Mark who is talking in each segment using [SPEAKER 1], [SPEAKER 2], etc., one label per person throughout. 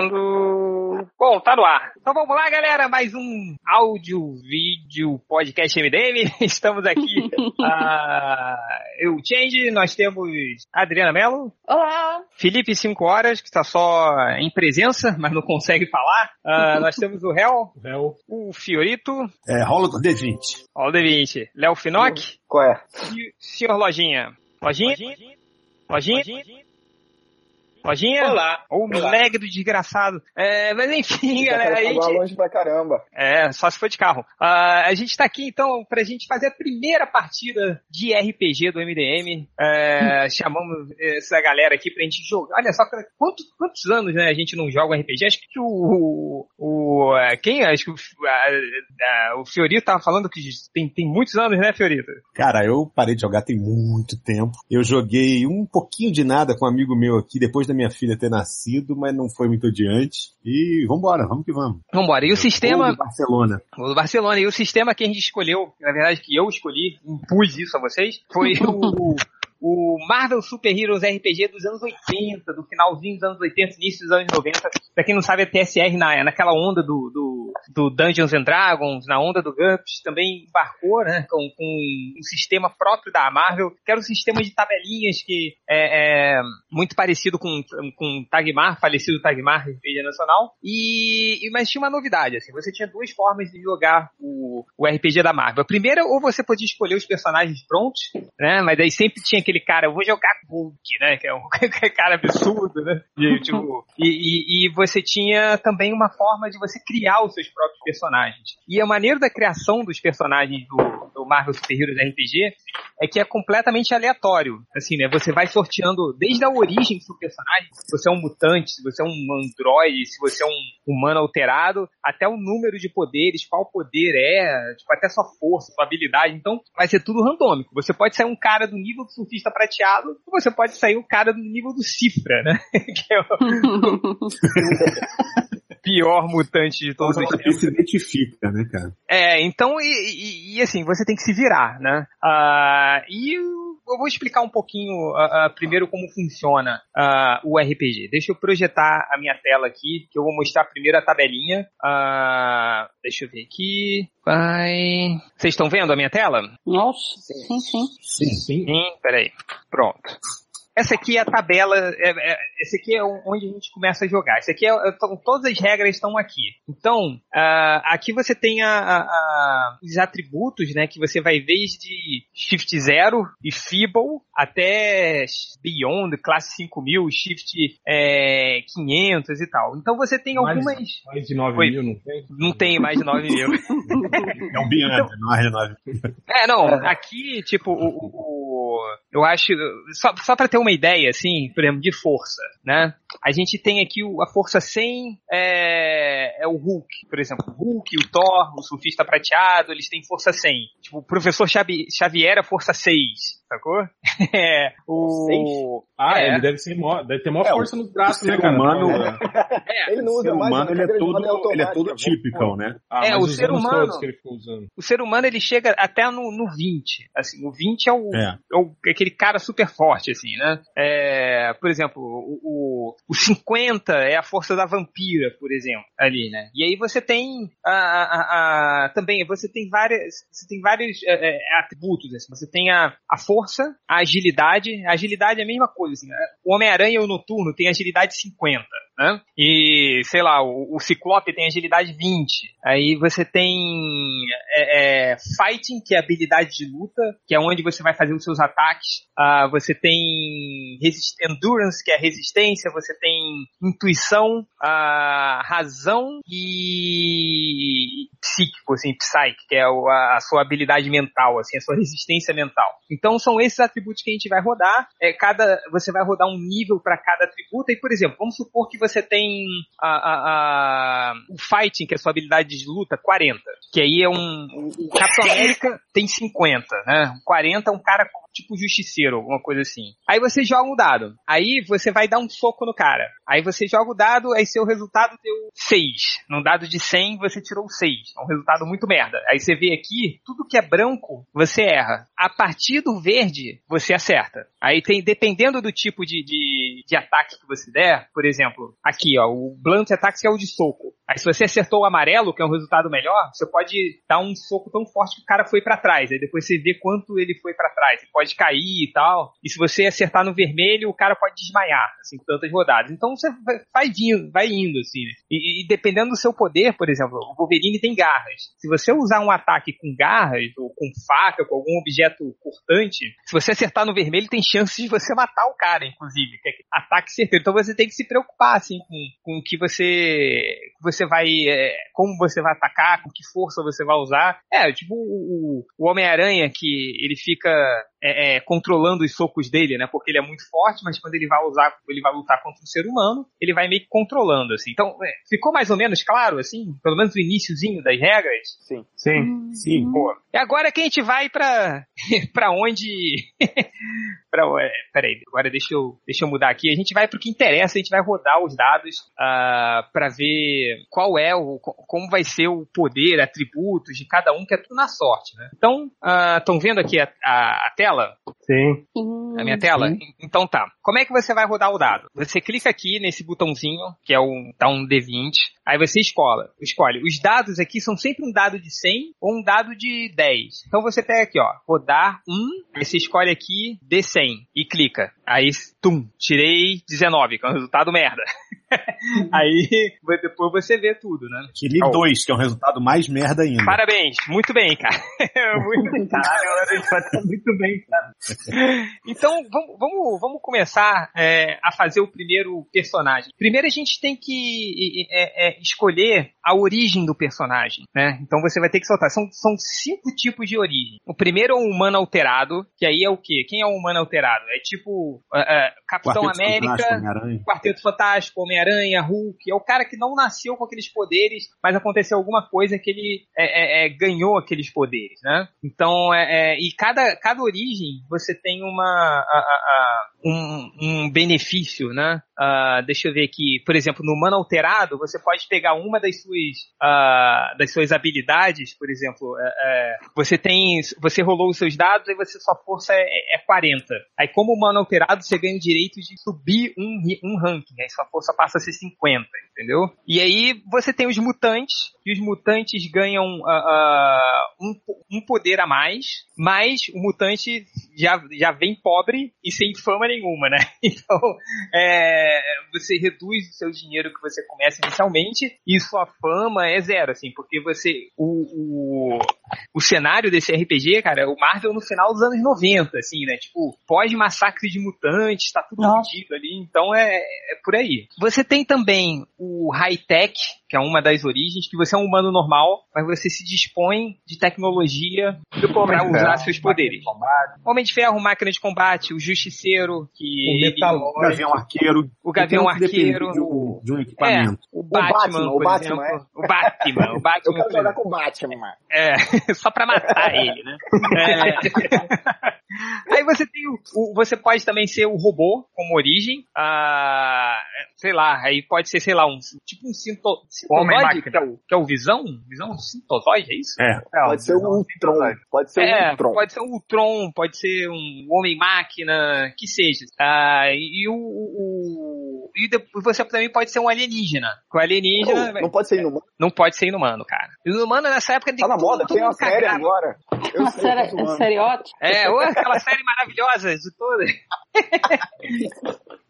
[SPEAKER 1] Iniciando. Bom, tá no ar. Então vamos lá, galera. Mais um áudio, vídeo, podcast MDM. Estamos aqui. ah, eu, Change, nós temos Adriana Mello,
[SPEAKER 2] Olá!
[SPEAKER 1] Felipe 5 Horas, que está só em presença, mas não consegue falar. Ah, nós temos o Hel,
[SPEAKER 3] Léo.
[SPEAKER 1] o Fiorito,
[SPEAKER 4] É, rola do D20.
[SPEAKER 1] ó, o D20, Léo Finock
[SPEAKER 5] Qual é?
[SPEAKER 1] e o senhor Lojinha. Lojinha? Lojinha? Lojinha?
[SPEAKER 3] Olá. tá
[SPEAKER 1] Ou o
[SPEAKER 5] Olá.
[SPEAKER 1] lag do desgraçado. É, mas enfim,
[SPEAKER 5] Esse
[SPEAKER 1] galera, a
[SPEAKER 5] cara tava
[SPEAKER 1] gente...
[SPEAKER 5] longe pra caramba.
[SPEAKER 1] É, só se for de carro. Ah, a gente tá aqui, então, pra gente fazer a primeira partida de RPG do MDM.
[SPEAKER 3] Hum.
[SPEAKER 1] É, chamamos essa galera aqui pra gente jogar. Olha só, cara, quantos, quantos anos, né, a gente não joga um RPG? Acho que o... o ah, quem? Acho que o, ah, ah, o Fiorito tava falando que tem, tem muitos anos, né, Fiorito?
[SPEAKER 4] Cara, eu parei de jogar tem muito tempo. Eu joguei um pouquinho de nada com um amigo meu aqui, depois da minha filha ter nascido, mas não foi muito adiante. E vambora, vamos que vamos.
[SPEAKER 1] Vambora. E o sistema...
[SPEAKER 4] Gol do Barcelona.
[SPEAKER 1] O Barcelona. E o sistema que a gente escolheu, na verdade que eu escolhi, impus isso a vocês, foi o, o Marvel Super Heroes RPG dos anos 80, do finalzinho dos anos 80, início dos anos 90. Pra quem não sabe, é TSR na, naquela onda do, do, do Dungeons and Dragons, na onda do GURPS, também embarcou né, com, com um sistema próprio da Marvel, que era um sistema de tabelinhas que é, é, muito parecido com, com Tagmar, falecido Tagmar, RPG Nacional. E, e- mas tinha uma novidade, assim, você tinha duas formas de jogar o, o RPG da Marvel. A primeira, ou você podia escolher os personagens prontos, né? Mas daí sempre tinha aquele cara, eu vou jogar com o Hulk, né? Que é um cara absurdo, né? E, tipo, e, e- e você tinha também uma forma de você criar os seus próprios personagens. E a maneira da criação dos personagens do, do Marvel Super Heroes RPG é que é completamente aleatório. Assim, né? Você vai sorteando desde a origem do seu personagem, se você é um mutante, se você é um androide, se você é um humano alterado, até o número de poderes, qual poder é, tipo, até sua força, sua habilidade. Então, vai ser tudo randômico. Você pode sair um cara do nível do surfista prateado, ou você pode sair o cara do nível do cifra, né? que é o pior mutante de todos
[SPEAKER 4] Então,
[SPEAKER 1] os
[SPEAKER 4] você se identifica, né, cara?
[SPEAKER 1] é, então, e, e- e, assim, você tem que se virar, né? Ah, e eu eu vou explicar um pouquinho ah, ah, primeiro como funciona ah, o RPG. Deixa eu projetar a minha tela aqui, que eu vou mostrar primeiro a tabelinha. Ah, deixa eu ver aqui. Vai. Vocês estão vendo a minha tela?
[SPEAKER 2] Nossa, sim, sim.
[SPEAKER 3] Sim.
[SPEAKER 1] Sim, peraí. Pronto. Essa aqui é a tabela, é, é, esse aqui é o- onde a gente começa a jogar. Esse aqui é, é- tão- todas as regras estão aqui. Então, ah, aqui você tem a- a- a- os atributos, né, que você vai ver de Shift Zero e Feeble até Beyond, classe 5000, Shift é, 500 e tal. Então você tem
[SPEAKER 3] Mais-
[SPEAKER 1] algumas...
[SPEAKER 3] Mais de 9
[SPEAKER 1] Foi.
[SPEAKER 3] mil, não tem?
[SPEAKER 1] Não tem mais de 9 mil.
[SPEAKER 4] É um Bianca,
[SPEAKER 1] Então,
[SPEAKER 4] não é renove.
[SPEAKER 1] É, não, aqui, tipo, o, o- o- eu acho, só, só pra ter uma ideia, assim, por exemplo, de força, né? A gente tem aqui o- a força 100, é, é o Hulk, por exemplo, o Hulk, o Thor, o surfista prateado, eles têm força 100. Tipo, o professor Xabi- Xavier é força 6, sacou? É, o...
[SPEAKER 3] Ah,
[SPEAKER 1] É.
[SPEAKER 3] ele deve, ser mó, deve ter maior
[SPEAKER 4] É,
[SPEAKER 3] força nos braços, né,
[SPEAKER 4] ser
[SPEAKER 3] cara?
[SPEAKER 4] humano-
[SPEAKER 1] É,
[SPEAKER 5] Ele não
[SPEAKER 4] O
[SPEAKER 5] usa
[SPEAKER 4] ser
[SPEAKER 5] mais,
[SPEAKER 4] humano,
[SPEAKER 5] a
[SPEAKER 4] ele é
[SPEAKER 5] cadeira de roda
[SPEAKER 4] todo, ele é todo
[SPEAKER 5] automática,
[SPEAKER 4] típico, né?
[SPEAKER 3] Ah,
[SPEAKER 1] É, o
[SPEAKER 3] mas os
[SPEAKER 1] ser
[SPEAKER 3] anos
[SPEAKER 1] humano-
[SPEAKER 3] todos que ele ficou usando.
[SPEAKER 1] o ser humano, ele chega até no, no 20, assim, o 20 é o...
[SPEAKER 4] É.
[SPEAKER 1] é o- é aquele cara super forte, assim, né? É, por exemplo, o, o, o 50 é a força da vampira, por exemplo, ali, né? E aí você tem a, a- a- a- também, você tem várias, você tem vários é, é, atributos, assim. Você tem a, a força, a agilidade, a agilidade é a mesma coisa, assim. né? O Homem-Aranha e o Noturno tem agilidade 50, né? E, sei lá, o, o Ciclope tem agilidade 20. Aí você tem é, é, fighting, que é habilidade de luta, que é onde você vai fazer os seus ataques. Ah, você tem resist- endurance, que é resistência. Você tem intuição, ah, razão e psíquico, assim, psyche, que é o- a, a sua habilidade mental, assim, a sua resistência mental. Então são esses atributos que a gente vai rodar. É, cada, você vai rodar um nível para cada atributo. E, por exemplo, vamos supor que você tem a, a- a- o fighting, que é a sua habilidade de luta, 40. Que aí é um. O Capitão América tem 50, né? 40 é um cara tipo justiceiro, alguma coisa assim. Aí você joga um dado. Aí você vai dar um soco no cara. Aí você joga o dado, aí seu resultado deu 6. Num dado de 100, você tirou 6. É um resultado muito merda. Aí você vê aqui, tudo que é branco, você erra. A partir do verde, você acerta. Aí tem, dependendo do tipo de, de, de ataque que você der, por exemplo, aqui, ó, o blunt ataque é o de soco. Aí se você acertou o amarelo, que é um resultado melhor, você pode dar um soco tão forte que o cara foi pra trás. Aí depois você vê quanto ele foi pra trás. Ele pode cair e tal. E se você acertar no vermelho, o cara pode desmaiar, assim, tantas rodadas. Então você vai- vai indo, vai indo assim. né? E, e dependendo do seu poder, por exemplo, o Wolverine tem garras. Se você usar um ataque com garras, ou com faca, com algum objeto cortante, se você acertar no vermelho, tem chance de você matar o cara, inclusive. que é Ataque certeiro. Então você tem que se preocupar, assim, com, com o que você, que você vai, é, como você vai atacar, com que força você vai usar. É, tipo o, o- o Homem-Aranha que ele fica é, é, controlando os socos dele, né? Porque ele é muito forte, mas quando ele vai usar, ele vai lutar contra um ser humano, ele vai meio que controlando, assim. Então, é, ficou mais ou menos claro, assim? Pelo menos o iniciozinho das regras?
[SPEAKER 2] Sim.
[SPEAKER 3] Sim.
[SPEAKER 4] Sim.
[SPEAKER 1] Boa. E agora que a gente vai pra, pra onde... pra, é, peraí, agora deixa eu, deixa eu mudar aqui. A gente vai pro que interessa, a gente vai rodar os dados ah, pra ver qual é, o, co- como vai ser o poder, atributos de cada um, que é tudo na sorte, né? Então, estão vendo aqui a- a- a tela?
[SPEAKER 3] Sim.
[SPEAKER 1] na minha tela? Então tá. Como é que você vai rodar o dado? Você clica aqui nesse botãozinho, que é um, tá um D20, aí você escolhe, escolhe. Os dados aqui são sempre um dado de 100 ou um dado de 10. Então você pega aqui, ó, rodar 1, aí você escolhe aqui D100 e clica. Aí, tum, tirei 19, que é um resultado merda. aí depois você vê tudo, né?
[SPEAKER 4] Tirei
[SPEAKER 1] Oh.
[SPEAKER 4] dois, que é um resultado mais merda ainda.
[SPEAKER 1] Parabéns, muito bem, cara. Muito, caralho, a gente vai estar muito bem, cara. Então, vamos, vamos, vamos começar é, a fazer o primeiro personagem. Primeiro a gente tem que e- e- é, é, escolher a origem do personagem, né? Então você vai ter que soltar. São, são cinco tipos de origem. O primeiro é um humano alterado, que aí é o quê? Quem é o humano alterado? É tipo é, é, Capitão
[SPEAKER 4] Quarteto Fantástico,
[SPEAKER 1] América,
[SPEAKER 4] Homem-Aranha.
[SPEAKER 1] Quarteto Fantástico, Homem-Aranha, Hulk, é o cara que não nasceu com aqueles poderes, mas aconteceu alguma coisa que ele é, é, é, ganhou aqueles poderes, né? Então, é, é, e cada, cada origem você tem uma a- a- a- um, um benefício, né? Ah, deixa eu ver aqui, por exemplo, no humano alterado você pode pegar uma das suas ah, das suas habilidades, por exemplo, é, é, você tem você rolou os seus dados e você sua força é, é 40. Aí como humano alterado você ganha o direito de subir um, ri- um ranking, aí sua força passa a ser 50, entendeu? E aí você tem os mutantes, e os mutantes ganham ah, ah, um, po- um poder a mais, mas o mutante já, já vem pobre e sem fama nenhuma, né? Então é, você reduz o seu dinheiro que você começa inicialmente e sua fama é zero, assim, porque você. O, o, o cenário desse RPG, cara, é o Marvel no final dos anos 90, assim, né? Tipo, pós-massacre de mutantes, tá tudo
[SPEAKER 2] Nossa.
[SPEAKER 1] fudido ali, então é, é por aí. Você tem também o high-tech, que é uma das origens, que você é um humano normal, mas você se dispõe de tecnologia pra usar seus poderes. Homem de Ferro, Máquina de Combate, o Justiceiro, que...
[SPEAKER 3] O Metal-
[SPEAKER 4] O Gavião um Arqueiro.
[SPEAKER 1] O Gavião
[SPEAKER 4] Então, depende
[SPEAKER 1] Arqueiro.
[SPEAKER 4] De um, de um
[SPEAKER 1] É,
[SPEAKER 4] equipamento.
[SPEAKER 1] o
[SPEAKER 2] Batman,
[SPEAKER 1] Batman,
[SPEAKER 2] o
[SPEAKER 1] por
[SPEAKER 2] Batman, é.
[SPEAKER 1] exemplo. O Batman, o Batman.
[SPEAKER 2] Eu quero
[SPEAKER 1] por
[SPEAKER 2] jogar com o Batman.
[SPEAKER 1] é, só pra matar ele, né? É. Aí você tem o, o- Você pode também ser o robô como origem. Ah, sei lá, aí pode ser, sei lá, um tipo um cinto, cintozoide, que é, o, que é o visão? Visão cintozoide, é isso?
[SPEAKER 4] É.
[SPEAKER 2] Pode ser o Ultron. Pode ser o
[SPEAKER 1] É,
[SPEAKER 2] Ultron.
[SPEAKER 1] pode ser um Ultron, pode ser um Homem-Máquina, que seja. Ah, e o, o- o- E depois você também pode ser um alienígena. Que o alienígena.
[SPEAKER 2] Não, não pode ser inumano.
[SPEAKER 1] Não pode ser inumano, cara. Inumano nessa época
[SPEAKER 2] Tá na moda,
[SPEAKER 1] todo
[SPEAKER 2] tem uma
[SPEAKER 1] mundo
[SPEAKER 2] série
[SPEAKER 1] cagado.
[SPEAKER 2] agora. Eu um
[SPEAKER 5] Uma
[SPEAKER 2] sei,
[SPEAKER 5] série,
[SPEAKER 2] eu tô zoando.
[SPEAKER 5] série ótima.
[SPEAKER 1] É, ou aquela série maravilhosa de todas.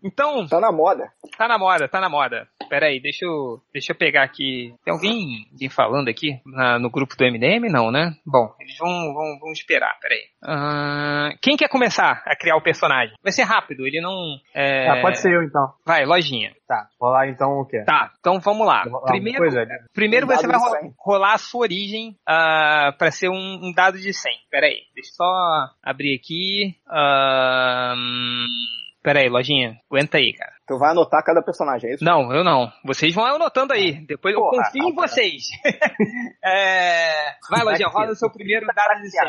[SPEAKER 1] então,
[SPEAKER 2] Tá na moda.
[SPEAKER 1] tá na moda, tá na moda. Pera aí, deixa eu, deixa eu pegar aqui. Tem alguém, alguém falando aqui na- no grupo do MDM? Não, né? Bom, eles vão, vão, vão esperar, peraí. Ah, quem quer começar a criar o personagem? Vai ser rápido, ele não. é,
[SPEAKER 6] Ah, pode ser eu então.
[SPEAKER 1] Vai, lojinha.
[SPEAKER 6] Tá, vou lá então o quê?
[SPEAKER 1] Tá, então vamos lá.
[SPEAKER 6] Alguma
[SPEAKER 1] Primeiro,
[SPEAKER 6] coisa, né?
[SPEAKER 1] Primeiro
[SPEAKER 2] Um
[SPEAKER 1] você vai
[SPEAKER 2] dado de
[SPEAKER 1] ro-
[SPEAKER 2] 100.
[SPEAKER 1] rolar a sua origem ah, pra ser um, um dado de 100. Pera aí, deixa eu só abrir aqui. Ahn, Pera aí, Ah, hum, lojinha, aguenta aí, cara.
[SPEAKER 2] Tu vai anotar cada personagem, é isso?
[SPEAKER 1] Não, eu não. Vocês vão anotando
[SPEAKER 6] É.
[SPEAKER 1] aí. Depois eu
[SPEAKER 2] Porra,
[SPEAKER 1] confio em vocês. É, Vai, Lojinha, roda o seu primeiro dado de 100.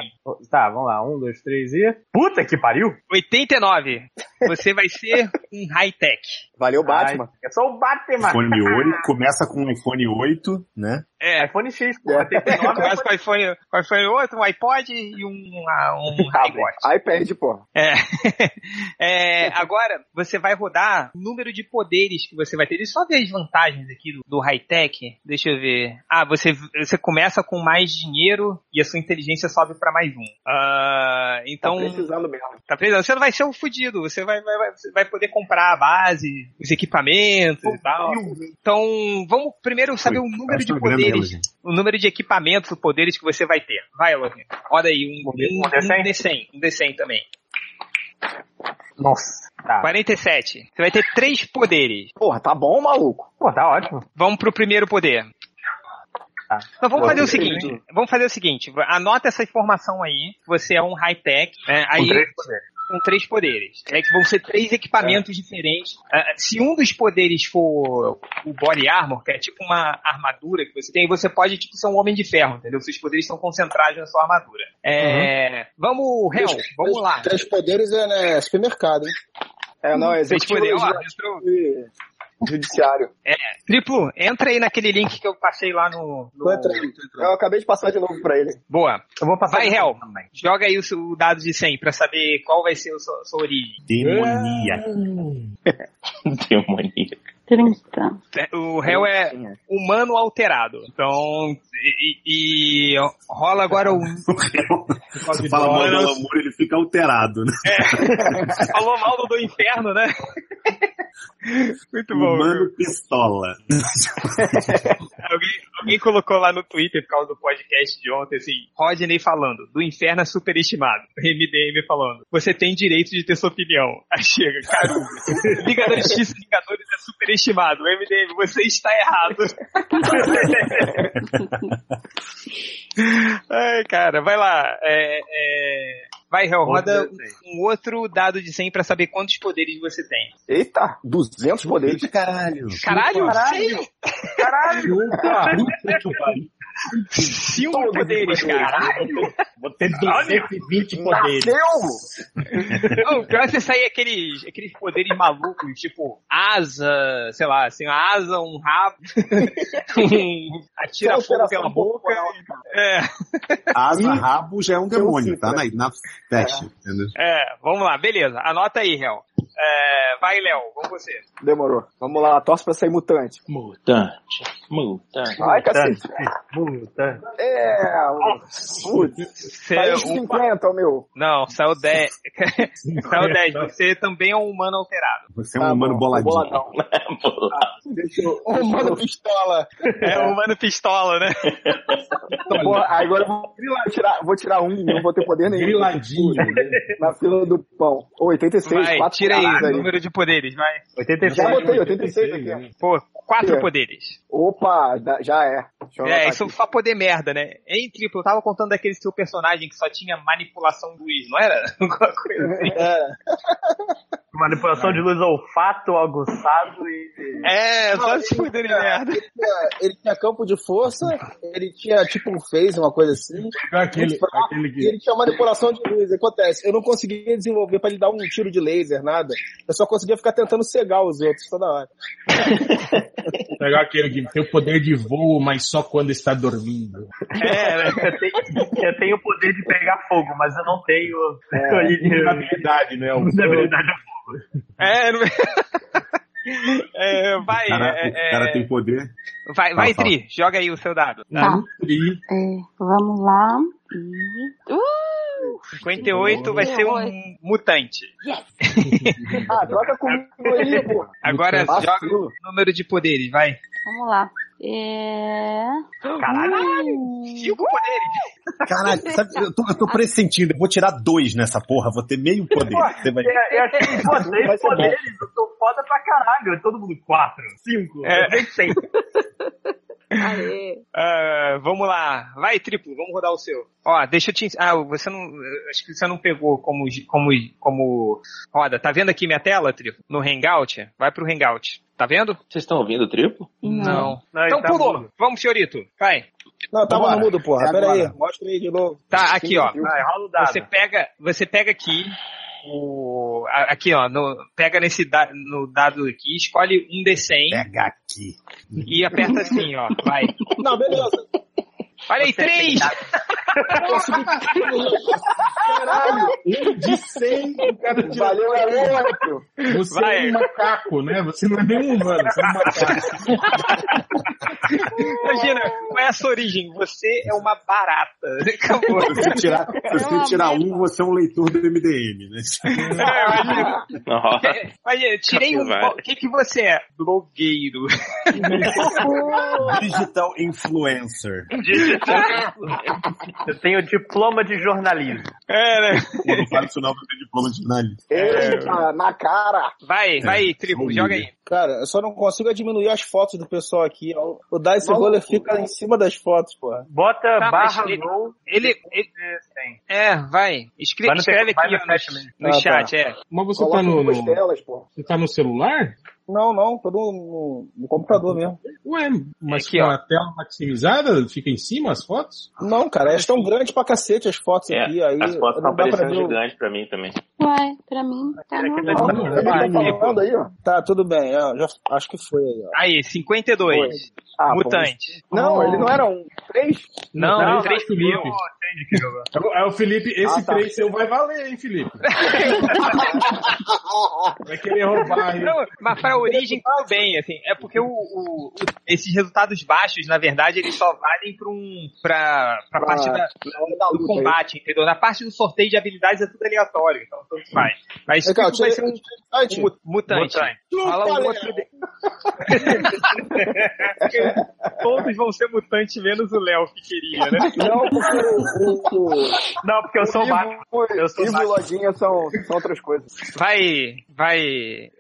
[SPEAKER 6] Tá, vamos lá. Um, dois, três e. Puta que pariu!
[SPEAKER 1] 89. Você vai ser um high-tech.
[SPEAKER 2] Valeu, Batman.
[SPEAKER 6] Ai, é só o Batman!
[SPEAKER 4] iPhone 8, começa com um iPhone 8, né?
[SPEAKER 1] É,
[SPEAKER 6] iPhone X, porra. Tem que ter nome,
[SPEAKER 1] começa com o iPhone, com o iPhone 8, um iPod e um, ah, um iPod.
[SPEAKER 2] iPad, porra.
[SPEAKER 1] É. É, agora, você vai rodar o número de poderes que você vai ter. Deixa eu só ver as vantagens aqui do, do high-tech. Deixa eu ver. Ah, você, você começa com mais dinheiro e a sua inteligência sobe pra mais um. Ah,
[SPEAKER 2] Tá
[SPEAKER 1] então,
[SPEAKER 2] precisando mesmo.
[SPEAKER 1] tá precisando. Você não vai ser um fudido. Você vai, vai, vai, você vai poder comprar a base, os equipamentos e tal. Então, vamos primeiro saber o número de
[SPEAKER 4] Gasta uma grana nela,
[SPEAKER 1] Um poderes.
[SPEAKER 4] gente.
[SPEAKER 1] O número de equipamentos, os poderes que você vai ter. Vai, Logan. Olha aí, um, um, um D100. Um D100 também.
[SPEAKER 6] Nossa. Tá.
[SPEAKER 1] 47. Você vai ter três poderes.
[SPEAKER 2] Porra, tá bom, maluco.
[SPEAKER 6] Pô, tá ótimo.
[SPEAKER 1] Vamos pro primeiro poder.
[SPEAKER 6] Tá.
[SPEAKER 1] Então vamos
[SPEAKER 6] Pô,
[SPEAKER 1] fazer o
[SPEAKER 6] eu sei
[SPEAKER 1] seguinte. Vamos fazer o seguinte. Anota essa informação aí. Você é um high-tech. né? Aí,
[SPEAKER 6] Um, três poderes.
[SPEAKER 1] com três poderes. É que vão ser três equipamentos
[SPEAKER 6] É.
[SPEAKER 1] diferentes. Ah, se um dos poderes for o body armor, que é tipo uma armadura que você tem, você pode tipo ser um homem de ferro, entendeu? Seus poderes estão concentrados na sua armadura.
[SPEAKER 6] Uhum.
[SPEAKER 1] É, Vamos, Hel, vamos lá.
[SPEAKER 5] Três poderes é né, supermercado, hein?
[SPEAKER 2] É, não, é
[SPEAKER 1] Três
[SPEAKER 2] executivo
[SPEAKER 1] poderes, ó,
[SPEAKER 2] legislativo
[SPEAKER 1] entrou.
[SPEAKER 2] e judiciário.
[SPEAKER 1] Triplo, entra aí naquele link que eu passei lá no. no-
[SPEAKER 5] Tô entrando, tô entrando.
[SPEAKER 2] Eu acabei de passar de novo pra ele.
[SPEAKER 1] Boa.
[SPEAKER 6] Eu vou passar.
[SPEAKER 1] Vai,
[SPEAKER 6] de-
[SPEAKER 1] Hel.
[SPEAKER 6] também.
[SPEAKER 1] Joga aí o seu dado de 100 pra saber qual vai ser a sua, sua origem.
[SPEAKER 3] É.
[SPEAKER 4] Demoníaco.
[SPEAKER 7] Demonia.
[SPEAKER 8] 30.
[SPEAKER 1] O Hel é humano alterado. Então. E, e- e rola agora o
[SPEAKER 4] Você fala mal do amor, ele fica alterado, né?
[SPEAKER 1] Falou mal do, do inferno, né? Muito bom.
[SPEAKER 4] Humano pistola.
[SPEAKER 1] Alguém, alguém colocou lá no Twitter, por causa do podcast de ontem, assim, Rodney falando, do inferno é superestimado. MDM falando, você tem direito de ter sua opinião. Aí chega, cara, Liga da Justiça e Vingadores é superestimado. MDM, você está errado. Ai, cara, vai lá. É, é, Vai, Hel, roda um outro dado de 100 pra saber quantos poderes você tem.
[SPEAKER 2] Eita, 200 poderes.
[SPEAKER 4] caralho.
[SPEAKER 1] Caralho, caralho, caralho.
[SPEAKER 3] Caralho!
[SPEAKER 1] Cinco poderes, cara.
[SPEAKER 3] Vou ter 220 poderes.
[SPEAKER 1] Não, pior é você sair aqueles, aqueles poderes malucos, tipo asa, sei lá, assim, uma asa, um rabo, um, atira
[SPEAKER 2] Só
[SPEAKER 1] fogo
[SPEAKER 2] alteração
[SPEAKER 1] pela boca.
[SPEAKER 2] corporal,
[SPEAKER 1] É,
[SPEAKER 4] Asa, rabo já é um demônio,
[SPEAKER 2] sinto,
[SPEAKER 4] tá? Na, na teste, entendeu?
[SPEAKER 1] é, vamos lá, beleza. Anota aí, Hel. É, vai, Léo, vamos você.
[SPEAKER 2] Demorou. Vamos lá, torce pra sair mutante.
[SPEAKER 7] Mutante. Mutante.
[SPEAKER 2] Ai, cacete.
[SPEAKER 6] Puta.
[SPEAKER 2] É, um- putz.
[SPEAKER 1] Você é
[SPEAKER 2] Saiu de
[SPEAKER 1] um-
[SPEAKER 2] 50, meu.
[SPEAKER 1] Não, saiu 10. saiu 10. Você também é um humano alterado.
[SPEAKER 4] Você é um
[SPEAKER 2] Tá
[SPEAKER 4] humano
[SPEAKER 2] bom,
[SPEAKER 4] boladinho.
[SPEAKER 2] boladão. Deixa eu-
[SPEAKER 1] Um
[SPEAKER 5] Ô, mano, pistola.
[SPEAKER 1] É um humano pistola, né?
[SPEAKER 2] Então, porra, agora eu vou grilar, tirar, vou tirar um, não vou ter poder nenhum.
[SPEAKER 3] Griladinho.
[SPEAKER 2] né? Na fila do pão. Ô, 86,
[SPEAKER 1] Vai,
[SPEAKER 2] quatro
[SPEAKER 1] tira aí
[SPEAKER 2] caras
[SPEAKER 1] o número de poderes, vai.
[SPEAKER 6] 86.
[SPEAKER 2] Já botei 86 aqui. ó.
[SPEAKER 1] Pô, quatro
[SPEAKER 2] É.
[SPEAKER 1] poderes.
[SPEAKER 2] Opa, dá- já é. Deixa eu
[SPEAKER 1] É,
[SPEAKER 2] anotar
[SPEAKER 1] isso
[SPEAKER 2] aqui.
[SPEAKER 1] só poder merda, né? Em triplo, eu tava contando daquele seu personagem que só tinha manipulação do Luiz, não era? Alguma coisa assim.
[SPEAKER 6] Manipulação de luz olfato, aguçado e.
[SPEAKER 1] É, só se poder merda.
[SPEAKER 5] É, Ele tinha campo de força, ele tinha tipo um phase, uma coisa assim.
[SPEAKER 3] Aquele,
[SPEAKER 5] muito fraco,
[SPEAKER 3] aquele
[SPEAKER 5] E
[SPEAKER 3] que...
[SPEAKER 5] ele tinha manipulação de luz. Acontece, eu não conseguia desenvolver pra ele dar um tiro de laser, nada. Eu só conseguia ficar tentando cegar os outros toda hora.
[SPEAKER 3] Pegar aquele que tem o poder de voo, mas só quando está dormindo.
[SPEAKER 1] É, né?
[SPEAKER 6] Eu tenho, eu tenho o poder de pegar fogo, mas eu não tenho.
[SPEAKER 5] É.
[SPEAKER 3] Habilidade, né? O-
[SPEAKER 6] habilidade.
[SPEAKER 1] É, não... É, vai,
[SPEAKER 4] Cara,
[SPEAKER 1] é,
[SPEAKER 4] o cara
[SPEAKER 1] é,
[SPEAKER 4] tem poder.
[SPEAKER 1] vai, vai,
[SPEAKER 4] Fala,
[SPEAKER 1] Tri, joga aí o seu dado.
[SPEAKER 8] Tá.
[SPEAKER 3] E
[SPEAKER 8] É, vamos lá. E... Uh!
[SPEAKER 1] 58 vai ser um mutante.
[SPEAKER 2] Ah, troca comigo aí, porra.
[SPEAKER 1] Agora joga
[SPEAKER 2] Vacilo.
[SPEAKER 1] o número de poderes, vai.
[SPEAKER 8] Vamos lá. É...
[SPEAKER 1] Cinco poderes.
[SPEAKER 4] Caralho, sabe, eu tô, eu tô pressentindo, eu vou tirar dois nessa porra, vou ter meio poder. Você vai...
[SPEAKER 1] é,
[SPEAKER 6] Eu achei que pô,
[SPEAKER 2] Vai
[SPEAKER 6] seis
[SPEAKER 5] é
[SPEAKER 2] ser bom.
[SPEAKER 6] é poderes, eu tô foda pra caralho. Todo mundo quatro, cinco,
[SPEAKER 1] É.
[SPEAKER 6] eu nem sei.
[SPEAKER 9] Aê.
[SPEAKER 1] Ah, vamos lá. Vai, triplo, vamos rodar o seu. Ó, deixa eu te. ens- Ah, você não. Acho que você não pegou como. como, como roda. Tá vendo aqui minha tela, triplo? No Hangout? Vai pro Hangout. Tá vendo?
[SPEAKER 7] Vocês estão ouvindo o triplo?
[SPEAKER 6] Não, ele
[SPEAKER 1] Então
[SPEAKER 6] tá
[SPEAKER 1] pulou.
[SPEAKER 6] mudo.
[SPEAKER 1] Vamos, Fiorito. Vai.
[SPEAKER 5] Não, tava
[SPEAKER 4] Bora.
[SPEAKER 5] no mudo, porra.
[SPEAKER 4] É
[SPEAKER 5] Pera aí,
[SPEAKER 4] agora.
[SPEAKER 5] mostra aí de novo.
[SPEAKER 1] Tá, aqui, ó.
[SPEAKER 6] Vai, rola o dado.
[SPEAKER 1] Você pega, você pega aqui. O, a- aqui, ó. no- pega nesse da- no dado aqui, escolhe um
[SPEAKER 6] É.
[SPEAKER 1] D100
[SPEAKER 4] Pega aqui.
[SPEAKER 1] e aperta assim, ó. Vai.
[SPEAKER 5] Não, beleza.
[SPEAKER 1] Olha aí, três!
[SPEAKER 3] De 100, o cara tira
[SPEAKER 2] Valeu, é galera.
[SPEAKER 3] Você
[SPEAKER 1] Vai.
[SPEAKER 3] é um macaco, né? Você não é nem um humano, você é um macaco.
[SPEAKER 1] Imagina, qual é a sua origem? Você é uma barata. Acabou.
[SPEAKER 4] Se você tirar, se você
[SPEAKER 9] uma
[SPEAKER 4] tirar
[SPEAKER 9] merda.
[SPEAKER 4] um, você é um leitor do MDM, né?
[SPEAKER 1] É, imagina,
[SPEAKER 7] Nossa.
[SPEAKER 1] É, Mas eu tirei um.
[SPEAKER 7] Capivara.
[SPEAKER 1] O que, que você é? Blogueiro.
[SPEAKER 4] Digital influencer.
[SPEAKER 6] Eu tenho diploma de jornalismo.
[SPEAKER 1] É, né?
[SPEAKER 4] Quando fala o final do seu diploma de jornalista.
[SPEAKER 2] Eita, na cara.
[SPEAKER 1] Vai, vai, tribo,
[SPEAKER 4] blogueiro.
[SPEAKER 1] joga aí.
[SPEAKER 5] Cara, eu só não consigo diminuir as fotos do pessoal aqui. ó. O Dice Roller fica em cima das fotos, porra.
[SPEAKER 6] Bota
[SPEAKER 1] Tá, mas
[SPEAKER 6] barra
[SPEAKER 1] ele-
[SPEAKER 6] roll.
[SPEAKER 1] Ele. ele- é, vai. Escre-
[SPEAKER 6] Vai no
[SPEAKER 1] escreve
[SPEAKER 6] tec- vai
[SPEAKER 1] aqui
[SPEAKER 6] no
[SPEAKER 1] ó,
[SPEAKER 6] chat
[SPEAKER 1] no,
[SPEAKER 6] mesmo.
[SPEAKER 1] no
[SPEAKER 5] Ah, tá.
[SPEAKER 1] chat, é.
[SPEAKER 3] Mas você tá
[SPEAKER 2] Coloca
[SPEAKER 3] no,
[SPEAKER 2] duas
[SPEAKER 3] no-
[SPEAKER 2] telas, pô.
[SPEAKER 3] você tá no celular?
[SPEAKER 5] Não, não, tô no, no- no computador mesmo.
[SPEAKER 3] Ué, mas
[SPEAKER 1] Aqui,
[SPEAKER 3] com
[SPEAKER 1] ó.
[SPEAKER 3] a tela maximizada, fica em cima as fotos?
[SPEAKER 5] Não, cara, elas estão grandes pra cacete as fotos
[SPEAKER 7] É,
[SPEAKER 5] aqui. Aí
[SPEAKER 7] as fotos
[SPEAKER 5] não
[SPEAKER 7] estão
[SPEAKER 5] dá pra
[SPEAKER 7] parecendo
[SPEAKER 5] ver. o-
[SPEAKER 7] gigantes pra mim também.
[SPEAKER 8] Uai, pra mim tá normal.
[SPEAKER 3] Não,
[SPEAKER 2] Ele
[SPEAKER 3] não,
[SPEAKER 2] tá falando aí, ó.
[SPEAKER 5] Tá, tudo bem. ó, já, acho que foi aí, ó.
[SPEAKER 1] Aí, 52.
[SPEAKER 2] Ah,
[SPEAKER 1] Mutante.
[SPEAKER 2] pô, Não, ele não era um. Três?
[SPEAKER 1] Não, é
[SPEAKER 3] Não,
[SPEAKER 1] três
[SPEAKER 3] acho
[SPEAKER 1] mil.
[SPEAKER 3] que É o- é o Felipe, esse
[SPEAKER 2] Ah, tá.
[SPEAKER 3] 3 seu vai valer, hein, Felipe? vai querer roubar, hein?
[SPEAKER 1] Não, mas pra origem tudo bem, assim. É porque o, o- o- esses resultados baixos, na verdade, eles só valem pra um. pra, pra parte da,
[SPEAKER 2] Na hora é da
[SPEAKER 1] do
[SPEAKER 2] luta aí.
[SPEAKER 1] combate, entendeu? Na parte do sorteio de habilidades é tudo aleatório, então tanto faz. Mas
[SPEAKER 5] É, cara,
[SPEAKER 1] isso vai ser um
[SPEAKER 5] Mutante?
[SPEAKER 1] Mu- Mutante.
[SPEAKER 6] Mutante.
[SPEAKER 1] Fala
[SPEAKER 5] Chupa,
[SPEAKER 1] um outro. de- É Todos vão ser mutantes, menos o Léo que queria, né?
[SPEAKER 2] Não, porque o, o,
[SPEAKER 6] Não, porque eu sou o Batman.
[SPEAKER 2] o
[SPEAKER 6] Eu sou
[SPEAKER 2] Ivo e
[SPEAKER 6] Batman.
[SPEAKER 2] Lojinha são, são outras coisas.
[SPEAKER 1] Vai, vai.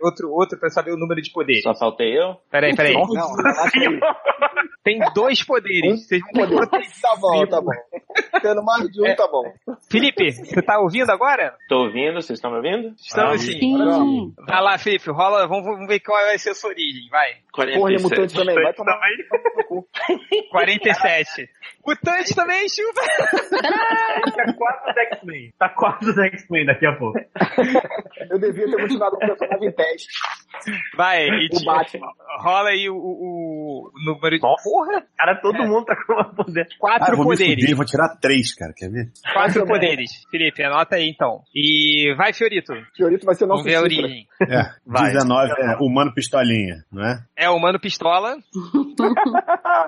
[SPEAKER 1] Outro, outro pra saber o número de poderes.
[SPEAKER 7] Só faltei eu?
[SPEAKER 1] Peraí, peraí.
[SPEAKER 2] Não, tá relaxa aí.
[SPEAKER 1] Tem dois poderes. Vocês vão ter que proteger.
[SPEAKER 5] Tá bom, tá bom. Tendo mais de um, tá bom.
[SPEAKER 1] Felipe, você tá ouvindo agora?
[SPEAKER 7] Tô ouvindo, vocês estão me ouvindo?
[SPEAKER 1] Estamos
[SPEAKER 3] Ah,
[SPEAKER 1] sim.
[SPEAKER 8] Sim.
[SPEAKER 1] Vai lá, Felipe, rola. Vamos, vamos ver qual vai ser a sua origem, vai.
[SPEAKER 2] Porra, ele é
[SPEAKER 7] 47.
[SPEAKER 2] mutante também. Vai tomar.
[SPEAKER 1] 47. Mutante também, chuva.
[SPEAKER 6] Tá quase o X-Men. Tá quase o X-Men daqui a pouco.
[SPEAKER 2] Eu devia ter continuado
[SPEAKER 5] um
[SPEAKER 2] com o personagem em teste.
[SPEAKER 1] Vai, e
[SPEAKER 2] O
[SPEAKER 1] te-
[SPEAKER 2] Batman.
[SPEAKER 1] rola aí o, o- o número de.
[SPEAKER 6] Nossa.
[SPEAKER 1] Porra!
[SPEAKER 6] Cara,
[SPEAKER 1] É.
[SPEAKER 6] todo mundo tá com uma poder.
[SPEAKER 1] Quatro
[SPEAKER 4] Ah, vou me
[SPEAKER 1] poderes.
[SPEAKER 4] fuder, vou tirar três, cara, quer ver?
[SPEAKER 1] Quatro poderes. Felipe, anota aí então. E vai, Fiorito.
[SPEAKER 2] Fiorito vai ser
[SPEAKER 1] Vamos
[SPEAKER 2] nosso
[SPEAKER 1] ver a
[SPEAKER 2] cifra.
[SPEAKER 1] origem.
[SPEAKER 4] É, 19 é humano pistolinha, não é?
[SPEAKER 1] É o Mano Pistola.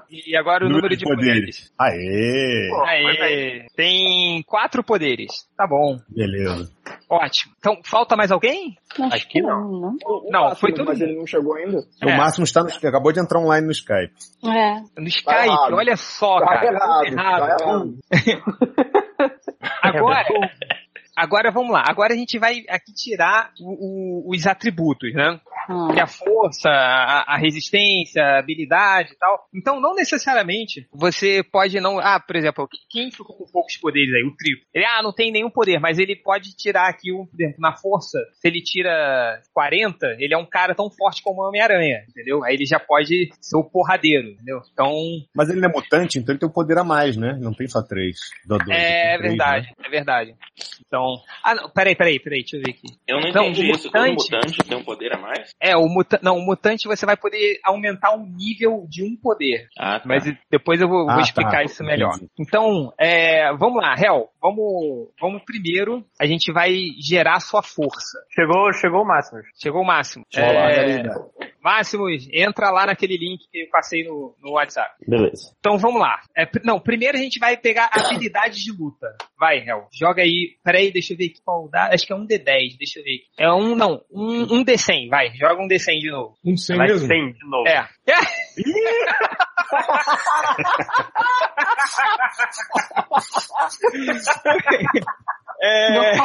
[SPEAKER 1] e agora o número, de poderes.
[SPEAKER 4] Aê!
[SPEAKER 1] Aê, tem quatro poderes. Tá bom.
[SPEAKER 4] Beleza.
[SPEAKER 1] Ótimo. Então, falta mais alguém?
[SPEAKER 8] Acho
[SPEAKER 7] Aqui
[SPEAKER 8] que
[SPEAKER 7] não.
[SPEAKER 8] não.
[SPEAKER 2] O- o
[SPEAKER 1] Não,
[SPEAKER 5] Tá
[SPEAKER 2] Batman,
[SPEAKER 1] foi todo
[SPEAKER 2] Mas
[SPEAKER 1] mundo.
[SPEAKER 2] ele não chegou ainda.
[SPEAKER 1] É.
[SPEAKER 4] O máximo está no Acabou de entrar online no Skype.
[SPEAKER 8] não. É.
[SPEAKER 1] No
[SPEAKER 2] Tá
[SPEAKER 1] Skype,
[SPEAKER 2] errado.
[SPEAKER 1] olha só,
[SPEAKER 2] Tá
[SPEAKER 1] cara.
[SPEAKER 2] errado,
[SPEAKER 1] Errado.
[SPEAKER 2] tá errado.
[SPEAKER 1] Agora, agora vamos lá. Agora a gente vai aqui tirar o- o- os atributos, né? que é
[SPEAKER 8] Ah,
[SPEAKER 1] a força, a, a resistência, a habilidade e tal. Então, não necessariamente você pode não. Ah, por exemplo, quem ficou com poucos poderes aí? O triplo. Ele, ah, não tem nenhum poder, mas ele pode tirar aqui, um, por exemplo, na força, se ele tira 40, ele é um cara tão forte como o Homem-Aranha, entendeu? Aí ele já pode ser o porradeiro, entendeu? Então,
[SPEAKER 4] Mas ele não é mutante, então ele tem um poder a mais, né? Não tem só três. Dá dois,
[SPEAKER 1] é
[SPEAKER 4] tem três, né?
[SPEAKER 1] verdade, é verdade. Então. Ah, não, peraí, peraí, peraí, deixa eu ver aqui.
[SPEAKER 7] Eu não
[SPEAKER 1] Não,
[SPEAKER 7] entendi
[SPEAKER 1] então, o
[SPEAKER 7] isso. Todo
[SPEAKER 1] mutante-
[SPEAKER 7] mutante tem um poder a mais?
[SPEAKER 1] É, o, muta não, o mutante você vai poder aumentar o nível de um poder.
[SPEAKER 7] Ah, tá.
[SPEAKER 1] Mas depois eu vou, vou
[SPEAKER 4] Ah, tá.
[SPEAKER 1] explicar isso melhor.
[SPEAKER 4] Entendi.
[SPEAKER 1] Então, é, vamos lá, Hel. Vamos, vamos primeiro, a gente vai gerar sua força.
[SPEAKER 6] Chegou, chegou o máximo.
[SPEAKER 1] Chegou o Máximo.
[SPEAKER 4] Deixa eu rolar,
[SPEAKER 1] É,
[SPEAKER 4] galera.
[SPEAKER 1] Máximo, entra lá naquele link que eu passei no, no WhatsApp.
[SPEAKER 7] Beleza.
[SPEAKER 1] Então vamos lá. É, pr- não, primeiro a gente vai pegar habilidades de luta. Vai, Hel. Joga aí. Peraí, deixa eu ver aqui qual dá. Acho que é um D10, deixa eu ver. aqui. É um, não, um, um D100, vai. Joga um D100 de novo.
[SPEAKER 3] Não sei
[SPEAKER 6] Vai
[SPEAKER 3] mesmo.
[SPEAKER 6] 100 de novo.
[SPEAKER 1] É. É,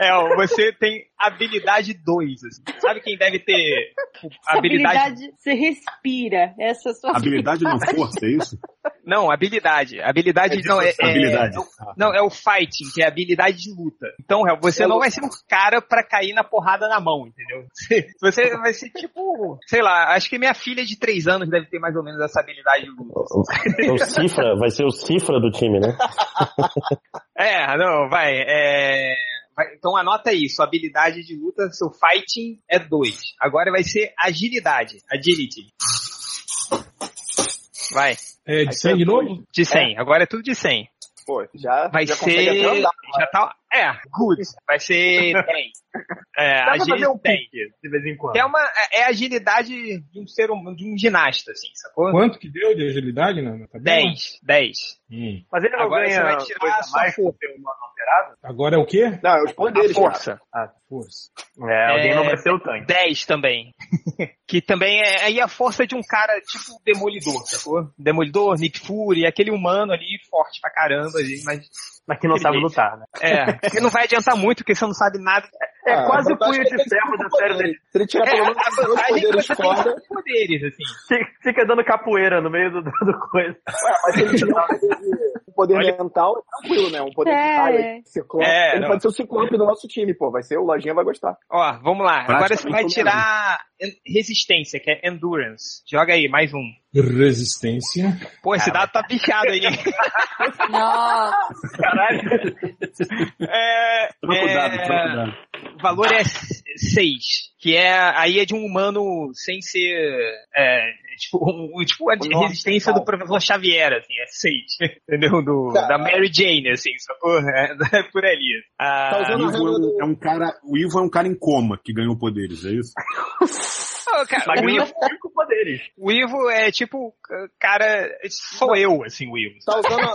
[SPEAKER 1] é ó, você tem habilidade 2. Assim. Sabe quem deve ter tipo,
[SPEAKER 9] Essa
[SPEAKER 1] habilidade...
[SPEAKER 9] habilidade, você respira. Essa é a sua
[SPEAKER 4] Habilidade não força, é isso?
[SPEAKER 1] Não, habilidade. Habilidade não é, é-
[SPEAKER 4] Habilidade.
[SPEAKER 1] é o-
[SPEAKER 10] Ah.
[SPEAKER 1] Não, é o fighting, que é habilidade de luta. Então, Hel, você não vai ser um cara pra cair na porrada na mão, entendeu? Você- Você vai ser tipo, sei lá, acho que minha filha de 3 anos deve ter mais ou menos essa habilidade de luta.
[SPEAKER 10] É o cifra, vai ser o cifra do time, né?
[SPEAKER 1] É, não, vai. é, vai- então anota aí, sua habilidade de luta, seu fighting é 2. Agora vai ser agilidade, agility. Vai,
[SPEAKER 3] É de 100 de novo?
[SPEAKER 1] de 100. Agora é tudo de 100.
[SPEAKER 2] Pô, já,
[SPEAKER 1] Vai
[SPEAKER 2] já consegue
[SPEAKER 1] ser.
[SPEAKER 2] até andar.
[SPEAKER 1] já tá. É, good. Vai ser 10. É,
[SPEAKER 6] Dá pra fazer
[SPEAKER 1] agilidade
[SPEAKER 6] um pique de vez em quando.
[SPEAKER 1] É, uma, é a agilidade de um ser humano, de um ginasta, assim, sacou?
[SPEAKER 3] Quanto que deu de agilidade na na tabela?
[SPEAKER 1] 10, 10.
[SPEAKER 3] Hum.
[SPEAKER 6] Mas ele não
[SPEAKER 1] Agora você
[SPEAKER 6] ganha
[SPEAKER 1] vai tirar
[SPEAKER 6] coisa
[SPEAKER 1] a
[SPEAKER 6] a
[SPEAKER 1] sua
[SPEAKER 6] mais por
[SPEAKER 1] força.
[SPEAKER 6] ter um humano alterado?
[SPEAKER 3] Agora é o quê?
[SPEAKER 2] Não, é os poderes, cara.
[SPEAKER 1] Força.
[SPEAKER 6] Ah,
[SPEAKER 3] Força.
[SPEAKER 6] É, alguém
[SPEAKER 1] É,
[SPEAKER 6] não vai ser o tanque.
[SPEAKER 1] 10 também. que também é aí a força de um cara tipo demolidor, sacou? Demolidor, Nick Fury, aquele humano ali forte pra caramba, ali, mas
[SPEAKER 6] Mas que não sabe lutar, né?
[SPEAKER 1] é, que não vai adiantar muito porque você não sabe nada.
[SPEAKER 6] É
[SPEAKER 5] Ah,
[SPEAKER 6] quase
[SPEAKER 5] a
[SPEAKER 6] o punho
[SPEAKER 5] vantagem é que
[SPEAKER 6] de
[SPEAKER 5] ele tem
[SPEAKER 6] ferro da
[SPEAKER 5] cinco
[SPEAKER 6] série
[SPEAKER 5] poderes.
[SPEAKER 6] dele.
[SPEAKER 5] Se ele tirar
[SPEAKER 1] É,
[SPEAKER 5] pelo menos
[SPEAKER 1] a
[SPEAKER 5] os dois
[SPEAKER 1] vantagem é que você
[SPEAKER 5] poderes
[SPEAKER 1] tem
[SPEAKER 5] fora,
[SPEAKER 1] cinco poderes, assim.
[SPEAKER 6] Fica- Fica dando capoeira no meio do, do, do coisa.
[SPEAKER 5] mas se ele tiver um poder, de- um poder
[SPEAKER 1] Olha-
[SPEAKER 5] mental, é tranquilo, né? Um poder
[SPEAKER 9] É.
[SPEAKER 5] de raio, ciclope.
[SPEAKER 1] É,
[SPEAKER 5] ele
[SPEAKER 1] não.
[SPEAKER 5] pode ser o ciclope do nosso time, pô. Vai ser, o Lojinha vai gostar.
[SPEAKER 1] Ó, vamos lá. Agora você vai
[SPEAKER 4] Praticamente
[SPEAKER 1] tirar en- resistência, que é endurance. Joga aí, mais um.
[SPEAKER 3] Resistência.
[SPEAKER 1] Pô, esse dado tá bichado aí.
[SPEAKER 8] Nossa,
[SPEAKER 1] Caralho. É,
[SPEAKER 4] Troca o dado,
[SPEAKER 1] é,
[SPEAKER 4] troca o dado.
[SPEAKER 1] valor é 6, que é aí é de um humano sem ser é, tipo, um, um- tipo a de-
[SPEAKER 2] Nossa,
[SPEAKER 1] resistência
[SPEAKER 2] não.
[SPEAKER 1] do professor Xavier, assim, é 6, entendeu? Do, da Mary Jane, assim, sacou? É, é por ali. Ah,
[SPEAKER 5] Tá usando-
[SPEAKER 4] O Ivo é um, é um cara, o Ivo é um cara em coma que ganhou poderes, é isso?
[SPEAKER 1] ah, cara,
[SPEAKER 6] Mas
[SPEAKER 1] o,
[SPEAKER 6] ganha
[SPEAKER 1] Ivo,
[SPEAKER 6] cinco poderes.
[SPEAKER 1] o Ivo é tipo, c- cara, sou eu, assim, o Ivo.
[SPEAKER 5] Tá usando a...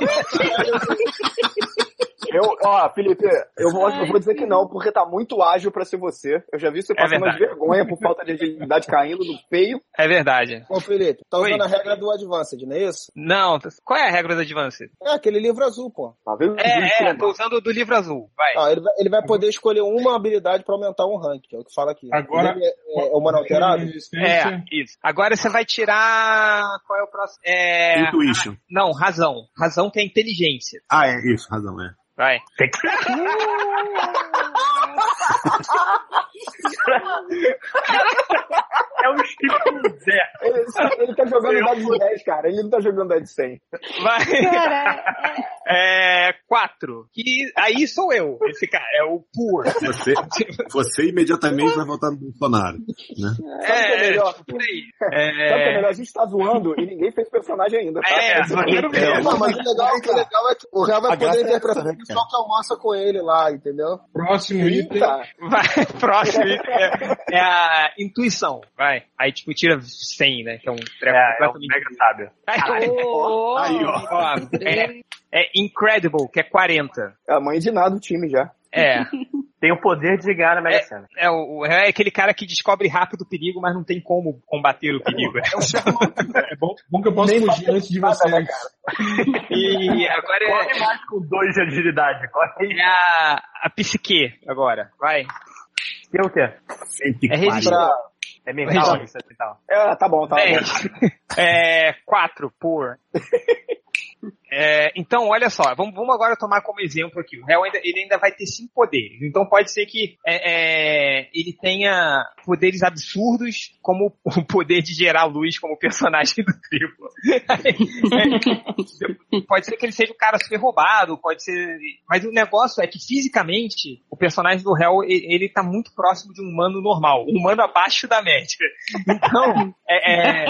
[SPEAKER 5] Eu, ó, Felipe, eu vou, eu vou dizer que não, porque tá muito ágil pra ser você. Eu já vi você passando
[SPEAKER 1] verdade.
[SPEAKER 5] as vergonha por falta de agilidade caindo do peio.
[SPEAKER 1] É verdade.
[SPEAKER 5] Ô, Felipe, tá
[SPEAKER 1] Oi.
[SPEAKER 5] usando a regra do Advanced, não é isso?
[SPEAKER 1] Não, t- qual é a regra da Advanced?
[SPEAKER 5] É aquele livro azul, pô.
[SPEAKER 2] Tá vendo?
[SPEAKER 1] É, é, tô usando o do livro azul, vai.
[SPEAKER 5] Ah, ele, vai, ele vai poder escolher uma habilidade pra aumentar um rank, é o que fala aqui.
[SPEAKER 3] Agora-
[SPEAKER 5] Ele é, é, é o humano alterado?
[SPEAKER 1] É,
[SPEAKER 3] Resistência.
[SPEAKER 1] isso. Agora você vai tirar. Qual é o próximo? É.
[SPEAKER 4] Intuition.
[SPEAKER 1] Não, razão. Razão que é inteligência.
[SPEAKER 4] Ah, é isso, razão, é.
[SPEAKER 1] Vai.
[SPEAKER 6] Tem que ser. É um tipo zero.
[SPEAKER 5] Ele, ele tá jogando dado de 10, cara. Ele não tá jogando dado de 100.
[SPEAKER 1] Vai.
[SPEAKER 9] Cara,
[SPEAKER 1] É. Quatro. Que aí sou eu, esse cara. É o pur.
[SPEAKER 4] Você, você imediatamente vai votar no Bolsonaro. Né?
[SPEAKER 5] Sabe o que é
[SPEAKER 1] É,
[SPEAKER 5] melhor?
[SPEAKER 1] tipo, por aí.
[SPEAKER 5] Sabe o que é
[SPEAKER 1] É.
[SPEAKER 5] melhor? A gente tá zoando e ninguém fez personagem ainda. Tá?
[SPEAKER 1] É, zoeiro mesmo.
[SPEAKER 5] Não, mas o legal, o legal é que o Real vai
[SPEAKER 10] A graça
[SPEAKER 5] poder
[SPEAKER 10] é essa,
[SPEAKER 5] interpretar
[SPEAKER 10] né,
[SPEAKER 5] o pessoal que almoça com ele lá, entendeu?
[SPEAKER 3] É. Próximo item.
[SPEAKER 5] Eita!
[SPEAKER 1] Vai, próximo. É, é a intuição. Vai. Aí, tipo, tira 100, né? Que é um treco
[SPEAKER 6] É, é um
[SPEAKER 1] completamente.
[SPEAKER 6] mega sábio.
[SPEAKER 1] Aí,
[SPEAKER 9] ô,
[SPEAKER 4] Aí, ó.
[SPEAKER 1] ó, é, é incredible, que é 40.
[SPEAKER 5] É a mãe de nada do time já.
[SPEAKER 1] É.
[SPEAKER 6] Tem o poder de ganhar na Mega Sena.
[SPEAKER 1] É, o, o- é aquele cara que descobre rápido o perigo, mas não tem como combater o perigo. né?
[SPEAKER 5] um
[SPEAKER 3] É bom, bom que eu posso fugir antes
[SPEAKER 5] Ah,
[SPEAKER 3] de
[SPEAKER 5] tá,
[SPEAKER 3] vocês.
[SPEAKER 1] E agora
[SPEAKER 6] Corre
[SPEAKER 1] é,
[SPEAKER 6] mais com dois de agilidade. Corre.
[SPEAKER 1] é a, a psique agora, vai.
[SPEAKER 6] E o quê?
[SPEAKER 1] É resistência.
[SPEAKER 5] Pra...
[SPEAKER 6] É mental isso e tal.
[SPEAKER 5] É, tá bom, tá bom.
[SPEAKER 1] Dez. É, quatro por. É, então, olha só, vamos, vamos agora tomar como exemplo aqui. O réu ainda, ele ainda vai ter cinco poderes. Então pode ser que é, é, ele tenha poderes absurdos, como o poder de gerar luz como personagem do triplo. pode ser que ele seja um cara super roubado, pode ser. Mas o negócio é que fisicamente o personagem do réu ele, ele tá muito próximo de um humano normal, um humano abaixo da média. Então, é, é,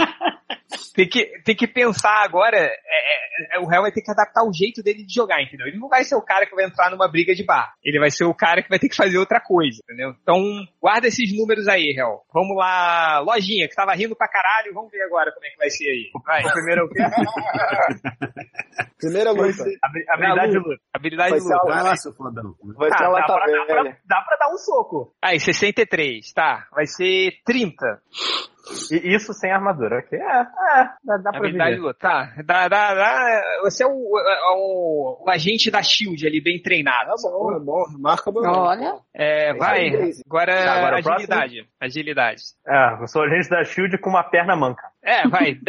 [SPEAKER 1] tem, que, tem que pensar agora. é, é, é, o réu vai ter que adaptar o jeito dele de jogar, entendeu? Ele não vai ser o cara que vai entrar numa briga de bar. Ele vai ser o cara que vai ter que fazer outra coisa, entendeu? Então, guarda esses números aí, réu. Vamos lá, lojinha, que tava rindo pra caralho, vamos ver agora como é que vai ser aí. Vai.
[SPEAKER 6] Primeiro é o quê?
[SPEAKER 5] Primeira luta.
[SPEAKER 6] É A habilidade de luta.
[SPEAKER 1] Habilidade
[SPEAKER 5] Vai
[SPEAKER 1] de
[SPEAKER 5] ser
[SPEAKER 1] luta.
[SPEAKER 4] Vai lá, seu fodão.
[SPEAKER 5] Vai ser tá
[SPEAKER 6] Ah,
[SPEAKER 5] uma
[SPEAKER 6] dá,
[SPEAKER 5] lata
[SPEAKER 6] pra,
[SPEAKER 5] velha.
[SPEAKER 6] dá, pra, dá pra dar um soco.
[SPEAKER 1] Aí, 63, tá. Vai ser 30.
[SPEAKER 6] E isso sem armadura, ok. É, é dá, dá pra
[SPEAKER 1] Habilidade
[SPEAKER 6] viver.
[SPEAKER 1] de luta. Tá. Dá, dá, dá. Você é o, é o- o agente da Shield ali, bem treinado.
[SPEAKER 5] Tá bom, é bom. Marca meu nome.
[SPEAKER 8] Olha.
[SPEAKER 1] É, vai. Agora,
[SPEAKER 6] Tá, agora o próximo?
[SPEAKER 1] agilidade. Agilidade.
[SPEAKER 6] É, eu sou agente da Shield com uma perna manca.
[SPEAKER 1] É, vai, 10.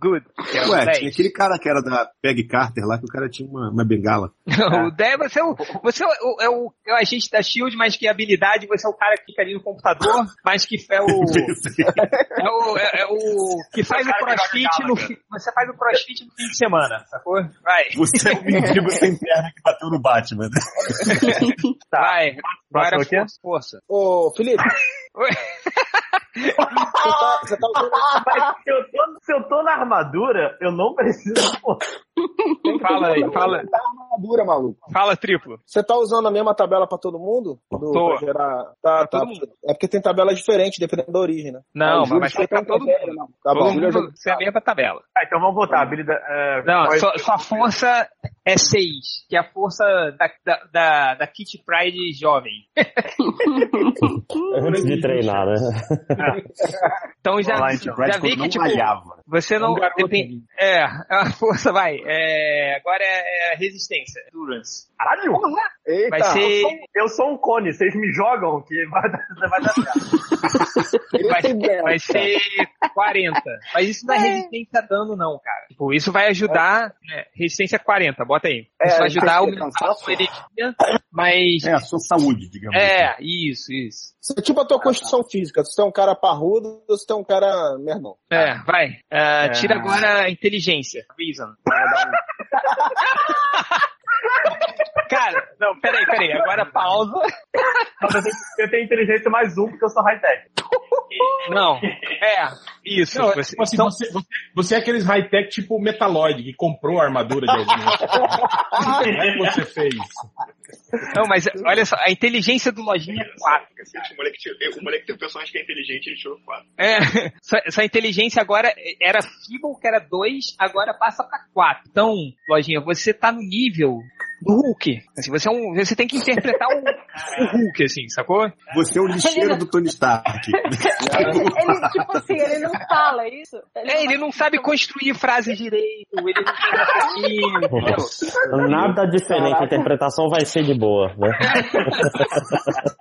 [SPEAKER 1] Good. Que é o
[SPEAKER 4] Ué,
[SPEAKER 1] 10.
[SPEAKER 4] tinha aquele cara que era da Peg Carter lá, que o cara tinha uma, uma bengala.
[SPEAKER 1] Não, o Dé, você, é o, você é, o, é o- é o agente da Shield, mas que habilidade você é o cara que fica ali no computador, mas que é o. É o. É, é o que faz o
[SPEAKER 6] cara que joga
[SPEAKER 1] crossfit
[SPEAKER 6] gala,
[SPEAKER 1] no
[SPEAKER 6] cara. Tá.
[SPEAKER 1] fi- Você faz o crossfit no fim de semana, sacou? Vai.
[SPEAKER 4] Você é o mendigo sem perna que bateu no Batman.
[SPEAKER 1] Vai. Agora
[SPEAKER 6] Tá. Próximo o quê?
[SPEAKER 1] força, força.
[SPEAKER 5] Ô, Felipe.
[SPEAKER 1] Oi.
[SPEAKER 5] Você tá, você tá usando
[SPEAKER 6] Mas se eu, tô, se eu tô na armadura, eu não preciso. Pô,
[SPEAKER 1] Fala aí, fala,
[SPEAKER 5] Tá armadura, maluco.
[SPEAKER 1] fala triplo.
[SPEAKER 5] Você tá usando a mesma tabela pra todo mundo? Do,
[SPEAKER 1] Tô.
[SPEAKER 5] pra gerar- Tá, tá.
[SPEAKER 1] todo mundo.
[SPEAKER 5] É porque tem tabela diferente, dependendo da origem, né?
[SPEAKER 1] Não,
[SPEAKER 5] Aí,
[SPEAKER 1] mas
[SPEAKER 5] Júlio,
[SPEAKER 1] vai
[SPEAKER 5] você
[SPEAKER 1] ficar
[SPEAKER 5] tá
[SPEAKER 1] todo
[SPEAKER 5] entendendo,
[SPEAKER 1] mundo.
[SPEAKER 5] não. Tá bom,
[SPEAKER 1] Todo
[SPEAKER 5] Júlio,
[SPEAKER 1] mundo tem a mesma tabela.
[SPEAKER 6] Ah, então vamos botar. Habilidade. é,
[SPEAKER 1] Não,
[SPEAKER 6] qual é-
[SPEAKER 1] sua, sua força é 6, que é a força da, da, da, da Kit Pride jovem.
[SPEAKER 10] Antes de treinar, né?
[SPEAKER 1] Então já,
[SPEAKER 6] Vai lá, então.
[SPEAKER 1] já vi que, tipo, Você não. depende, é, a força vai. É, agora é, é resistência. Endurance.
[SPEAKER 6] Caralho!
[SPEAKER 5] Eita,
[SPEAKER 1] Vai ser.
[SPEAKER 6] Eu sou um cone, vocês me jogam que vai dar, vai dar certo.
[SPEAKER 1] Vai,
[SPEAKER 5] eita ideia.
[SPEAKER 1] vai ser 40. Mas isso não é resistência a dano, não, cara. Tipo, isso vai ajudar. né, resistência 40, bota aí. Isso
[SPEAKER 2] É,
[SPEAKER 1] vai ajudar a
[SPEAKER 2] resistência
[SPEAKER 1] aumentar a sua energia, mas.
[SPEAKER 4] É, a sua saúde, digamos assim.
[SPEAKER 1] É, isso, isso.
[SPEAKER 5] Você é tipo a tua
[SPEAKER 1] Ah, tá.
[SPEAKER 5] constituição física. Se você é um cara parrudo ou se você é um cara merdão.
[SPEAKER 1] É, vai. Ah, Tira agora a inteligência. Reason. Cara, não, peraí, peraí. Agora pausa.
[SPEAKER 6] Mas eu tenho- Eu tenho inteligência mais um porque eu sou high-tech.
[SPEAKER 1] Não. É, isso.
[SPEAKER 3] Não, é,
[SPEAKER 1] Você-
[SPEAKER 3] tipo assim, você, você, você é aqueles high-tech tipo Metaloid, que comprou a armadura de alguém. Não é que você fez.
[SPEAKER 1] Não, mas olha só, a inteligência do Lojinha é 4.
[SPEAKER 7] O moleque, tinha- o moleque tem um personagem que é inteligente, ele tirou 4.
[SPEAKER 1] É, sua, sua inteligência agora era feeble, que era 2, agora passa pra 4. Então, Lojinha, você tá no nível do Hulk. Assim, você, é um, você tem que interpretar o, o Hulk, assim, sacou?
[SPEAKER 4] Você é o lixeiro do Tony Stark.
[SPEAKER 8] Ele, tipo assim, ele não fala é isso.
[SPEAKER 1] É, ele não sabe construir frases direito, ele não tem raciocínio, entendeu?
[SPEAKER 10] Nada diferente, a interpretação vai ser de boa, né?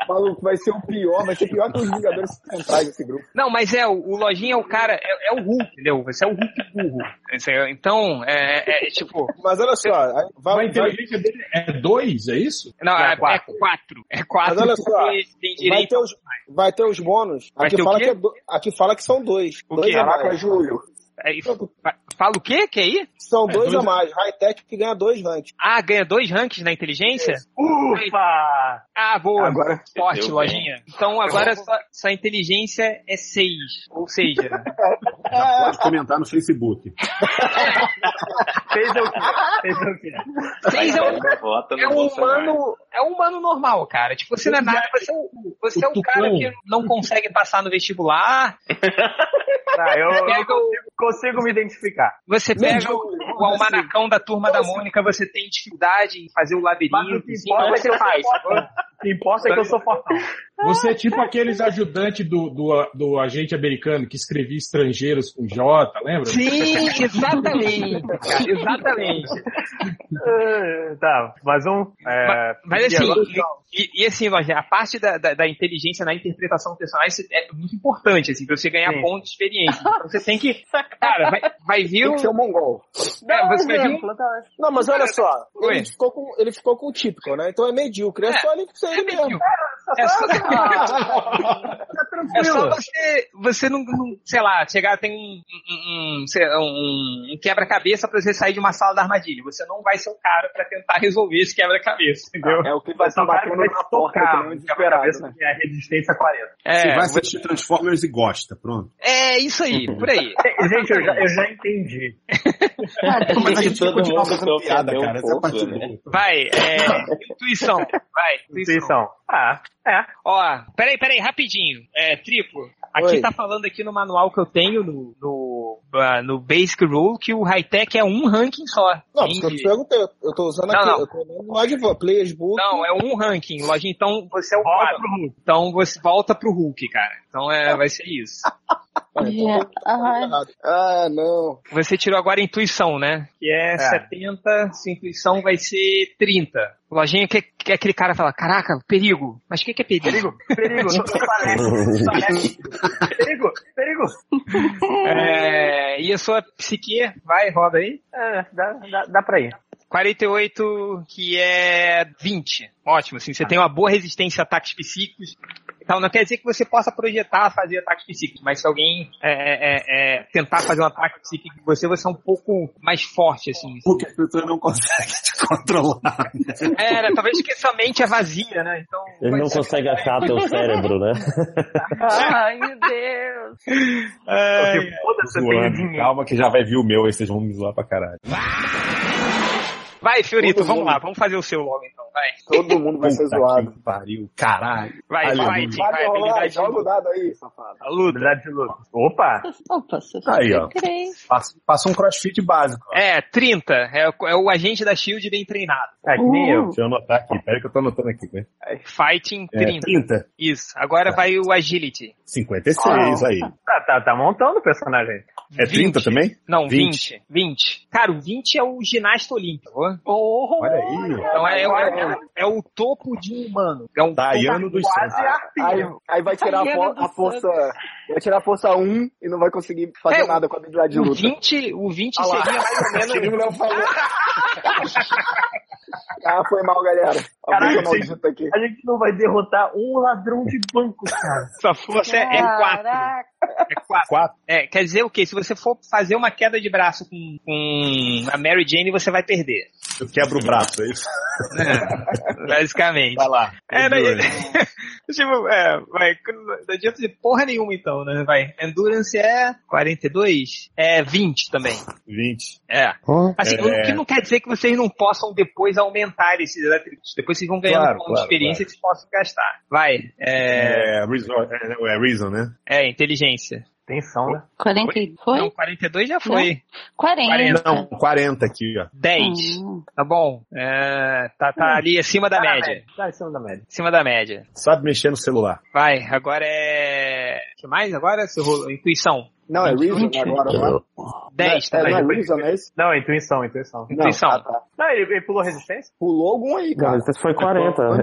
[SPEAKER 5] Maluco, vai ser o pior, vai ser pior que os Vingadores Centrais desse grupo.
[SPEAKER 1] Não, mas é, o, o Lojinha é o cara, é, é o Hulk, entendeu? Você é o Hulk burro. Esse é- Então, é- é tipo,
[SPEAKER 5] Mas olha só, aí vai,
[SPEAKER 3] A
[SPEAKER 5] vai,
[SPEAKER 3] inteligência dele é dois, é isso?
[SPEAKER 1] Não, é, é
[SPEAKER 6] quatro.
[SPEAKER 1] quatro. É quatro.
[SPEAKER 5] Mas olha só,
[SPEAKER 1] porque tem
[SPEAKER 5] vai
[SPEAKER 1] direito.
[SPEAKER 5] ter os, vai ter os bônus.
[SPEAKER 1] Vai ter
[SPEAKER 5] Aqui
[SPEAKER 1] o
[SPEAKER 5] fala,
[SPEAKER 1] quê?
[SPEAKER 5] que é do- aqui fala que são dois.
[SPEAKER 1] O
[SPEAKER 5] dois
[SPEAKER 1] quê?
[SPEAKER 5] a mais.
[SPEAKER 2] Caraca, é Júlio.
[SPEAKER 1] é, isso. Fa- Fala o quê? Que aí?
[SPEAKER 5] São dois
[SPEAKER 3] dois
[SPEAKER 5] a mais. High-tech que ganha dois ranks.
[SPEAKER 1] Ah, ganha dois ranks na inteligência?
[SPEAKER 6] Ufa!
[SPEAKER 1] Ah, boa.
[SPEAKER 2] Agora-
[SPEAKER 1] Forte,
[SPEAKER 7] Entendeu,
[SPEAKER 1] lojinha. Então agora sua, sua inteligência é seis. Ou seja,
[SPEAKER 4] Pode comentar no Facebook.
[SPEAKER 6] Fez eu que. Fez eu que.
[SPEAKER 1] seis é um.
[SPEAKER 7] Vota no
[SPEAKER 1] É um,
[SPEAKER 7] Bolsonaro.
[SPEAKER 1] humano, é um humano normal, cara. Tipo, você não é nada, você é o, você é o cara que não consegue passar no vestibular,
[SPEAKER 6] Tá, eu, eu
[SPEAKER 1] pega o-
[SPEAKER 6] consigo me identificar.
[SPEAKER 1] você pega o, o
[SPEAKER 2] assim,
[SPEAKER 1] almanacão da turma da Mônica, você tem dificuldade em fazer o
[SPEAKER 6] Mas o
[SPEAKER 1] labirinto,
[SPEAKER 6] que
[SPEAKER 1] assim, mas
[SPEAKER 6] importa é que
[SPEAKER 1] você
[SPEAKER 6] eu
[SPEAKER 1] faz.
[SPEAKER 6] sou fortão. O que importa é que eu sou fortão.
[SPEAKER 3] Você
[SPEAKER 4] Ah,
[SPEAKER 3] é
[SPEAKER 4] tá.
[SPEAKER 3] tipo aqueles ajudantes do, do, do agente americano que escrevia estrangeiros com J, lembra?
[SPEAKER 1] Sim, exatamente. cara, exatamente.
[SPEAKER 6] Ah, Tá, mais um. É,
[SPEAKER 1] Mas
[SPEAKER 6] e
[SPEAKER 1] assim,
[SPEAKER 6] agora-
[SPEAKER 1] e, e assim, Roger, a parte da, da, da inteligência na interpretação do personagem é muito importante, assim, pra você ganhar
[SPEAKER 6] Sim.
[SPEAKER 1] pontos de experiência. Então você tem que. Cara, vai, vai vir um.
[SPEAKER 2] Tem que ser um mongol.
[SPEAKER 1] É,
[SPEAKER 8] Dá um
[SPEAKER 1] você vai vir um.
[SPEAKER 8] exemplo, dá um exemplo.
[SPEAKER 5] Não, mas olha só.
[SPEAKER 1] Oi.
[SPEAKER 5] Ele ficou, com, ele ficou com o típico, né? Então é medíocre. É,
[SPEAKER 1] É,
[SPEAKER 5] só ele ser ele mesmo.
[SPEAKER 1] É só,
[SPEAKER 6] Tá
[SPEAKER 1] é só
[SPEAKER 6] tranquilo.
[SPEAKER 1] você, você não, não- sei lá, chegar, tem um, um, um- sei lá, um- um quebra-cabeça pra você sair de uma sala da armadilha. Você não vai ser o cara pra tentar resolver esse quebra-cabeça, entendeu?
[SPEAKER 2] É o que vai estar
[SPEAKER 6] Só vai
[SPEAKER 2] batendo na porta,
[SPEAKER 6] tocar,
[SPEAKER 2] que nem um desesperado, né?
[SPEAKER 6] É resistência 40.
[SPEAKER 1] É,
[SPEAKER 4] Você vai assistir Transformers e gosta, pronto.
[SPEAKER 1] é isso aí, por aí.
[SPEAKER 6] Gente, eu já, eu já entendi.
[SPEAKER 4] Mas a gente
[SPEAKER 7] todo
[SPEAKER 4] continua
[SPEAKER 7] mundo
[SPEAKER 4] fazendo
[SPEAKER 7] sofre
[SPEAKER 4] piada,
[SPEAKER 7] um
[SPEAKER 4] cara. Essa é a
[SPEAKER 7] pouco,
[SPEAKER 4] parte
[SPEAKER 7] né?
[SPEAKER 4] boa.
[SPEAKER 1] Vai, é, intuição, vai, intuição.
[SPEAKER 6] Intuição. Ah, é.
[SPEAKER 1] Ó, peraí, peraí, rapidinho. É, triplo. Aqui
[SPEAKER 5] Oi.
[SPEAKER 1] tá falando aqui no manual que eu tenho, no, no, ah, no Basic Rule, que o high-tech é um ranking só.
[SPEAKER 5] Não,
[SPEAKER 1] Entende?
[SPEAKER 5] porque eu te perguntei. Eu tô usando
[SPEAKER 1] Não,
[SPEAKER 5] aqui.
[SPEAKER 1] não.
[SPEAKER 5] Eu tô usando no Advan. Players Book.
[SPEAKER 1] Não, é um ranking, loja. Então você é o
[SPEAKER 6] Volta
[SPEAKER 1] quatro. Então você volta pro Hulk, cara. Então é, vai ser isso.
[SPEAKER 5] Ah, então
[SPEAKER 9] É,
[SPEAKER 5] tô- tá
[SPEAKER 9] aham.
[SPEAKER 5] errado. Ah, não.
[SPEAKER 1] Você tirou agora a intuição, né? Que é, 70, sua intuição vai ser 30. O Lojinha que, que aquele cara fala, caraca, perigo. Mas o que, que é perigo?
[SPEAKER 6] Perigo, perigo, não não
[SPEAKER 4] é
[SPEAKER 6] parece. não parece. Perigo, perigo.
[SPEAKER 1] É, e a sua psique, vai, roda aí.
[SPEAKER 6] É, dá, dá, dá pra ir.
[SPEAKER 1] 48, que é 20. Ótimo, assim, você tem uma boa resistência a ataques psíquicos. Então, não quer dizer que você possa projetar fazer ataques psíquicos, mas se alguém é, é, é, tentar fazer um ataque psíquico em você, você é um pouco mais forte, assim.
[SPEAKER 4] Porque a pessoa não consegue te controlar.
[SPEAKER 1] É, né, talvez que sua mente é vazia, né? Então,
[SPEAKER 10] Ele não
[SPEAKER 1] pode ser.
[SPEAKER 10] consegue achar teu cérebro, né?
[SPEAKER 9] Ai, meu Deus.
[SPEAKER 1] É,
[SPEAKER 6] Porque foda-se, eu tenho
[SPEAKER 4] Zoando.
[SPEAKER 6] dinheiro.
[SPEAKER 4] Calma que já vai vir o meu, aí vocês vão me zoar pra caralho.
[SPEAKER 1] Vai, Fiorito,
[SPEAKER 2] Todo
[SPEAKER 1] vamos
[SPEAKER 2] mundo.
[SPEAKER 1] lá, vamos fazer o seu logo então, vai.
[SPEAKER 2] Todo mundo vai ser
[SPEAKER 4] Puta
[SPEAKER 2] zoado.
[SPEAKER 4] que Pariu, caralho.
[SPEAKER 1] Vai,
[SPEAKER 4] Aleluia.
[SPEAKER 1] vai, Tim, vai,
[SPEAKER 2] Vai rolar,
[SPEAKER 1] habilidade Tá
[SPEAKER 2] joga o dado aí, safado.
[SPEAKER 1] a luta.
[SPEAKER 6] Habilidade de luta. Opa!
[SPEAKER 9] Opa, você
[SPEAKER 4] Aí, ó.
[SPEAKER 9] três.
[SPEAKER 4] Passa, passa um crossfit básico. ó.
[SPEAKER 1] É, 30, é, o- é o agente da SHIELD bem treinado.
[SPEAKER 6] É que
[SPEAKER 2] Uhum.
[SPEAKER 6] nem
[SPEAKER 9] Uh.
[SPEAKER 6] eu.
[SPEAKER 4] Deixa eu anotar aqui, peraí que eu tô anotando aqui. Né?
[SPEAKER 1] Fighting,
[SPEAKER 4] É,
[SPEAKER 1] 30.
[SPEAKER 4] 30,
[SPEAKER 1] Isso, agora vai o Agility.
[SPEAKER 4] 56 aí.
[SPEAKER 6] Tá, tá, tá montando o personagem.
[SPEAKER 1] Tá
[SPEAKER 4] É 30 também?
[SPEAKER 1] Não,
[SPEAKER 4] 20.
[SPEAKER 1] 20. 20. Cara, o 20 é o ginasta olímpico. ó.
[SPEAKER 4] Olha aí.
[SPEAKER 1] Então é, é, é o topo de um humano. É um
[SPEAKER 4] Daiano dos Santos.
[SPEAKER 2] Aí, aí vai tirar a, for- a força. Vai tirar a força 1 e não vai conseguir fazer
[SPEAKER 1] É,
[SPEAKER 2] nada com a habilidade de
[SPEAKER 1] o
[SPEAKER 2] luta.
[SPEAKER 1] 20, o 20
[SPEAKER 2] Ah lá.
[SPEAKER 1] seria mais ou menos.
[SPEAKER 2] Ele não falou. Ah, foi mal, galera. A
[SPEAKER 6] Caralho,
[SPEAKER 2] boca
[SPEAKER 6] sim.
[SPEAKER 2] maldita aqui.
[SPEAKER 6] A gente não vai derrotar um ladrão de banco, cara.
[SPEAKER 1] Sua força é, é 4.
[SPEAKER 9] Caraca.
[SPEAKER 1] É 4.
[SPEAKER 4] Quatro.
[SPEAKER 1] É, quer dizer o quê? Se você for fazer uma queda de braço com, com a Mary Jane, você vai perder.
[SPEAKER 4] Eu quebro o braço, é isso?
[SPEAKER 1] Basicamente.
[SPEAKER 4] Vai lá.
[SPEAKER 1] É, não,
[SPEAKER 4] Endurance.
[SPEAKER 1] tipo, é, vai, não adianta dizer porra nenhuma então, né? Vai. Endurance é 42? É 20 também.
[SPEAKER 4] 20.
[SPEAKER 1] É. Assim,
[SPEAKER 4] É.
[SPEAKER 1] o que não quer dizer que vocês não possam depois aumentar esses atributos. Depois vocês vão ganhando
[SPEAKER 4] Claro,
[SPEAKER 1] pontos
[SPEAKER 4] claro,
[SPEAKER 1] de experiência que vocês possam gastar. Vai. É,
[SPEAKER 4] É, reason, é, é reason, né?
[SPEAKER 1] é, inteligência.
[SPEAKER 6] Atenção, né?
[SPEAKER 9] 40 e-
[SPEAKER 1] Não,
[SPEAKER 9] foi?
[SPEAKER 1] 42 já foi.
[SPEAKER 9] 40.
[SPEAKER 4] Não, 40 aqui, ó.
[SPEAKER 1] 10.
[SPEAKER 9] Hum.
[SPEAKER 1] Tá bom. É, tá, tá ali acima da
[SPEAKER 6] Tá na
[SPEAKER 1] média.
[SPEAKER 6] Tá em cima da média.
[SPEAKER 1] Acima da média.
[SPEAKER 4] Sabe mexer no celular.
[SPEAKER 1] Vai, agora é. O que mais agora? Seu rolo- Intuição.
[SPEAKER 2] Não, é Reason agora, não é?
[SPEAKER 1] 10
[SPEAKER 2] É,
[SPEAKER 1] também.
[SPEAKER 2] não é Reason, é isso?
[SPEAKER 6] Não, intuição, intuição.
[SPEAKER 2] Não,
[SPEAKER 1] Intuição.
[SPEAKER 2] ah, tá.
[SPEAKER 6] Não, ele, ele pulou resistência?
[SPEAKER 2] Pulou algum aí,
[SPEAKER 10] Não,
[SPEAKER 2] cara.
[SPEAKER 10] esse foi 40. A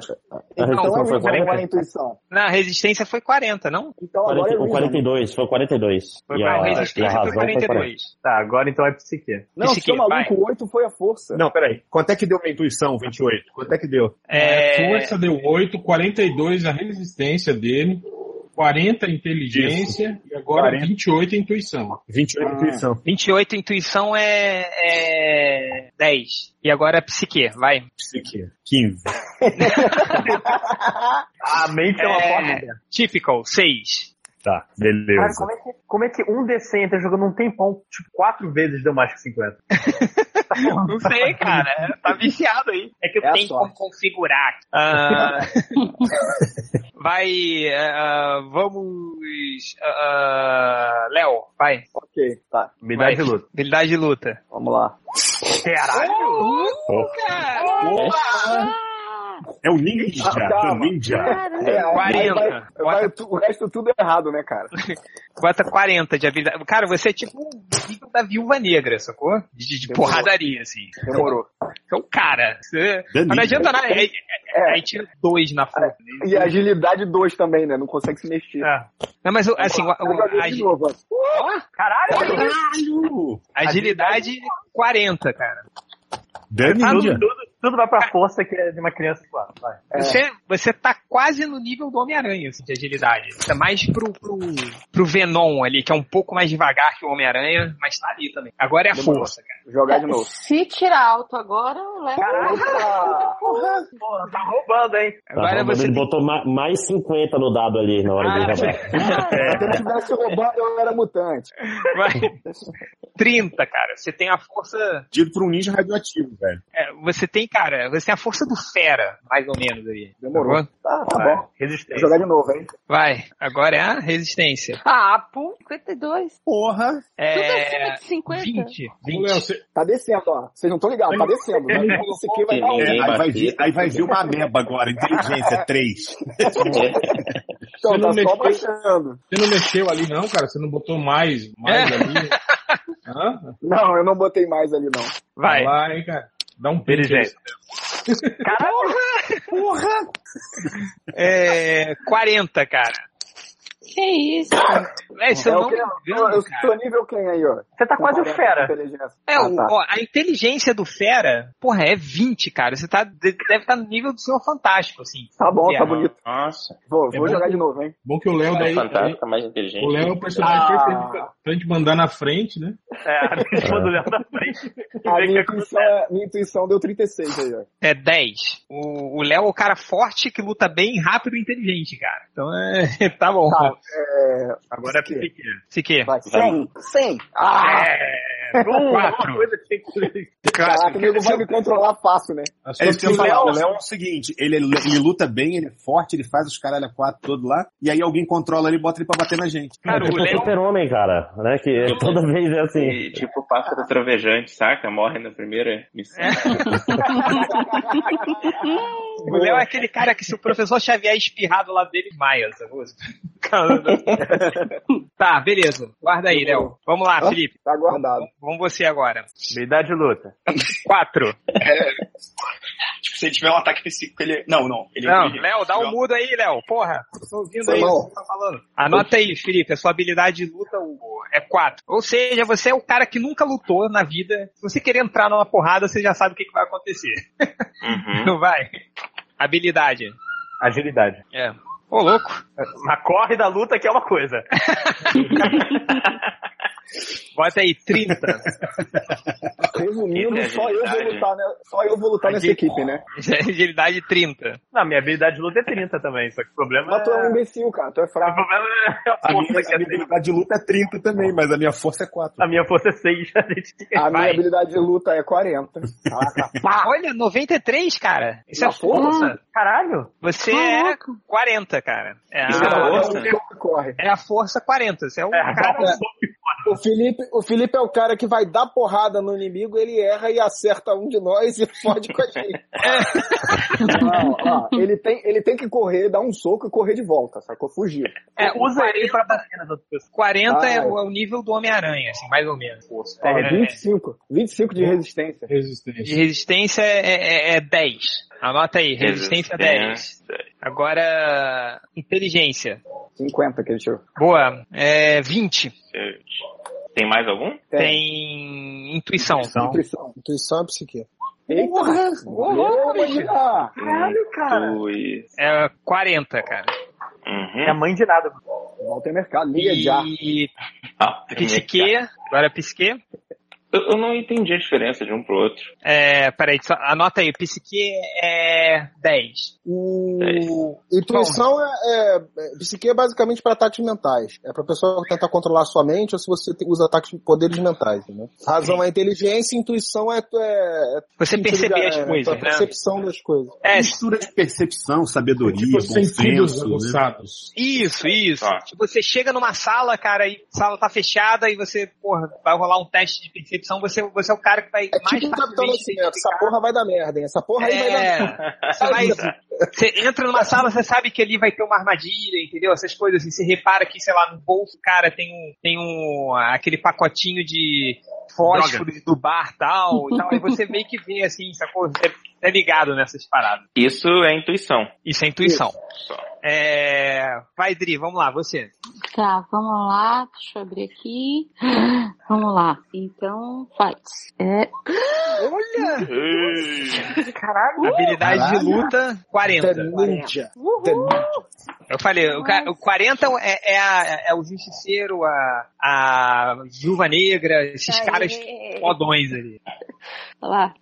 [SPEAKER 2] Então
[SPEAKER 10] rejeição
[SPEAKER 2] é
[SPEAKER 10] foi
[SPEAKER 2] Reason, não é
[SPEAKER 10] 40?
[SPEAKER 2] intuição.
[SPEAKER 1] tá. Na resistência foi 40, não?
[SPEAKER 2] Então agora é
[SPEAKER 10] 40 o
[SPEAKER 2] Reason.
[SPEAKER 10] 42, foi 42.
[SPEAKER 1] Foi
[SPEAKER 10] E
[SPEAKER 1] não,
[SPEAKER 10] a, e a
[SPEAKER 1] resistência
[SPEAKER 10] razão
[SPEAKER 1] foi
[SPEAKER 10] foi 40.
[SPEAKER 1] 42.
[SPEAKER 6] Tá, agora então é psique.
[SPEAKER 2] Não,
[SPEAKER 1] Esse
[SPEAKER 2] seu
[SPEAKER 1] aqui, vai.
[SPEAKER 2] maluco, 8 foi a força.
[SPEAKER 4] Não, peraí. Quanto é que deu minha intuição, 28? Quanto é que deu?
[SPEAKER 1] É,
[SPEAKER 3] A força deu 8, 42 a resistência dele, 40 a inteligência e agora 28 a intuição.
[SPEAKER 4] 28 intuição.
[SPEAKER 1] 28, intuição é, é 10. E agora é psique, vai.
[SPEAKER 4] Isso aqui. 15.
[SPEAKER 6] A mente é uma
[SPEAKER 1] É.
[SPEAKER 6] forma.
[SPEAKER 1] Typical, 6.
[SPEAKER 4] Tá,
[SPEAKER 6] Cara,
[SPEAKER 4] beleza.
[SPEAKER 6] como é, que, como é que um D100 entra jogando um tempão, tipo, quatro vezes deu mais que 50?
[SPEAKER 1] Não sei, cara. Tá viciado aí. É que
[SPEAKER 2] É a
[SPEAKER 1] tem como
[SPEAKER 2] sorte.
[SPEAKER 1] configurar. Ah, vai. ah, vamos. ah, Léo, vai.
[SPEAKER 2] Ok, tá.
[SPEAKER 1] Vai.
[SPEAKER 6] Habilidade de luta.
[SPEAKER 1] Habilidade de luta.
[SPEAKER 2] Vamos lá.
[SPEAKER 6] Caralho!
[SPEAKER 4] É o ninja,
[SPEAKER 2] Ah,
[SPEAKER 4] é o
[SPEAKER 2] calma.
[SPEAKER 4] ninja.
[SPEAKER 2] É, aí
[SPEAKER 1] 40.
[SPEAKER 2] Vai, vai tu- o resto tudo errado, né, cara?
[SPEAKER 1] Bota 40 de habilidade. Cara, você é tipo um nível da viúva negra, sacou? De, de
[SPEAKER 2] Demorou.
[SPEAKER 1] porradaria, assim.
[SPEAKER 2] Demorou.
[SPEAKER 1] Então, cara, você... é
[SPEAKER 4] Delícia.
[SPEAKER 1] mas não adianta nada. Aí, aí tira dois na foto. né?
[SPEAKER 2] E agilidade 2 também, né? Não consegue se mexer.
[SPEAKER 6] É.
[SPEAKER 1] Não, mas o- assim, o-
[SPEAKER 2] Eu
[SPEAKER 1] o-
[SPEAKER 2] joguei
[SPEAKER 1] a,
[SPEAKER 2] de novo. ó.
[SPEAKER 6] Caralho!
[SPEAKER 1] agilidade 40, cara.
[SPEAKER 4] The
[SPEAKER 1] Ah,
[SPEAKER 6] Tudo,
[SPEAKER 4] ninja.
[SPEAKER 6] tudo, tudo vai pra força que é de uma criança de quatro. Vai.
[SPEAKER 1] Você, você tá quase no nível do Homem-Aranha, assim, de agilidade. Você é mais pro, pro, pro Venom ali, que é um pouco mais devagar que o Homem-Aranha, mas tá ali também. Agora é a
[SPEAKER 2] Demorou.
[SPEAKER 1] força, cara.
[SPEAKER 2] Jogar de novo.
[SPEAKER 9] Se tirar alto agora, eu levo.
[SPEAKER 2] Opa!
[SPEAKER 6] Porra, tá roubando, hein?
[SPEAKER 10] Tá
[SPEAKER 1] Agora
[SPEAKER 10] roubando,
[SPEAKER 1] você
[SPEAKER 10] Ele botou ma- mais 50 no dado ali na hora de
[SPEAKER 1] Ah,
[SPEAKER 10] jogar.
[SPEAKER 2] Se eu tivesse roubado, eu era mutante.
[SPEAKER 1] vai, 30, cara. Você tem a força.
[SPEAKER 4] Dito por um ninja radioativo, velho.
[SPEAKER 1] é, você tem, cara, você tem a força do fera, mais ou menos aí.
[SPEAKER 2] Demorou. Tá,
[SPEAKER 6] Ah,
[SPEAKER 2] tá bom. Vou
[SPEAKER 6] Resistência.
[SPEAKER 2] jogar de novo, hein?
[SPEAKER 1] Vai, agora é a resistência.
[SPEAKER 9] Ah, pô, 52.
[SPEAKER 2] Porra.
[SPEAKER 9] Tudo
[SPEAKER 1] É.
[SPEAKER 9] acima de 50.
[SPEAKER 1] 20,
[SPEAKER 3] Ô,
[SPEAKER 1] 20.
[SPEAKER 3] Léo, você-
[SPEAKER 2] Tá descendo, ó. Vocês não estão ligados, tá descendo. Vai ver esse aqui vai dar um.
[SPEAKER 10] Ninguém
[SPEAKER 4] aí, vai
[SPEAKER 10] bateu.
[SPEAKER 4] vir, aí vai vir uma ameba agora, inteligência 3.
[SPEAKER 2] Então, tá
[SPEAKER 3] Você não
[SPEAKER 2] só
[SPEAKER 3] mexeu.
[SPEAKER 2] baixando.
[SPEAKER 3] você não mexeu ali, não, cara? Você não botou mais, mais
[SPEAKER 1] É.
[SPEAKER 3] ali? Hã?
[SPEAKER 2] Não, eu não botei mais ali, não.
[SPEAKER 1] Vai.
[SPEAKER 3] lá, hein, cara. Dá um pente.
[SPEAKER 6] Inteligência.
[SPEAKER 1] É. 40, cara.
[SPEAKER 9] Que isso?
[SPEAKER 1] É, se eu
[SPEAKER 2] É o
[SPEAKER 1] não
[SPEAKER 2] que-
[SPEAKER 1] me
[SPEAKER 2] Eu,
[SPEAKER 1] engano,
[SPEAKER 2] eu
[SPEAKER 1] cara.
[SPEAKER 2] tô nível quem aí, ó?
[SPEAKER 6] Você tá quase o fera.
[SPEAKER 2] Inteligência.
[SPEAKER 1] É,
[SPEAKER 2] Ah,
[SPEAKER 1] o-
[SPEAKER 2] tá.
[SPEAKER 1] ó, a inteligência do Fera, porra, é 20, cara. Você tá, de- deve estar no nível do Senhor Fantástico, assim.
[SPEAKER 2] Tá bom,
[SPEAKER 1] É.
[SPEAKER 2] tá bonito.
[SPEAKER 10] Nossa.
[SPEAKER 2] Vou,
[SPEAKER 3] É
[SPEAKER 2] vou
[SPEAKER 3] bom
[SPEAKER 2] jogar
[SPEAKER 3] que-
[SPEAKER 2] de novo, hein?
[SPEAKER 3] Bom que o Léo daí.
[SPEAKER 10] É Fantástico, mais inteligente.
[SPEAKER 3] O Léo é o personagem
[SPEAKER 2] Ah.
[SPEAKER 3] perfeito pra- pra gente mandar na frente, né?
[SPEAKER 6] É, a pessoa do Léo na frente. E
[SPEAKER 2] A
[SPEAKER 6] vê o que
[SPEAKER 2] minha
[SPEAKER 6] acontece.
[SPEAKER 2] intuição, é- minha intuição deu 36 aí, ó.
[SPEAKER 1] É 10. O o Léo é o cara forte que luta bem, rápido e inteligente, cara. Então é. Tá bom.
[SPEAKER 2] Tá. É,
[SPEAKER 6] Agora é
[SPEAKER 2] Isso aqui.
[SPEAKER 6] pequeno.
[SPEAKER 1] Se que.
[SPEAKER 2] vai, 100, 100. Ah,
[SPEAKER 1] É.
[SPEAKER 6] Uma
[SPEAKER 1] Quatro.
[SPEAKER 6] coisa que tem que
[SPEAKER 2] caraca, o nego vai me controlar fácil, né?
[SPEAKER 3] A sua
[SPEAKER 4] É isso que eu
[SPEAKER 3] filha-
[SPEAKER 4] ia falar. O Léo é o seguinte, ele, ele luta bem, ele é forte, ele faz os caralho a quatro todo lá, e aí alguém controla ele e bota ele pra bater na gente.
[SPEAKER 1] Cara, o
[SPEAKER 10] Tipo
[SPEAKER 1] Léo.
[SPEAKER 10] super-homem, cara. Né? Que toda vez é assim.
[SPEAKER 7] E, tipo, pássaro trovejante, saca? Morre na primeira missão.
[SPEAKER 1] O Léo é aquele cara que se o professor Xavier espirrar do lado dele, maia, sacou? Cara, tá, beleza. Guarda aí, Léo. Vamos lá,
[SPEAKER 2] Hã?
[SPEAKER 1] Felipe.
[SPEAKER 2] Tá guardado.
[SPEAKER 1] Vamos você agora.
[SPEAKER 6] Habilidade de luta.
[SPEAKER 1] Quatro.
[SPEAKER 7] É, Tipo, se ele tiver um ataque psíquico, ele. Não, não. Ele
[SPEAKER 1] Não,
[SPEAKER 7] ele-
[SPEAKER 1] Léo, dá um mudo aí, Léo. Porra. Tô ouvindo aí
[SPEAKER 2] Foi mal.
[SPEAKER 1] o que você tá falando. Anota aí, Felipe. A sua habilidade de luta Hugo, é quatro. Ou seja, você é o cara que nunca lutou na vida. Se você querer entrar numa porrada, você já sabe o que, que vai acontecer.
[SPEAKER 7] Uhum.
[SPEAKER 1] Não vai. Habilidade.
[SPEAKER 6] Agilidade.
[SPEAKER 1] É. Ô, louco.
[SPEAKER 6] Mas corre da luta que é uma coisa.
[SPEAKER 1] Bota aí, 30.
[SPEAKER 2] Resumindo, só eu vou
[SPEAKER 7] Agilidade.
[SPEAKER 2] lutar, né? Só eu vou lutar nessa equipe, né?
[SPEAKER 1] Agilidade 30.
[SPEAKER 6] Não, minha habilidade de luta é 30 também, só que o problema
[SPEAKER 2] Mas tu é um
[SPEAKER 6] é...
[SPEAKER 2] imbecil, cara. Tu é
[SPEAKER 6] O
[SPEAKER 2] fraco.
[SPEAKER 6] problema é a
[SPEAKER 4] A minha,
[SPEAKER 6] força que
[SPEAKER 4] a
[SPEAKER 6] é
[SPEAKER 4] minha
[SPEAKER 6] 30.
[SPEAKER 4] habilidade de luta é 30 também, mas a minha força é 4.
[SPEAKER 6] A minha força é 6, a gente
[SPEAKER 2] A minha
[SPEAKER 6] vai.
[SPEAKER 2] habilidade de luta é 40. Caraca.
[SPEAKER 1] Pá, olha, 93, cara. Isso é
[SPEAKER 2] Na força?
[SPEAKER 1] força.
[SPEAKER 6] Caralho!
[SPEAKER 1] Você é 40, cara. É
[SPEAKER 7] Isso é
[SPEAKER 1] a,
[SPEAKER 7] força?
[SPEAKER 2] Caraca, o cara corre.
[SPEAKER 1] é a força 40. Você é um
[SPEAKER 6] É,
[SPEAKER 1] cara.
[SPEAKER 6] dá um
[SPEAKER 5] O Felipe, o Felipe é o cara que vai dar porrada no inimigo, ele erra e acerta um de nós e fode com a gente.
[SPEAKER 2] Não, É. ó, ele, tem, ele tem que correr, dar um soco e correr de volta, sacou? Fugir.
[SPEAKER 1] É, o
[SPEAKER 6] Usa ele
[SPEAKER 1] 40,
[SPEAKER 6] pra bater nas outras pessoas.
[SPEAKER 1] 40 é,
[SPEAKER 2] Ah,
[SPEAKER 1] o, é o nível do Homem-Aranha, assim, mais ou menos.
[SPEAKER 2] Ó,
[SPEAKER 1] É,
[SPEAKER 2] 25. 25 de resistência.
[SPEAKER 1] De
[SPEAKER 3] Resistência.
[SPEAKER 1] resistência é, é- é 10. Anota aí, resistência, 10. Agora, inteligência.
[SPEAKER 2] 50 que ele tirou.
[SPEAKER 1] Boa. É 20.
[SPEAKER 7] Tem mais algum?
[SPEAKER 1] Tem intuição.
[SPEAKER 2] Nutrição.
[SPEAKER 5] Intuição é psique.
[SPEAKER 2] Eita! Ô, menina!
[SPEAKER 6] Caralho, cara!
[SPEAKER 7] Dois.
[SPEAKER 1] É 40, cara.
[SPEAKER 6] É a
[SPEAKER 7] Uhum.
[SPEAKER 6] mãe de nada.
[SPEAKER 2] Walter Mercado, liga já.
[SPEAKER 1] E
[SPEAKER 7] Ah,
[SPEAKER 1] psique. Agora é psique.
[SPEAKER 7] eu, eu não entendi a diferença de um pro outro.
[SPEAKER 1] É, peraí, só- anota aí, psique é 10.
[SPEAKER 10] É
[SPEAKER 5] O... Intuição é, é, é- Psique é basicamente para ataques mentais. É pra pessoa tentar controlar a sua mente ou se você te- usa ataques poderes mentais. Né? Razão é inteligência, intuição é. é, é
[SPEAKER 1] Você
[SPEAKER 5] sentido
[SPEAKER 1] perceber
[SPEAKER 5] de-
[SPEAKER 1] as
[SPEAKER 5] é,
[SPEAKER 1] coisas,
[SPEAKER 5] tua
[SPEAKER 1] né?
[SPEAKER 5] percepção das coisas.
[SPEAKER 1] É,
[SPEAKER 4] Mistura de percepção, sabedoria,
[SPEAKER 3] Tipo,
[SPEAKER 4] bom
[SPEAKER 3] sentidos
[SPEAKER 4] senso. Né?
[SPEAKER 3] aguçados.
[SPEAKER 1] isso, isso.
[SPEAKER 7] Tá.
[SPEAKER 1] Tipo, Você chega numa sala, cara, e a sala tá fechada e você, porra, vai rolar um teste de percepção, você, você é o cara que vai
[SPEAKER 5] É
[SPEAKER 1] mais
[SPEAKER 5] tipo um capitão
[SPEAKER 1] facilmente
[SPEAKER 5] nascimento. Essa
[SPEAKER 1] identificar.
[SPEAKER 5] porra vai dar merda, hein? Essa porra aí vai dar merda.
[SPEAKER 1] É, você, vai- você entra numa sala, você sabe que ali vai ter uma armadilha, entendeu? Essas coisas assim, você repara que, sei lá, no bolso, cara, tem um, tem um, aquele pacotinho de fósforos do bar tal, e tal, aí você meio que vê assim, sacou? Você é ligado nessas paradas.
[SPEAKER 7] Isso é intuição.
[SPEAKER 1] Isso é intuição.
[SPEAKER 7] Só.
[SPEAKER 1] É... Vai, Dri, vamos lá, você.
[SPEAKER 9] Tá, vamos lá. Deixa eu abrir aqui. Vamos lá. Então, faz. É.
[SPEAKER 1] Olha!
[SPEAKER 7] Ei.
[SPEAKER 1] Habilidade de luta, 40.
[SPEAKER 5] The Ninja. The
[SPEAKER 9] Uhul.
[SPEAKER 5] Ninja.
[SPEAKER 1] Eu falei, o, ca- o 40 é, é, a- é o justiceiro, a,
[SPEAKER 5] É,
[SPEAKER 1] a viúva negra, esses caras
[SPEAKER 9] Aê.
[SPEAKER 1] fodões ali.
[SPEAKER 9] Olha lá.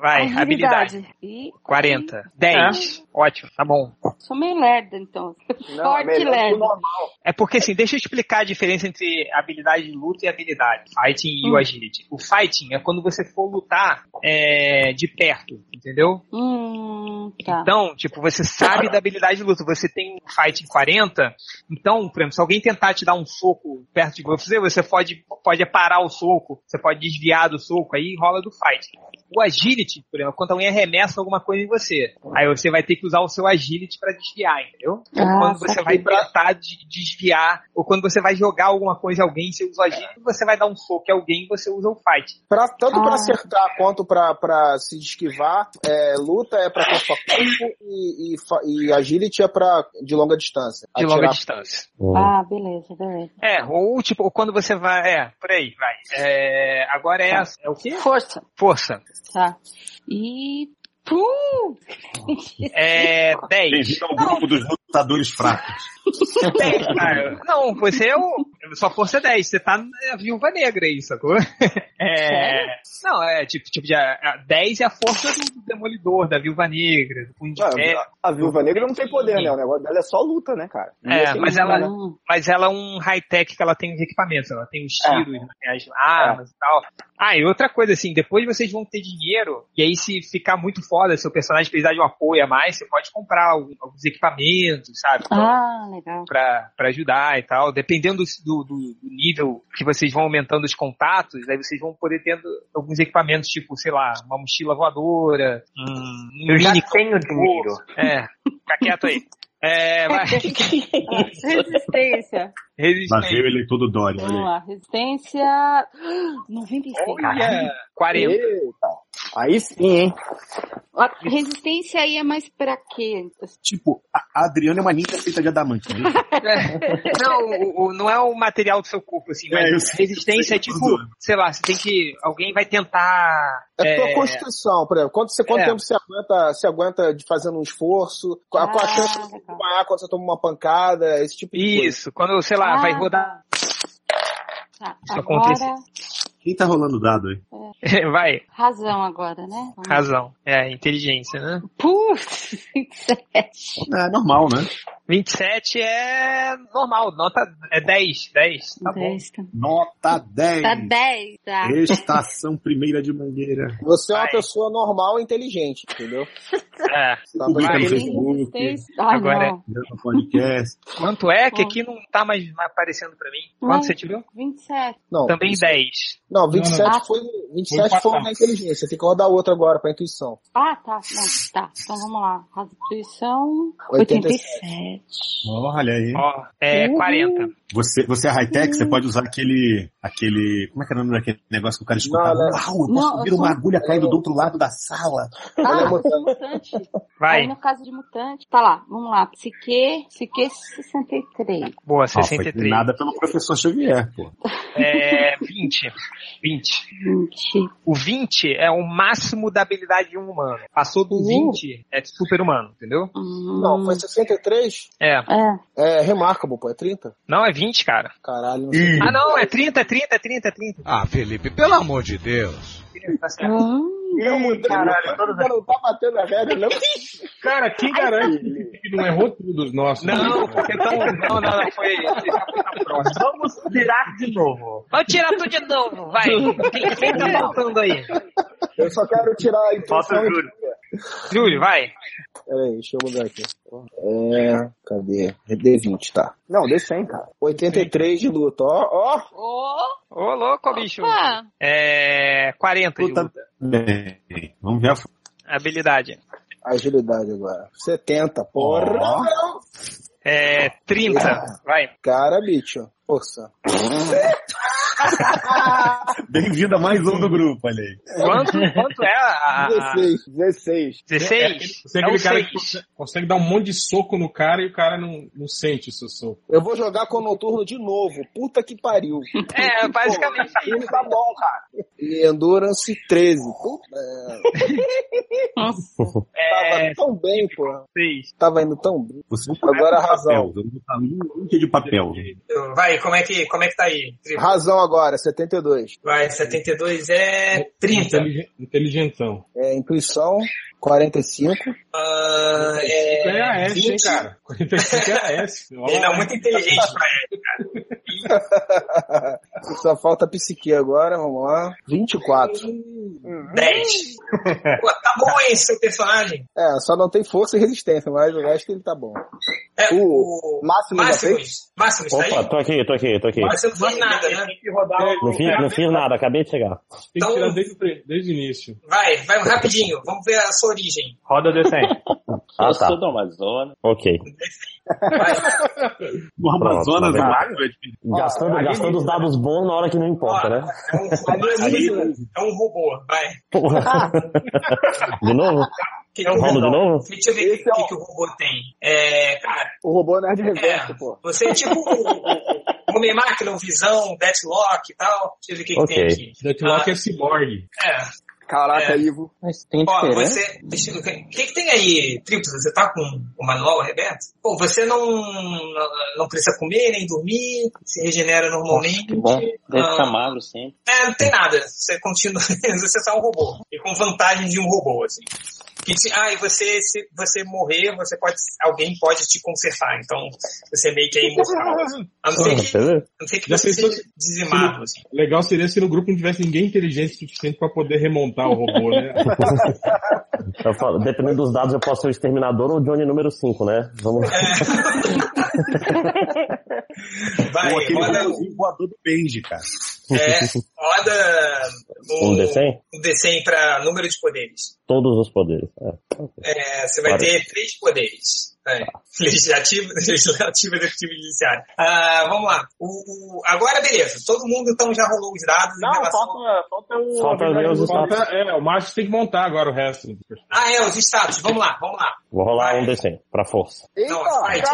[SPEAKER 1] Vai, É, habilidade.
[SPEAKER 9] E
[SPEAKER 1] 40. 10. Ótimo, tá bom.
[SPEAKER 9] sou meio lerda, então.
[SPEAKER 5] é
[SPEAKER 9] Forte
[SPEAKER 2] é melhor que o
[SPEAKER 9] lerda.
[SPEAKER 2] normal.
[SPEAKER 1] É porque assim, deixa eu explicar a diferença entre habilidade de luta e habilidade. Fighting e o agility. O fighting é quando você for lutar é, de perto, entendeu?
[SPEAKER 9] Hum, tá.
[SPEAKER 1] Então, tipo, você sabe da habilidade de luta. Você tem um fighting 40, então, por exemplo, se alguém tentar te dar um soco perto de você, você pode, pode parar o soco, você pode desviar do soco, aí rola do fighting. O agility, por exemplo, é quando alguém arremessa alguma coisa em você, aí você vai ter que usar o seu agility pra desviar, entendeu? Ou
[SPEAKER 9] Ah,
[SPEAKER 1] Então, quando você vai tentar de- desviar, ou quando você vai jogar alguma coisa em alguém, você usa o agility, você vai dar um soco em alguém, você usa o fight.
[SPEAKER 5] Pra- tanto
[SPEAKER 9] Ah.
[SPEAKER 5] pra acertar quanto pra, pra se esquivar, é, luta é pra corpo a corpo e, e, fa- e agility é pra de longa distância.
[SPEAKER 1] De
[SPEAKER 5] Atirar.
[SPEAKER 1] longa distância.
[SPEAKER 9] Ah, beleza, beleza.
[SPEAKER 1] É, ou tipo, ou quando você vai. É, por aí, vai. É, agora é, a- é o quê?
[SPEAKER 9] Força.
[SPEAKER 1] Força.
[SPEAKER 9] Tá. E. Pum!
[SPEAKER 1] É. 10.
[SPEAKER 4] Bem-vindo ao grupo dos lutadores fracos.
[SPEAKER 1] 10, cara. Não, você é o. Sua força é 10. Você tá na viúva negra aí, sacou? É. Não, é tipo, tipo de, a- a 10 é a força do, do demolidor, da viúva negra, do punho de ferro.
[SPEAKER 2] Ah, a viúva negra não tem poder, né? O negócio dela é só luta, né, cara? E
[SPEAKER 1] É,
[SPEAKER 2] assim,
[SPEAKER 1] mas ela,
[SPEAKER 9] Hum.
[SPEAKER 1] mas ela é um high-tech que ela tem os equipamentos, ela tem os tiros, né, as armas e tal. Ah, e outra coisa, assim, depois vocês vão ter dinheiro, e aí se ficar muito foda, seu personagem precisar de um apoio a mais, você pode comprar algum- alguns equipamentos, sabe?
[SPEAKER 9] Ah, legal.
[SPEAKER 1] Pra, pra ajudar e tal. Dependendo do, do- do nível que vocês vão aumentando os contatos, aí vocês vão poder tendo alguns equipamentos, tipo, sei lá, uma mochila voadora, um, um
[SPEAKER 6] Eu já
[SPEAKER 1] mini-
[SPEAKER 6] tenho dinheiro.
[SPEAKER 1] É, fica quieto aí. É, vai,
[SPEAKER 9] Ah, Resistência.
[SPEAKER 4] Lá
[SPEAKER 1] resistência.
[SPEAKER 4] veio ele todo Dória.
[SPEAKER 9] Vamos
[SPEAKER 4] Olha aí.
[SPEAKER 9] lá. Resistência. 96.
[SPEAKER 1] Olha, 40.
[SPEAKER 2] Eita. Aí sim, hein?
[SPEAKER 9] A resistência aí é mais pra quê?
[SPEAKER 4] Tipo, a Adriana é uma ninja feita de adamante. Né?
[SPEAKER 1] É. Não, o- o- não é o material do seu corpo, assim, mas
[SPEAKER 4] É, eu sei,
[SPEAKER 1] resistência
[SPEAKER 4] eu sei
[SPEAKER 1] é tipo,
[SPEAKER 4] tudo.
[SPEAKER 1] sei lá, você tem que. Alguém vai tentar.
[SPEAKER 5] É tua
[SPEAKER 1] é,
[SPEAKER 5] constituição, por exemplo. Quanto, você, quanto
[SPEAKER 1] É.
[SPEAKER 5] tempo você aguenta, você aguenta de fazendo um esforço? Qual, qual a
[SPEAKER 9] Ah,
[SPEAKER 5] chance de você
[SPEAKER 9] legal.
[SPEAKER 5] apanhar quando você toma uma pancada? Esse tipo de coisa.
[SPEAKER 1] Isso, quando, sei lá, vai
[SPEAKER 9] Ah,
[SPEAKER 1] rodar.
[SPEAKER 9] Tá.
[SPEAKER 1] Isso acontece.
[SPEAKER 9] Agora,
[SPEAKER 4] Quem tá rolando o dado aí?
[SPEAKER 1] Vai,
[SPEAKER 9] razão agora, né? Vamos lá.
[SPEAKER 1] razão. É, inteligência, né?
[SPEAKER 9] Putz,
[SPEAKER 1] Tá
[SPEAKER 9] 27.
[SPEAKER 4] É normal, né?
[SPEAKER 1] 27 é normal, nota é 10, 10, tá bom.
[SPEAKER 9] 10, tá.
[SPEAKER 4] Nota 10.
[SPEAKER 9] Tá 10, tá.
[SPEAKER 4] Estação Primeira de Mangueira.
[SPEAKER 5] Você é uma
[SPEAKER 1] Vai.
[SPEAKER 5] pessoa normal e inteligente, entendeu?
[SPEAKER 1] É.
[SPEAKER 5] Tá
[SPEAKER 4] Publica
[SPEAKER 5] bem?
[SPEAKER 1] Vai.
[SPEAKER 4] no Facebook,
[SPEAKER 9] Resistência. Ai,
[SPEAKER 1] Agora
[SPEAKER 9] Ah, não.
[SPEAKER 4] grava podcast.
[SPEAKER 1] Quanto é que aqui não tá mais aparecendo pra mim? Quanto
[SPEAKER 9] Não.
[SPEAKER 1] você tirou?
[SPEAKER 9] 27.
[SPEAKER 5] Não,
[SPEAKER 1] Também 10.
[SPEAKER 5] Não, 27
[SPEAKER 9] Não, não.
[SPEAKER 5] foi, 27 foi
[SPEAKER 3] passar.
[SPEAKER 5] na inteligência. Tem que rodar outro agora pra intuição.
[SPEAKER 9] Ah, tá. Não, tá. Então vamos lá. Restituição.
[SPEAKER 5] 87.
[SPEAKER 9] 87.
[SPEAKER 4] Olha aí.
[SPEAKER 1] Ó, é 40.
[SPEAKER 4] Você, você é high-tech, você pode usar aquele, aquele. Como é que é o nome daquele negócio que o cara escuta?
[SPEAKER 5] Não, não.
[SPEAKER 4] Uau, eu
[SPEAKER 9] Não,
[SPEAKER 4] posso
[SPEAKER 9] eu
[SPEAKER 4] ouvir
[SPEAKER 9] sou- um
[SPEAKER 4] uma agulha caindo do outro lado da sala.
[SPEAKER 5] Ela é
[SPEAKER 9] Ah,
[SPEAKER 5] mutante.
[SPEAKER 9] mutante. Aí
[SPEAKER 3] é
[SPEAKER 1] Vai,
[SPEAKER 9] no caso de mutante. Tá lá, vamos lá. Psique, psique 63.
[SPEAKER 1] boa,
[SPEAKER 4] Ó, foi
[SPEAKER 1] 63.
[SPEAKER 4] treinada pelo professor Xavier, pô.
[SPEAKER 1] É 20. 20.
[SPEAKER 9] 20.
[SPEAKER 1] O 20 é o máximo da habilidade de um humano. Passou do
[SPEAKER 9] Uh.
[SPEAKER 1] 20 é super humano, entendeu?
[SPEAKER 9] Hum,
[SPEAKER 5] Não, foi 63?
[SPEAKER 1] É.
[SPEAKER 9] É.
[SPEAKER 5] É remarkable, pô. É 30?
[SPEAKER 1] Não, é 20, cara.
[SPEAKER 5] Caralho, não sei.
[SPEAKER 1] Ah, não, é 30, é 30, é 30, é 30.
[SPEAKER 11] Ah, Felipe, pelo amor de Deus.
[SPEAKER 1] Tá certo.
[SPEAKER 9] Hum,
[SPEAKER 2] Caralho,
[SPEAKER 5] não tá batendo a regra, não.
[SPEAKER 3] Cara, quem garante que não errou todos nós?
[SPEAKER 1] Não, porque tão... não, não, não, foi.
[SPEAKER 6] Vamos tirar de novo.
[SPEAKER 1] Vamos tirar tudo de novo, vai. Quem, quem tá faltando aí?
[SPEAKER 5] Eu só quero tirar a
[SPEAKER 6] Falta
[SPEAKER 5] intuição.
[SPEAKER 6] o Júlio.
[SPEAKER 1] Júlio, vai.
[SPEAKER 5] Peraí, deixa eu mudar aqui. É, cadê? D20, tá.
[SPEAKER 2] Não, deu 100, cara.
[SPEAKER 5] 83 de luta, ó, ó.
[SPEAKER 9] Ô,
[SPEAKER 1] Ô, louco, bicho.
[SPEAKER 9] opa!
[SPEAKER 1] É. 40 de
[SPEAKER 4] Puta-
[SPEAKER 1] luta.
[SPEAKER 4] Bem, vamos ver a foto.
[SPEAKER 1] Habilidade.
[SPEAKER 5] Agilidade agora. 70, porra.
[SPEAKER 1] É. 30. Vai.
[SPEAKER 5] Cara, bicho. Força.
[SPEAKER 4] Bem-vindo a mais um do grupo, olha aí.
[SPEAKER 1] Quanto, quanto é a. a- a-
[SPEAKER 5] 16.
[SPEAKER 2] 16.
[SPEAKER 1] 16?
[SPEAKER 3] Você é
[SPEAKER 1] É o
[SPEAKER 3] aquele cara que
[SPEAKER 1] 6.
[SPEAKER 3] consegue, consegue dar um monte de soco no cara e o cara não, não sente o seu soco.
[SPEAKER 5] Eu vou jogar com o noturno de novo. Puta que pariu.
[SPEAKER 1] É, basicamente.
[SPEAKER 5] Ele tá bom, cara. E Endurance 13. Puta, é,
[SPEAKER 9] Nossa.
[SPEAKER 5] Tava tão bem, pô. Tava indo tão bem. Agora a razão.
[SPEAKER 4] Link de papel.
[SPEAKER 1] Vai, como é que, como é que tá aí? Tribo?
[SPEAKER 5] Razão agora, 72.
[SPEAKER 1] Vai, 72 é 30.
[SPEAKER 3] Inteligen- Inteligentão.
[SPEAKER 5] É, intuição, 45.
[SPEAKER 1] Ah,
[SPEAKER 3] É a
[SPEAKER 1] é
[SPEAKER 3] S, hein,
[SPEAKER 1] 20.
[SPEAKER 3] cara? 45 é a S. Olha
[SPEAKER 1] Ele é
[SPEAKER 3] lá.
[SPEAKER 1] muito inteligente pra
[SPEAKER 5] Só falta psique agora, vamos lá. 24.
[SPEAKER 1] 10. Pô, tá bom hein, seu personagem?
[SPEAKER 5] É, só não tem força e resistência, mas o resto ele tá bom.
[SPEAKER 1] É,
[SPEAKER 5] o, Máximo já fez?
[SPEAKER 1] Máximos. Máximos, tá
[SPEAKER 10] Opa,
[SPEAKER 1] aí?
[SPEAKER 10] tô aqui, tô aqui, tô aqui.
[SPEAKER 1] Mas você não fez nada, né?
[SPEAKER 10] Não fiz, não fiz nada, acabei de chegar.
[SPEAKER 3] Tem que tirar desde, o pre- desde o início.
[SPEAKER 1] Vai, vai rapidinho. Vamos ver a sua origem.
[SPEAKER 10] Roda descendo. Ah, tá.
[SPEAKER 12] do Amazonas.
[SPEAKER 10] Ok.
[SPEAKER 4] No
[SPEAKER 10] Pronto,
[SPEAKER 4] Amazonas, na
[SPEAKER 10] tá vendo?
[SPEAKER 4] água, é difícil.
[SPEAKER 10] Gastando, gastando os dados bons na hora que não importa, né?
[SPEAKER 1] Ali é muito- É um robô, vai.
[SPEAKER 10] Porra. De novo?
[SPEAKER 1] Que que o
[SPEAKER 10] Rolo de
[SPEAKER 1] robô-
[SPEAKER 10] novo?
[SPEAKER 1] Deixa eu ver o que, que o robô tem. É, cara,
[SPEAKER 5] O robô nerd reverso, pô.
[SPEAKER 1] você é tipo o- o Homem-Máquina, o Visão, Deathlock e tal. Deixa eu ver o que, que tem aqui.
[SPEAKER 3] Deathlock é cyborg.
[SPEAKER 1] É.
[SPEAKER 2] Caraca,
[SPEAKER 1] É.
[SPEAKER 2] Ivo.
[SPEAKER 12] Mas tem
[SPEAKER 1] Ó,
[SPEAKER 12] diferença?
[SPEAKER 1] você. Deixa eu ver. O que, que tem aí, Tripos? Você tá com o manual aberto? Pô, você não, não precisa comer nem dormir, se regenera normalmente.
[SPEAKER 12] Que bom. Deve
[SPEAKER 1] Ah,
[SPEAKER 12] ficar magro sempre.
[SPEAKER 1] É, não tem nada. Você continua. Você é só um robô. E com vantagem de um robô, assim. Que te- ah, e você, se você morrer, você pode. Alguém pode te consertar. Então, você meio que é imortal. assim. A não ser que, a
[SPEAKER 10] Entendeu?
[SPEAKER 1] não ser que
[SPEAKER 3] Já
[SPEAKER 1] você
[SPEAKER 3] pensou
[SPEAKER 1] seja dizimado, assim.
[SPEAKER 3] Legal seria se no grupo não tivesse ninguém inteligente o suficiente pra poder remontar o robô, né?
[SPEAKER 10] Eu falo, dependendo dos dados, eu posso ser o exterminador ou o Johnny número 5, né? Vamos.
[SPEAKER 1] É, Vai,
[SPEAKER 4] Ou aquele
[SPEAKER 1] roda,
[SPEAKER 4] robôzinho voador do Benji, cara.
[SPEAKER 1] é, roda o,
[SPEAKER 10] Um D100?
[SPEAKER 1] um D100 para número de poderes.
[SPEAKER 10] Todos os poderes. É.
[SPEAKER 1] É, você vai
[SPEAKER 10] Claro.
[SPEAKER 1] ter três poderes. É. Legislativo, legislativo, executivo e judiciário. Ah, vamos lá. O, o- agora, beleza. Todo mundo então já rolou os dados em relação.
[SPEAKER 6] falta, um, falta o.
[SPEAKER 10] Falta ver os
[SPEAKER 3] Falta,
[SPEAKER 10] status.
[SPEAKER 3] é, o Márcio tem que montar agora o resto.
[SPEAKER 1] Ah, é, os status. Vamos lá, vamos lá.
[SPEAKER 10] Vou rolar um D100 pra força.
[SPEAKER 2] Eita,
[SPEAKER 1] Não, vai, gente.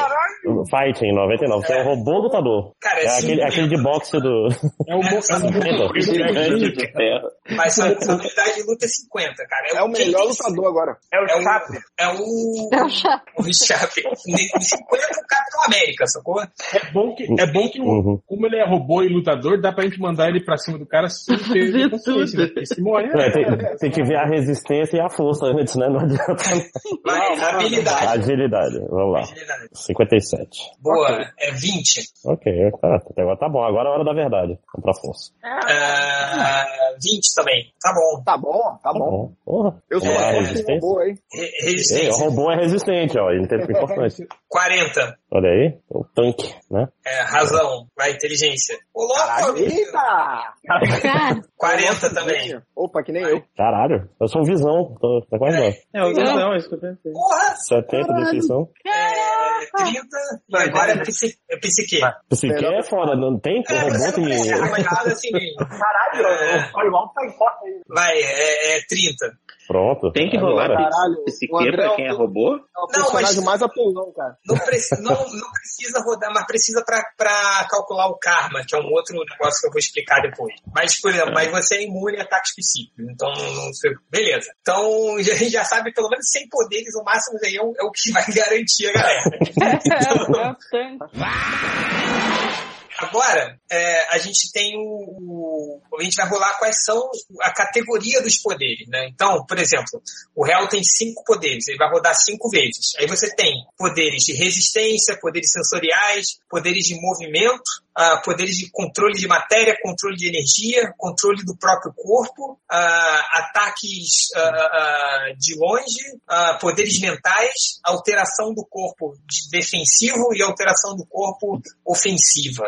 [SPEAKER 10] Fighting 99. Você é um robô lutador.
[SPEAKER 1] Cara, é,
[SPEAKER 10] É aquele,
[SPEAKER 1] cinco.
[SPEAKER 10] aquele de boxe do.
[SPEAKER 3] É o, mo- é o
[SPEAKER 10] Entendeu?
[SPEAKER 12] Gigante de
[SPEAKER 10] É.
[SPEAKER 12] terra.
[SPEAKER 1] Mas sua sua habilidade de luta é 50, cara.
[SPEAKER 2] É o melhor
[SPEAKER 1] 85.
[SPEAKER 2] lutador agora.
[SPEAKER 6] É o
[SPEAKER 1] É o-
[SPEAKER 6] Chape.
[SPEAKER 1] É o.
[SPEAKER 9] É o chá.
[SPEAKER 1] O Chape. Em 50 o Capitão América, sacou?
[SPEAKER 3] É bom que, é bom que o-
[SPEAKER 10] Uhum.
[SPEAKER 3] como ele é robô e lutador, dá pra gente mandar ele pra cima do cara sem ter consciência. né? Porque se morrer,
[SPEAKER 10] É, tem, tem que ver a resistência e a força antes, né? Não adianta.
[SPEAKER 1] Vai, habilidade.
[SPEAKER 10] Agilidade. Vamos lá.
[SPEAKER 1] Agilidade.
[SPEAKER 10] 57.
[SPEAKER 1] Boa, é 20.
[SPEAKER 10] Ok, tá, até agora tá bom. Agora é a hora da verdade. Vamos pra força.
[SPEAKER 1] Ah, 20 também. Tá bom.
[SPEAKER 2] Tá bom, tá
[SPEAKER 10] Tá
[SPEAKER 2] bom.
[SPEAKER 10] bom. Porra.
[SPEAKER 2] Eu sou
[SPEAKER 10] Vamos lá,
[SPEAKER 2] forte com
[SPEAKER 10] resistência.
[SPEAKER 2] robô, hein?
[SPEAKER 1] Re-
[SPEAKER 10] Ei, o
[SPEAKER 1] Resistência.
[SPEAKER 10] robô é resistente, ó. Ele tem importante.
[SPEAKER 1] 40.
[SPEAKER 10] Olha aí. O tanque, né?
[SPEAKER 1] É, razão. Vai, inteligência. Ô, louco!
[SPEAKER 2] Eita!
[SPEAKER 1] 40 também.
[SPEAKER 2] Opa, que nem eu.
[SPEAKER 10] Caralho. Eu sou um visão. Tô, tá quase lá.
[SPEAKER 12] É, o
[SPEAKER 9] Não.
[SPEAKER 12] é isso que eu pensei.
[SPEAKER 1] Porra!
[SPEAKER 10] 70 de decisão.
[SPEAKER 1] É, 30. E agora é psi- é psique.
[SPEAKER 10] Psique é foda. Não tem
[SPEAKER 1] É, você
[SPEAKER 10] robô
[SPEAKER 1] não precisa
[SPEAKER 10] que...
[SPEAKER 1] arrancar nada assim mesmo.
[SPEAKER 6] Caralho, o Firewall tá em foto aí.
[SPEAKER 1] Vai, é, é 30.
[SPEAKER 10] Pronto.
[SPEAKER 12] Tem que rolar
[SPEAKER 10] agora.
[SPEAKER 5] Caralho, o
[SPEAKER 12] psique
[SPEAKER 5] André é
[SPEAKER 12] pra
[SPEAKER 5] um-
[SPEAKER 12] quem é robô?
[SPEAKER 5] é o
[SPEAKER 1] Não,
[SPEAKER 5] personagem
[SPEAKER 1] mas-
[SPEAKER 5] mais apelão, cara.
[SPEAKER 1] Não, preci- não- não precisa rodar, mas precisa pra, pra calcular o karma, que é um outro negócio que eu vou explicar depois. Mas, por exemplo, mas você é imune a ataques psíquicos, então não sei. Beleza. Então a gente já sabe pelo menos 100 poderes, o máximo aí é o, é o que vai garantir a galera.
[SPEAKER 9] É o tanque.
[SPEAKER 1] Agora, é, a gente tem o, o- A gente vai rolar quais são a categoria dos poderes, né? Então, por exemplo, o réu tem cinco poderes, ele vai rodar cinco vezes. Aí você tem poderes de resistência, poderes sensoriais, poderes de movimento, ah, poderes de controle de matéria, controle de energia, controle do próprio corpo, ah, ataques ah, ah, de longe, ah, poderes mentais, alteração do corpo de- defensivo e alteração do corpo ofensiva,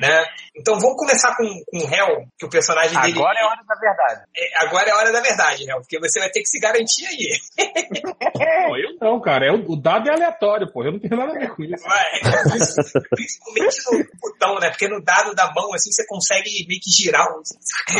[SPEAKER 1] né? Então vamos começar com, com o réu, que o personagem dele...
[SPEAKER 6] Agora é hora da verdade.
[SPEAKER 1] É, agora é a hora da verdade, réu, porque você vai ter que se garantir aí.
[SPEAKER 3] pô, eu não, cara. É, o o dado é aleatório, pô. Eu não tenho nada a ver com isso.
[SPEAKER 1] Vai. Principalmente no botão, né, né? Porque no dado da mão, assim, você consegue meio que girar um.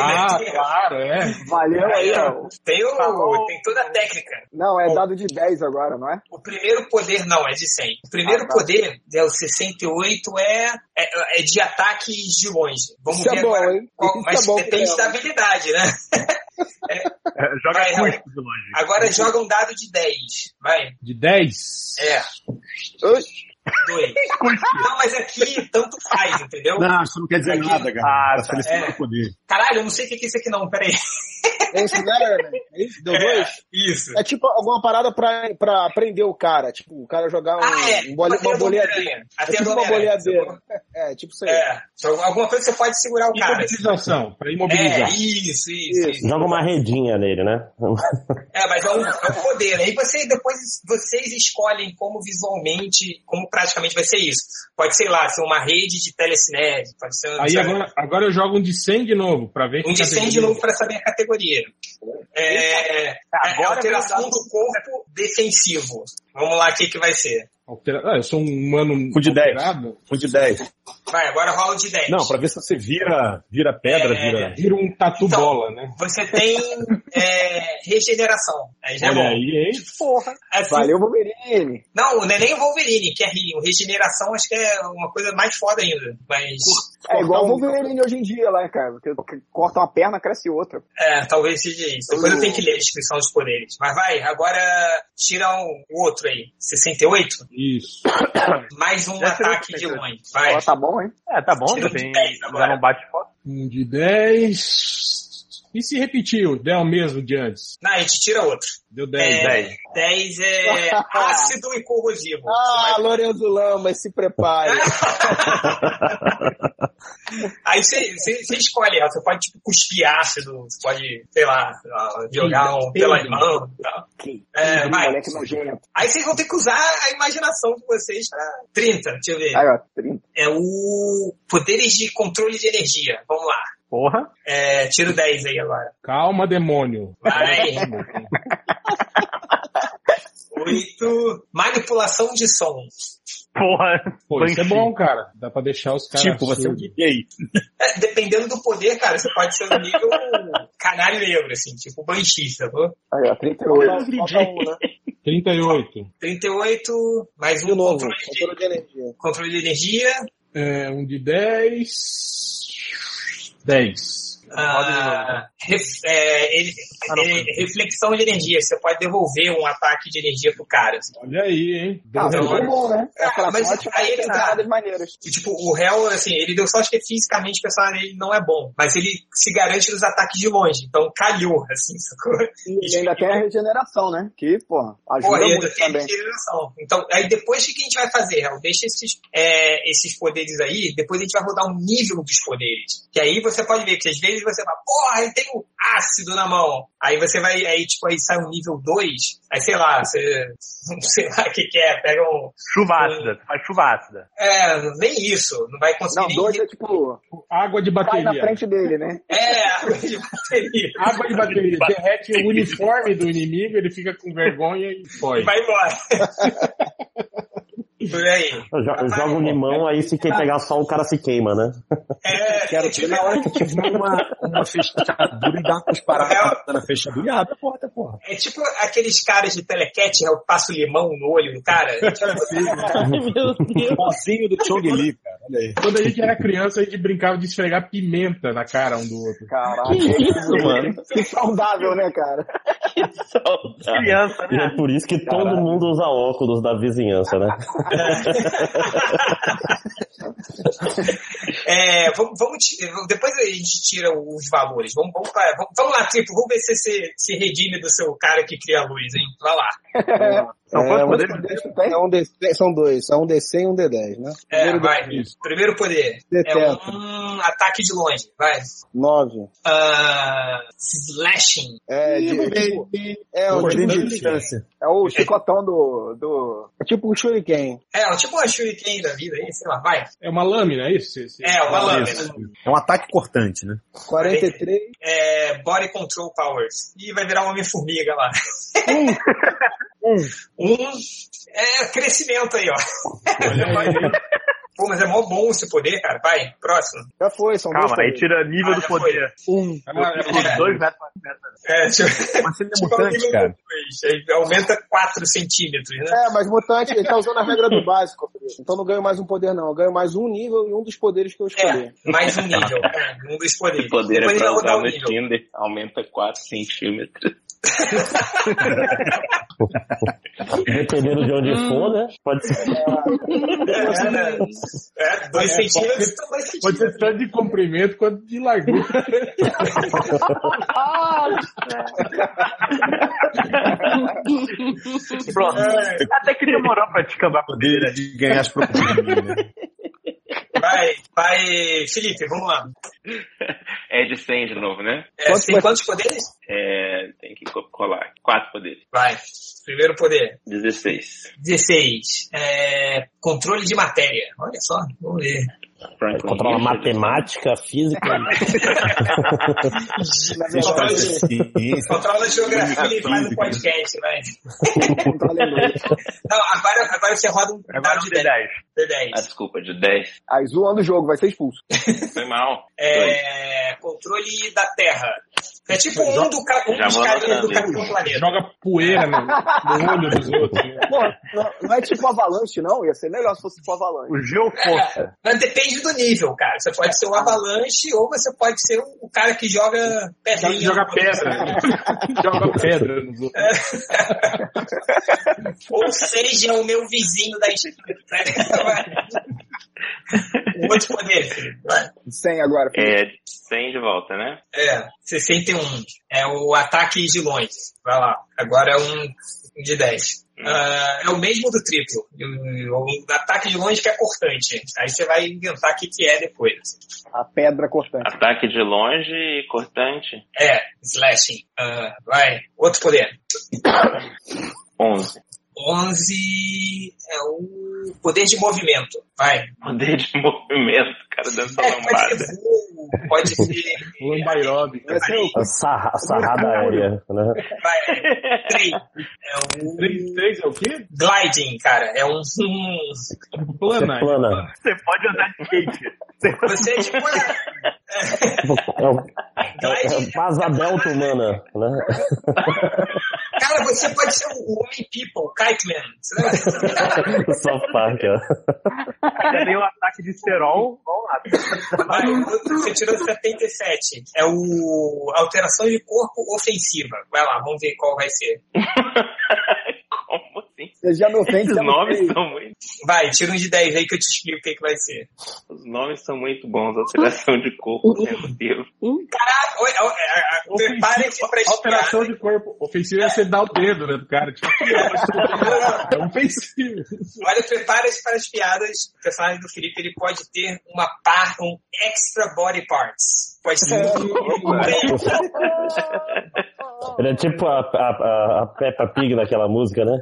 [SPEAKER 3] Ah, claro, é.
[SPEAKER 2] Valeu aí, ó.
[SPEAKER 1] Tem, o-
[SPEAKER 2] Falou.
[SPEAKER 1] tem toda a técnica.
[SPEAKER 2] Não, é dado de 10 agora, não é?
[SPEAKER 1] O primeiro poder não é de 100. O primeiro
[SPEAKER 2] Ah, tá.
[SPEAKER 1] poder, é o 68, é, é, é de ataque de longe. Vamos
[SPEAKER 2] Isso é
[SPEAKER 1] ver
[SPEAKER 2] bom,
[SPEAKER 1] agora.
[SPEAKER 2] hein?
[SPEAKER 1] qual-
[SPEAKER 2] Isso
[SPEAKER 1] mas
[SPEAKER 2] é bom
[SPEAKER 1] depende
[SPEAKER 2] pra
[SPEAKER 1] da
[SPEAKER 2] ela.
[SPEAKER 1] habilidade, né?
[SPEAKER 6] joga
[SPEAKER 1] Vai, Raul.
[SPEAKER 6] custo de longe.
[SPEAKER 1] Agora joga um dado de 10. Vai.
[SPEAKER 3] De 10?
[SPEAKER 1] É. Dois. Não, mas aqui tanto faz, entendeu?
[SPEAKER 4] Não, isso não quer dizer nada, cara.
[SPEAKER 1] Ah,
[SPEAKER 4] tá
[SPEAKER 1] tá.
[SPEAKER 4] selecionando
[SPEAKER 1] É.
[SPEAKER 4] o poder.
[SPEAKER 1] Caralho, eu não sei o que que é isso aqui não, peraí.
[SPEAKER 5] É isso, né, Erlen? É isso? Deu
[SPEAKER 1] É,
[SPEAKER 5] dois?
[SPEAKER 1] Isso.
[SPEAKER 5] É tipo alguma parada pra, pra prender o cara. Tipo, o cara jogar um,
[SPEAKER 1] Ah, é.
[SPEAKER 5] um bole-
[SPEAKER 1] Até
[SPEAKER 5] uma
[SPEAKER 1] do
[SPEAKER 5] boleadeira.
[SPEAKER 1] Homem-Aranha.
[SPEAKER 5] É
[SPEAKER 1] Até do
[SPEAKER 5] tipo uma
[SPEAKER 1] Homem-Aranha,
[SPEAKER 5] boleadeira.
[SPEAKER 1] sacou?
[SPEAKER 5] É, tipo isso aí.
[SPEAKER 1] É. Então, Alguma coisa que você pode segurar o cara.
[SPEAKER 3] Imobilização, pra
[SPEAKER 1] É,
[SPEAKER 3] imobilizar.
[SPEAKER 1] isso, isso, isso.
[SPEAKER 10] Joga uma redinha nele, né?
[SPEAKER 1] É, mas é um, é um poder. Aí você, depois vocês escolhem como visualmente, como praticamente vai ser isso. Pode, sei lá, ser uma rede de telecinese, pode ser... um
[SPEAKER 3] Aí
[SPEAKER 1] sabe?
[SPEAKER 3] agora, agora eu jogo um de 100 de novo, pra ver
[SPEAKER 1] é. Um de 100 de novo para saber a categoria. É, é alteração do corpo defensivo. Vamos lá, o que, que vai ser?
[SPEAKER 3] Altera... Ah, eu sou um humano
[SPEAKER 4] Um de 10. Um de 10.
[SPEAKER 1] Vai, agora rola o de 10.
[SPEAKER 4] Não, pra ver se você vira, vira pedra,
[SPEAKER 1] É,
[SPEAKER 4] vira.
[SPEAKER 3] Vira um tatu
[SPEAKER 1] Então.
[SPEAKER 3] bola, né?
[SPEAKER 1] Você tem é, regeneração. Aí já é
[SPEAKER 4] Olha
[SPEAKER 1] bom.
[SPEAKER 3] aí, hein?
[SPEAKER 1] Porra. Assim,
[SPEAKER 2] Valeu, Wolverine.
[SPEAKER 1] Não, não é nem o Wolverine, que é Rio. Regeneração acho que é uma coisa mais foda ainda. Mas.
[SPEAKER 2] É igual o Wolverine hoje em dia lá, cara. Porque corta uma perna, cresce outra.
[SPEAKER 1] É, talvez seja isso. Depois eu tenho que ler a descrição dos poderes. Mas vai, agora tira um, o outro aí. 68?
[SPEAKER 3] Isso.
[SPEAKER 1] Mais um
[SPEAKER 6] Já tirei
[SPEAKER 1] ataque de
[SPEAKER 6] 68.
[SPEAKER 1] longe. Vai.
[SPEAKER 2] Ó, tá bom, hein?
[SPEAKER 6] É, tá bom,
[SPEAKER 1] Tira
[SPEAKER 6] já,
[SPEAKER 1] um
[SPEAKER 6] tem,
[SPEAKER 1] de 10
[SPEAKER 6] já
[SPEAKER 1] agora.
[SPEAKER 6] não bate foto.
[SPEAKER 3] Um de 10. E se repetiu? Der o mesmo de antes?
[SPEAKER 1] Não, a gente tira outro.
[SPEAKER 3] Deu 10.
[SPEAKER 1] É,
[SPEAKER 3] 10.
[SPEAKER 1] 10 é ácido e corrosivo.
[SPEAKER 5] Ah, Lorenzo Lamas, se prepare.
[SPEAKER 1] Ah. Aí você você- você escolhe, ó, você pode tipo, cuspir ácido, você pode, sei lá, ó, jogar um
[SPEAKER 2] Peido.
[SPEAKER 1] pela mão e tal.
[SPEAKER 2] Que
[SPEAKER 1] É,
[SPEAKER 2] que
[SPEAKER 1] vai.
[SPEAKER 2] moleque nojento.
[SPEAKER 1] Aí vocês vão ter que usar a imaginação de vocês pra 30, deixa eu ver.
[SPEAKER 2] Aí, ó, 30.
[SPEAKER 1] É o poderes de controle de energia. Vamos lá.
[SPEAKER 6] Porra.
[SPEAKER 1] É, tiro 10 aí agora.
[SPEAKER 3] Calma, demônio.
[SPEAKER 1] Vai. Oito. Manipulação de som.
[SPEAKER 6] Porra.
[SPEAKER 3] Pô, isso é bom, cara. Dá pra deixar os caras. assim.
[SPEAKER 4] Tipo, você é um
[SPEAKER 3] surdos.
[SPEAKER 4] DJ.
[SPEAKER 1] É, dependendo do poder, cara, você pode ser um nível canário negro, assim, tipo banshee, sacou?
[SPEAKER 2] Aí, ó, 38.
[SPEAKER 3] 38.
[SPEAKER 1] 38, mais um
[SPEAKER 5] De novo,
[SPEAKER 1] controle, de,
[SPEAKER 5] controle de energia.
[SPEAKER 1] controle de energia.
[SPEAKER 3] É, um de 10. 10.
[SPEAKER 1] Ah, ref- é, ele-
[SPEAKER 6] Ah, não,
[SPEAKER 1] ele- reflexão de energia. Você pode devolver um ataque de energia pro cara. assim.
[SPEAKER 3] Olha aí, hein?
[SPEAKER 2] Ah,
[SPEAKER 3] Deu
[SPEAKER 2] mas
[SPEAKER 1] agora-
[SPEAKER 2] foi
[SPEAKER 3] relógio.
[SPEAKER 2] bom, né?
[SPEAKER 1] É,
[SPEAKER 2] Aquela
[SPEAKER 1] mas
[SPEAKER 2] ótima
[SPEAKER 1] aí ele tá-
[SPEAKER 2] das maneiras.
[SPEAKER 1] E, tipo, o réu, assim, ele deu sorte que fisicamente pensar ele não é bom. Mas ele se garante dos ataques de longe. Então calhou, assim, sacou?
[SPEAKER 2] E ainda tem a regeneração, né? Que, porra, ajuda
[SPEAKER 1] Porra,
[SPEAKER 2] muito também.
[SPEAKER 1] regeneração. Então, aí depois o que que a gente vai fazer, Raul? Deixa esses, é, esses poderes aí, depois a gente vai rodar um nível dos poderes. Que aí você pode ver que às vezes você fala, porra, ele tem o ácido na mão. Aí você vai, aí tipo, aí sai um nível 2, aí sei lá, você, sei lá o que que é, pega um,
[SPEAKER 6] Chuva ácida. Faz chuva ácida.
[SPEAKER 1] é, nem isso, não vai conseguir
[SPEAKER 2] Não,
[SPEAKER 1] nem...
[SPEAKER 2] dois é tipo,
[SPEAKER 3] Água de
[SPEAKER 2] cai na
[SPEAKER 3] bateria.
[SPEAKER 2] frente dele, né?
[SPEAKER 1] É, água de bateria.
[SPEAKER 3] Água de bateria. Derrete o uniforme do inimigo, ele fica com vergonha e
[SPEAKER 1] E vai
[SPEAKER 3] foge.
[SPEAKER 1] embora. Por aí.
[SPEAKER 10] Eu jo- eu
[SPEAKER 1] Vai,
[SPEAKER 10] jogo um limão, aí se quem pegar sol, o cara se queima, né?
[SPEAKER 1] É,
[SPEAKER 4] Quero
[SPEAKER 1] tipo,
[SPEAKER 4] ver na hora que tiver uma, uma fechadura e dar uma cusparada na fechadura e abre a porta, porra.
[SPEAKER 1] É tipo aqueles caras de telequete, né? Eu passo limão no olho do cara.
[SPEAKER 13] Meu Deus.
[SPEAKER 5] É.
[SPEAKER 4] Pozinho do Chong Li, cara. Olha aí.
[SPEAKER 3] Quando a gente era criança, a gente brincava de esfregar pimenta na cara um do outro.
[SPEAKER 2] Caraca.
[SPEAKER 13] Isso, mano.
[SPEAKER 2] Que saudável, né, cara?
[SPEAKER 13] Saudável.
[SPEAKER 6] Criança,
[SPEAKER 10] E
[SPEAKER 6] né?
[SPEAKER 10] é por isso que todo mundo usa óculos da vizinhança, né?
[SPEAKER 1] É, vamos, vamos ti- depois a gente tira os valores. Vamos, vamos, pra- vamos- vamos lá, Triplo. Vamos ver se você se redime do seu cara que cria a luz, hein? Vai lá.
[SPEAKER 6] São
[SPEAKER 5] É,
[SPEAKER 6] quantos
[SPEAKER 5] um
[SPEAKER 6] poderes?
[SPEAKER 5] D10 tu tem? É um D- são dois. É um DC e um D10, né?
[SPEAKER 1] É, vai. Primeiro poder. É
[SPEAKER 5] Detento.
[SPEAKER 1] um ataque de longe. Vai.
[SPEAKER 5] Nove.
[SPEAKER 1] Ah, slashing.
[SPEAKER 5] É, de- é tipo, é, um,
[SPEAKER 4] Poder
[SPEAKER 5] tipo,
[SPEAKER 4] de distância.
[SPEAKER 2] É o chicotão do. do...
[SPEAKER 5] é tipo um shuriken.
[SPEAKER 1] É, tipo uma shuriken da vida aí, sei lá. Vai.
[SPEAKER 3] É uma lâmina, é isso? Esse-
[SPEAKER 1] É, uma lâmina.
[SPEAKER 4] Isso. É um ataque cortante, né?
[SPEAKER 5] 43.
[SPEAKER 1] é, Body Control Powers. E vai virar um Homem-Formiga lá. um. É crescimento aí, ó.
[SPEAKER 3] Olha aí.
[SPEAKER 1] Pô, mas é mó bom esse poder, cara. Vai, próximo.
[SPEAKER 2] Já foi, são
[SPEAKER 14] Calma,
[SPEAKER 1] dois
[SPEAKER 14] aí
[SPEAKER 1] poderes.
[SPEAKER 14] tira nível
[SPEAKER 1] Ah,
[SPEAKER 14] do
[SPEAKER 1] já Ah,
[SPEAKER 14] poder.
[SPEAKER 2] Um.
[SPEAKER 14] Os dois metros mais
[SPEAKER 1] É, tipo,
[SPEAKER 14] Mas se ele é
[SPEAKER 1] tipo,
[SPEAKER 14] mutante,
[SPEAKER 1] nível
[SPEAKER 14] cara.
[SPEAKER 1] dois, aí aumenta 4 centímetros, né?
[SPEAKER 5] É, mas mutante, ele tá usando a regra do básico. filho. Então não ganho mais um poder, não. Eu ganho mais um nível e um dos poderes que eu escolhi.
[SPEAKER 1] Mais um nível, cara. Um dos poderes.
[SPEAKER 6] O
[SPEAKER 1] Depois
[SPEAKER 6] poder é
[SPEAKER 1] ele
[SPEAKER 6] pra
[SPEAKER 1] vai rodar
[SPEAKER 6] usar
[SPEAKER 1] o
[SPEAKER 6] no
[SPEAKER 1] nível.
[SPEAKER 6] Tinder. Aumenta 4 centímetros.
[SPEAKER 10] Dependendo de onde for, né? Pode ser.
[SPEAKER 1] É, né? É, dois
[SPEAKER 3] É,
[SPEAKER 1] centímetros,
[SPEAKER 3] pode-
[SPEAKER 1] então dois centímetros.
[SPEAKER 3] Pode ser tanto de comprimento quanto de largura.
[SPEAKER 14] Pronto. Até que demorou pra te cambar poder.
[SPEAKER 4] De ganhar as proporções. né?
[SPEAKER 1] Vai, vai, Felipe, vamos lá.
[SPEAKER 6] É de 100 de novo, né?
[SPEAKER 1] É, tem quantos poderes?
[SPEAKER 6] É, tem que co- colar. 4 poderes.
[SPEAKER 1] Vai. Primeiro poder.
[SPEAKER 6] 16.
[SPEAKER 1] 16. É, controle de matéria. Olha só, vamos ver.
[SPEAKER 6] Franklin
[SPEAKER 10] Controla
[SPEAKER 6] Richard.
[SPEAKER 10] matemática, física.
[SPEAKER 1] Controla de- Controla a geografia e faz um podcast, vai. Não, agora, agora você roda um dado de 10. De 10.
[SPEAKER 6] Ah, desculpa, de 10.
[SPEAKER 2] Aí zoando o jogo, vai ser expulso.
[SPEAKER 6] Foi mal.
[SPEAKER 1] É, controle da Terra. É tipo um, do, ca- um
[SPEAKER 6] Já
[SPEAKER 1] dos
[SPEAKER 6] vou
[SPEAKER 1] carinhas
[SPEAKER 6] anotando
[SPEAKER 1] do
[SPEAKER 6] isso.
[SPEAKER 1] Capitão Planeta.
[SPEAKER 3] Joga poeira no, no olho dos outros.
[SPEAKER 2] Pô, não, não é tipo avalanche, não? Ia ser melhor se fosse tipo avalanche.
[SPEAKER 3] O Geoforça.
[SPEAKER 1] Mas depende do nível, cara. Você pode ser o avalanche ou você pode ser um, o cara que joga pedrinha.
[SPEAKER 3] Ele joga pedra. né? joga pedra nos outros.
[SPEAKER 1] Ou seja, o meu vizinho da esquina. Outro poder, filho. Vai.
[SPEAKER 2] 100 agora.
[SPEAKER 6] É, 100 de volta, né?
[SPEAKER 1] É, 61. É o ataque de longe. Vai lá. Agora é um de 10. Ah, é o mesmo do triplo. O, o ataque de longe que é cortante. Aí você vai inventar o que, que é depois.
[SPEAKER 2] A pedra cortante.
[SPEAKER 6] Ataque de longe e cortante.
[SPEAKER 1] É, slashing. Ah, vai. Outro poder.
[SPEAKER 6] 11.
[SPEAKER 1] 11 é o poder de movimento. Vai. É,
[SPEAKER 6] Poder de movimento, cara, dando essa lambada.
[SPEAKER 1] Pode ser. Ah,
[SPEAKER 3] Lambairobe.
[SPEAKER 10] A sarra- a sarrada aérea, né?
[SPEAKER 1] Vai, três. É um...
[SPEAKER 3] três, três é o quê?
[SPEAKER 1] Gliding, cara. É um. um-
[SPEAKER 3] Plana.
[SPEAKER 10] Plana.
[SPEAKER 14] Você pode andar de skate.
[SPEAKER 1] Você é tipo.
[SPEAKER 10] É o, é o Pazabelto, humana, né?
[SPEAKER 1] Cara, você pode ser o Homem People, Kite Man. Você lembra?
[SPEAKER 10] Soft Park, ó.
[SPEAKER 14] Já tem um ataque de Serol. Vamos lá.
[SPEAKER 1] Vai, você tirou 77. É o. Alteração de corpo ofensiva. Vai lá, vamos ver qual vai ser.
[SPEAKER 2] Você já me ofende.
[SPEAKER 6] Esses
[SPEAKER 2] já me
[SPEAKER 6] nomes
[SPEAKER 2] ofende.
[SPEAKER 6] são muito.
[SPEAKER 1] Vai, tira um de 10 aí que eu te explico o que, que vai ser.
[SPEAKER 6] Os nomes são muito bons. Alteração de corpo, meu Deus.
[SPEAKER 1] Caraca, oi, oi, a- a- preparem-se pra espiar.
[SPEAKER 3] Alteração de corpo. Ofensiva é você dar o dedo, né, do cara? Tipo, é ofensivo.
[SPEAKER 1] Olha, prepara-se para as piadas. O personagem do Felipe ele pode ter uma par, um extra body parts. Pode ser
[SPEAKER 3] É.
[SPEAKER 1] um- um membro.
[SPEAKER 10] Ele é tipo a, a, a- a Peppa Pig daquela música, né?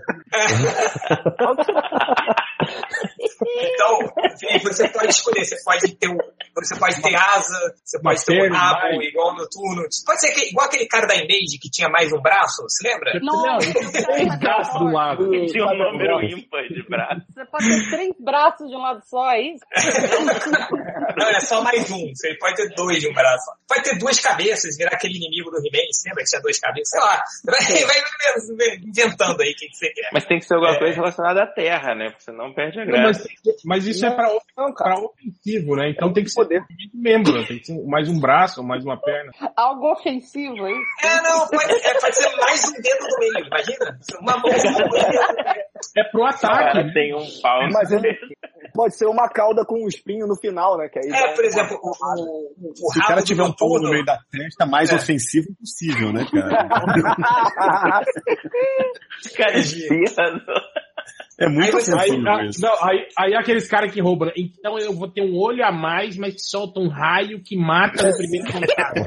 [SPEAKER 1] Então, Felipe, você pode escolher. Você pode ter, um- você pode ter asa, você pode ter um
[SPEAKER 3] perna,
[SPEAKER 1] rabo
[SPEAKER 3] vai.
[SPEAKER 1] igual no turno. Você pode ser aquele- igual aquele cara da Image que tinha mais um braço, você lembra?
[SPEAKER 9] Nossa,
[SPEAKER 3] Três braços do lado.
[SPEAKER 6] Tinha um número ímpar de braço.
[SPEAKER 9] você pode ter três braços de um lado só, é isso?
[SPEAKER 1] Não, é só mais um. Você pode ter dois de um braço. Pode ter duas cabeças, virar aquele inimigo do He-Man. Você lembra que tinha duas cabeças? Sei lá. Vai, vai inventando aí o que, que você quer.
[SPEAKER 6] Mas tem que ser alguma coisa relacionada à terra, né? Porque senão perde a
[SPEAKER 4] É.
[SPEAKER 3] Não, mas,
[SPEAKER 6] graça.
[SPEAKER 3] mas isso é pra, of- pra ofensivo, né? Então tem que ser movimento de membro, né? tem que ser mais um braço, mais uma perna.
[SPEAKER 9] Algo ofensivo, é isso?
[SPEAKER 1] É, não, pode, é, pode ser mais um dedo do meio, imagina? Uma mão, um uma mão.
[SPEAKER 3] É pro ataque.
[SPEAKER 6] Cara,
[SPEAKER 3] né?
[SPEAKER 6] tem um pau.
[SPEAKER 2] Mas ele pode ser uma cauda com um espinho no final, né? Que aí
[SPEAKER 1] É, por exemplo, o, o, o
[SPEAKER 4] Se o cara
[SPEAKER 1] rabo
[SPEAKER 4] tiver
[SPEAKER 1] do
[SPEAKER 4] um pulo no
[SPEAKER 1] noturno.
[SPEAKER 4] meio da testa, mais
[SPEAKER 1] É.
[SPEAKER 4] ofensivo possível, né, cara?
[SPEAKER 6] Cara, espirra,
[SPEAKER 4] É muito
[SPEAKER 1] você-
[SPEAKER 3] Aí,
[SPEAKER 4] ofensivo
[SPEAKER 3] a-
[SPEAKER 4] isso.
[SPEAKER 3] não, aí, aí aqueles caras que roubam. né? Então eu vou ter um olho a mais, mas que solta um raio que mata no primeiro contato.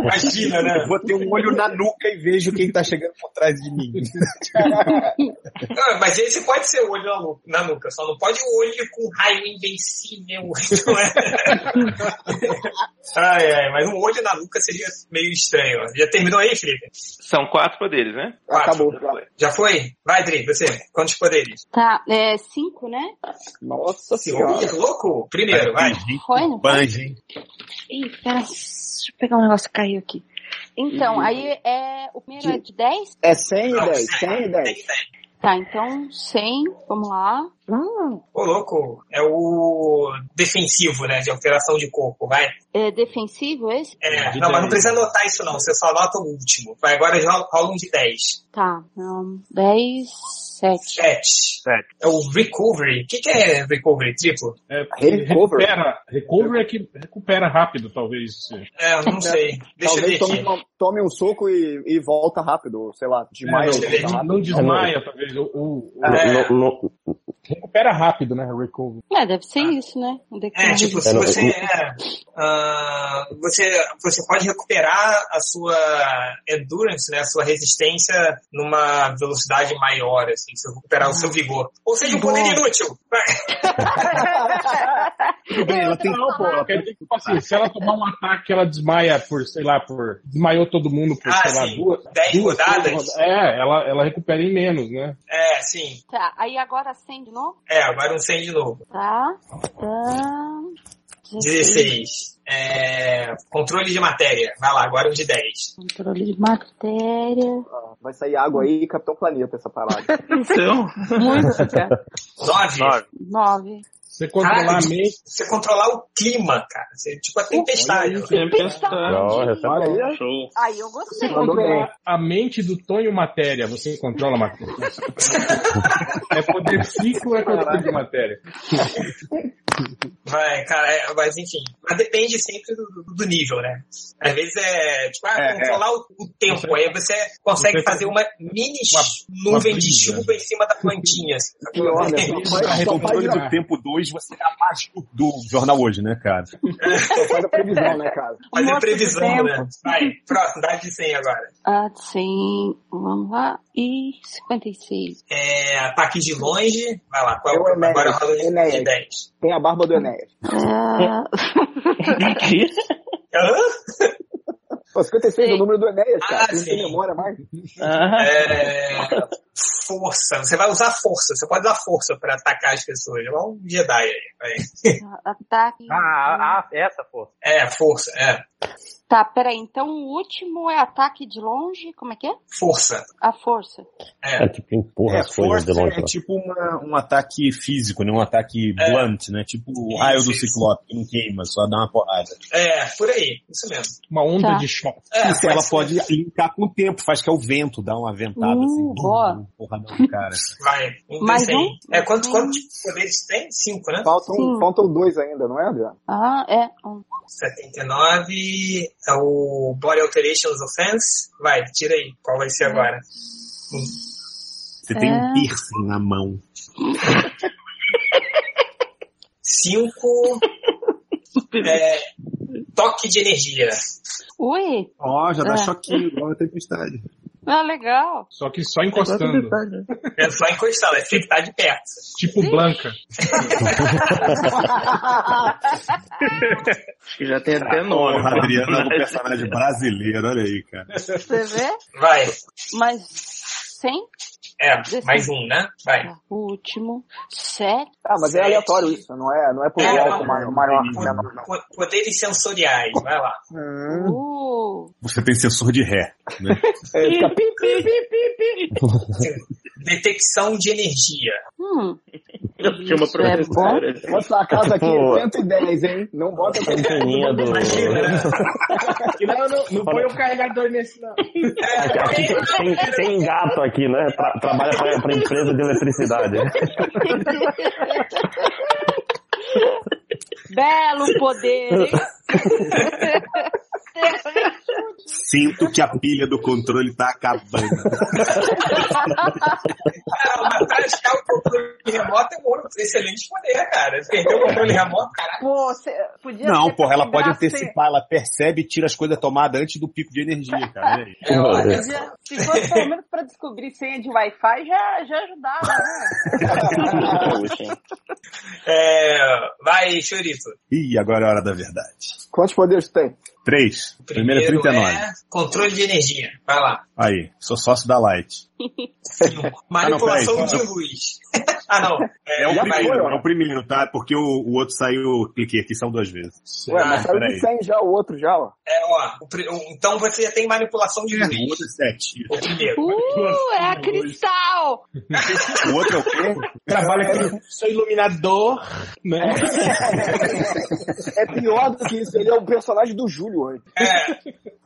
[SPEAKER 1] Imagina, né?
[SPEAKER 4] Vou ter um olho na nuca e vejo quem tá chegando por trás de mim.
[SPEAKER 1] Não, mas esse pode ser o olho na nu- na nuca, só não pode o olho com raio invencível. não é? ai, ai, mas um olho na nuca seria meio estranho. Já terminou aí, Felipe?
[SPEAKER 6] São quatro poderes, né?
[SPEAKER 2] Ah, acabou.
[SPEAKER 1] Já foi? Vai, Dri, você. Quantos poderes?
[SPEAKER 9] Tá, é cinco, né?
[SPEAKER 2] Nossa
[SPEAKER 1] senhora. Ih, louco! Primeiro, vai.
[SPEAKER 9] Foi? não foi?
[SPEAKER 4] Banjo.
[SPEAKER 9] Ih, pera, deixa eu pegar um negócio que caiu aqui. Então, aí é. O primeiro é de 10?
[SPEAKER 2] É 100 e 10, 100 e 10.
[SPEAKER 9] Tá, então 100, vamos lá. Hum,
[SPEAKER 1] Ô, louco, é o defensivo, né? De alteração de corpo, vai.
[SPEAKER 9] é defensivo esse?
[SPEAKER 1] É, não, mas não precisa anotar isso não, você só anota o último. Vai, agora rola rola um de 10.
[SPEAKER 9] Tá, um, 10, 7.
[SPEAKER 1] 7. É o recovery. O que, que é recovery triplo?
[SPEAKER 3] É,
[SPEAKER 2] Recover.
[SPEAKER 3] Recupera. Recovery é que recupera rápido, talvez.
[SPEAKER 1] É, eu não sei. Deixa eu ver
[SPEAKER 2] Talvez tome,
[SPEAKER 1] aqui.
[SPEAKER 2] uma- tome um soco e, e volta rápido, sei lá,
[SPEAKER 3] não,
[SPEAKER 2] demais.
[SPEAKER 3] não, não desmaia, talvez. O, o-
[SPEAKER 1] Ah.
[SPEAKER 6] É.
[SPEAKER 1] É.
[SPEAKER 3] o- Recupera rápido, né? Recovery.
[SPEAKER 9] É, deve ser isso, né? Um
[SPEAKER 1] É,
[SPEAKER 9] decorrer.
[SPEAKER 1] tipo, se
[SPEAKER 3] É, não,
[SPEAKER 1] você,
[SPEAKER 3] eu-
[SPEAKER 1] é, ah, você, você pode recuperar a sua endurance, né, a sua resistência numa velocidade maior, assim, se você recuperar o seu vigor. Ou seja, um poder inútil.
[SPEAKER 4] ela tem-
[SPEAKER 3] Não, pô, ela quer dizer que, tipo assim, se ela tomar um ataque, ela desmaia por, sei lá, por. Desmaiou todo mundo por,
[SPEAKER 1] Ah,
[SPEAKER 3] sei lá,
[SPEAKER 1] sim.
[SPEAKER 3] duas.
[SPEAKER 1] Dez
[SPEAKER 3] duas,
[SPEAKER 1] rodadas.
[SPEAKER 3] três roda- É, ela, ela recupera em menos, né?
[SPEAKER 1] É, sim.
[SPEAKER 9] Tá, aí agora 100 de novo?
[SPEAKER 1] É, agora um 100 de novo.
[SPEAKER 9] Tá. tá.
[SPEAKER 1] 16. É, controle de matéria. Vai lá, agora um de 10.
[SPEAKER 9] Controle de matéria.
[SPEAKER 2] Vai sair água aí e Capitão Planeta essa parada.
[SPEAKER 1] Então.
[SPEAKER 9] Muito, cara.
[SPEAKER 1] 9.
[SPEAKER 9] 9.
[SPEAKER 3] Você controlar
[SPEAKER 1] Caraca,
[SPEAKER 3] a mente.
[SPEAKER 1] Você controlar o clima, cara. Você, tipo a tempestade.
[SPEAKER 9] Show. Aí eu
[SPEAKER 3] Você
[SPEAKER 9] gostei.
[SPEAKER 3] controlar a mente do Tonho Matéria. Você controla a matéria. é poder psico é controle de matéria.
[SPEAKER 1] Vai, cara, é, mas enfim. Mas depende sempre do, do- do nível, né? Às vezes é, tipo, ah,
[SPEAKER 3] É,
[SPEAKER 1] controlar O, o tempo. aí você consegue
[SPEAKER 3] você-
[SPEAKER 1] fazer uma mini
[SPEAKER 3] uma
[SPEAKER 1] nuvem de
[SPEAKER 3] brisa.
[SPEAKER 1] chuva em cima da plantinha. assim.
[SPEAKER 2] Pior, né?
[SPEAKER 4] Cara, controle do tempo 2, você é a mágica do jornal hoje, né, cara?
[SPEAKER 2] Só faz a previsão, né, cara?
[SPEAKER 1] Fazer
[SPEAKER 9] Mostra
[SPEAKER 1] previsão,
[SPEAKER 9] o
[SPEAKER 1] né? Vai, próximo, dá de 100 agora.
[SPEAKER 9] Ah, sim. Vamos lá. E 56.
[SPEAKER 1] É, ataque de longe. Vai lá, qual,
[SPEAKER 2] É o Enéas,
[SPEAKER 1] agora rola de, de
[SPEAKER 2] Enéas.
[SPEAKER 1] 10.
[SPEAKER 2] Tem a barba do Enéas.
[SPEAKER 9] Ah,
[SPEAKER 1] Hã?
[SPEAKER 2] Pô, 56 é o número do Enéas, cara.
[SPEAKER 1] Ah,
[SPEAKER 2] Você não tem
[SPEAKER 1] sim.
[SPEAKER 2] memória mais.
[SPEAKER 1] É, força. Você vai usar força. Você pode usar força pra atacar as pessoas. É um Jedi aí. vai.
[SPEAKER 9] ataque.
[SPEAKER 6] Ah, ah, essa, pô.
[SPEAKER 1] É, força. É,
[SPEAKER 9] Tá, peraí. Então o último é ataque de longe. Como é que é?
[SPEAKER 1] força.
[SPEAKER 9] A força.
[SPEAKER 1] É,
[SPEAKER 10] tipo, empurra as coisas de longe.
[SPEAKER 4] é
[SPEAKER 10] né?
[SPEAKER 4] tipo uma- um ataque físico, né? Um
[SPEAKER 1] É.
[SPEAKER 4] ataque blunt, né? Tipo o raio do ciclope, que não queima, só dá uma porrada.
[SPEAKER 1] É, por aí. Isso mesmo.
[SPEAKER 3] Uma onda
[SPEAKER 9] Tá.
[SPEAKER 3] de choque.
[SPEAKER 1] É,
[SPEAKER 4] Isso, ela pode linkar com o tempo, faz que é o vento, dá uma ventada assim,
[SPEAKER 9] Uh, boa.
[SPEAKER 4] porradão no cara.
[SPEAKER 1] Vai. Um
[SPEAKER 9] Mais
[SPEAKER 1] D100.
[SPEAKER 9] um?
[SPEAKER 1] É, quanto, quanto poderes tem? Cinco, né?
[SPEAKER 2] Faltam,
[SPEAKER 9] Sim.
[SPEAKER 2] faltam dois ainda, não é, Adriano?
[SPEAKER 9] Ah, é. Um.
[SPEAKER 1] 79 é o Body Alterations Offense. Vai, tira aí. Qual vai ser agora?
[SPEAKER 4] Você tem
[SPEAKER 9] É.
[SPEAKER 4] um piercing na mão.
[SPEAKER 1] Cinco. é, toque de energia.
[SPEAKER 9] Ui.
[SPEAKER 4] Ó, já dá
[SPEAKER 9] É.
[SPEAKER 4] choquinho, igual a tempestade.
[SPEAKER 9] Ah, legal.
[SPEAKER 3] Só que só encostando.
[SPEAKER 1] É só encostar, né? tem que estar de perto. tá-
[SPEAKER 3] Tipo Blanca.
[SPEAKER 9] Ah,
[SPEAKER 15] Já tem até nome.
[SPEAKER 4] Porra, Adriano é um personagem brasileiro, olha aí, cara.
[SPEAKER 9] Você vê?
[SPEAKER 1] Vai.
[SPEAKER 9] Mais 100.
[SPEAKER 1] É, mais um, né? Vai.
[SPEAKER 9] Tá, O último. 7.
[SPEAKER 2] Ah, mas é
[SPEAKER 1] Sete.
[SPEAKER 2] aleatório isso, não é, não é por
[SPEAKER 1] É,
[SPEAKER 2] alto,
[SPEAKER 1] não,
[SPEAKER 2] maior, maior,
[SPEAKER 4] não.
[SPEAKER 2] menor, não.
[SPEAKER 1] Po- Poderes sensoriais. Vai lá.
[SPEAKER 9] Uh.
[SPEAKER 4] Você tem sensor de ré, né?
[SPEAKER 2] É, fica pi, pi, pi.
[SPEAKER 1] Detecção de energia.
[SPEAKER 9] Hum.
[SPEAKER 15] Eu tinha uma
[SPEAKER 9] Isso é
[SPEAKER 15] professora. assim.
[SPEAKER 2] Nossa, a casa aqui
[SPEAKER 10] Pô.
[SPEAKER 2] é 110, hein? Não bota
[SPEAKER 10] A anteninha do...
[SPEAKER 3] Não, não, não põe o carregador nesse não.
[SPEAKER 10] Aqui tem, tem, tem gato aqui, né? Tra- trabalha pra, pra empresa de eletricidade.
[SPEAKER 9] Belo poder, hein?
[SPEAKER 4] Sinto que a pilha do controle tá acabando.
[SPEAKER 1] Ah, mas pra achar o controle remoto é um excelente poder, cara. Perdeu o controle remoto, caralho.
[SPEAKER 16] Pô, você podia
[SPEAKER 4] Não,
[SPEAKER 16] ser
[SPEAKER 4] porra, ela pode
[SPEAKER 16] graça-
[SPEAKER 4] antecipar, ela percebe e tira as coisas da tomada antes do pico de energia, cara. olha aí.
[SPEAKER 1] É, ó,
[SPEAKER 10] Olha.
[SPEAKER 1] essa-
[SPEAKER 16] Se fosse pelo menos pra descobrir senha de Wi-Fi, já, já ajudava, né?
[SPEAKER 1] é, vai, Chorito.
[SPEAKER 4] Ih, agora é a hora da verdade.
[SPEAKER 2] Quantos poderes tem?
[SPEAKER 4] Três. O primeiro,
[SPEAKER 1] Primeiro
[SPEAKER 4] é 39.
[SPEAKER 1] é controle de energia. Vai lá.
[SPEAKER 4] Aí, sou sócio da Light.
[SPEAKER 3] Tá
[SPEAKER 1] Manipulação
[SPEAKER 4] peraí,
[SPEAKER 1] de
[SPEAKER 3] Então,
[SPEAKER 4] peraí.
[SPEAKER 1] luz. ah, não.
[SPEAKER 4] É o
[SPEAKER 1] já
[SPEAKER 4] primeiro,
[SPEAKER 1] vai.
[SPEAKER 4] é o primeiro, tá? Porque o, o outro saiu, cliquei aqui, são duas vezes.
[SPEAKER 2] Ué, mas saiu de 100 já, o outro já, ó.
[SPEAKER 1] É, ó. o pri- o- Então você já tem manipulação de luz.
[SPEAKER 4] O outro é sete.
[SPEAKER 1] O primeiro.
[SPEAKER 9] Uh, é a Cristal!
[SPEAKER 4] O outro é o quê?
[SPEAKER 3] Trabalha com... Sou iluminador, né?
[SPEAKER 2] É pior do que isso, ele é o personagem do Júlio antes.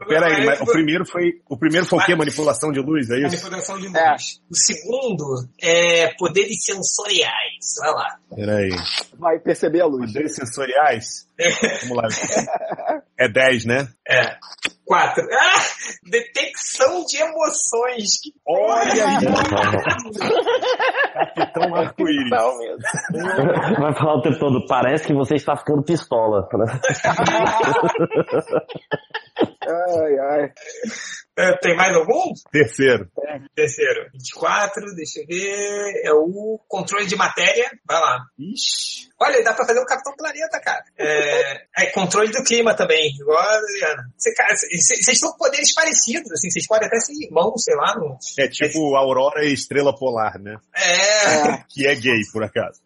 [SPEAKER 4] Peraí, mas o primeiro foi. O primeiro foi o quê? Manipulação de luz, é isso?
[SPEAKER 1] Manipulação de luz. O segundo é poderes sensoriais. Vai lá.
[SPEAKER 4] Peraí.
[SPEAKER 2] Vai perceber a luz.
[SPEAKER 4] Poderes sensoriais? Vamos lá. É 10, né?
[SPEAKER 1] É. Quatro. Ah, detecção de emoções. Que
[SPEAKER 4] Olha aí.
[SPEAKER 1] Capitão
[SPEAKER 4] Então, Arco-Íris.
[SPEAKER 10] Vai falar o tempo todo, parece que você está ficando pistola. né?
[SPEAKER 2] Ai, ai.
[SPEAKER 1] eh, tem mais algum?
[SPEAKER 4] Terceiro.
[SPEAKER 1] Terceiro. 24, deixa eu ver. É o controle de matéria. Vai lá.
[SPEAKER 4] Ixi.
[SPEAKER 1] Olha, dá pra fazer um Capitão Planeta, cara. É, é controle do clima também. Igual a Adriana. Você, cara, c- c- Vocês estão com poderes parecidos, assim. Vocês podem até ser irmãos, sei lá. não-
[SPEAKER 4] É tipo Aurora e Estrela Polar, né?
[SPEAKER 1] É.
[SPEAKER 4] Que é gay, por acaso.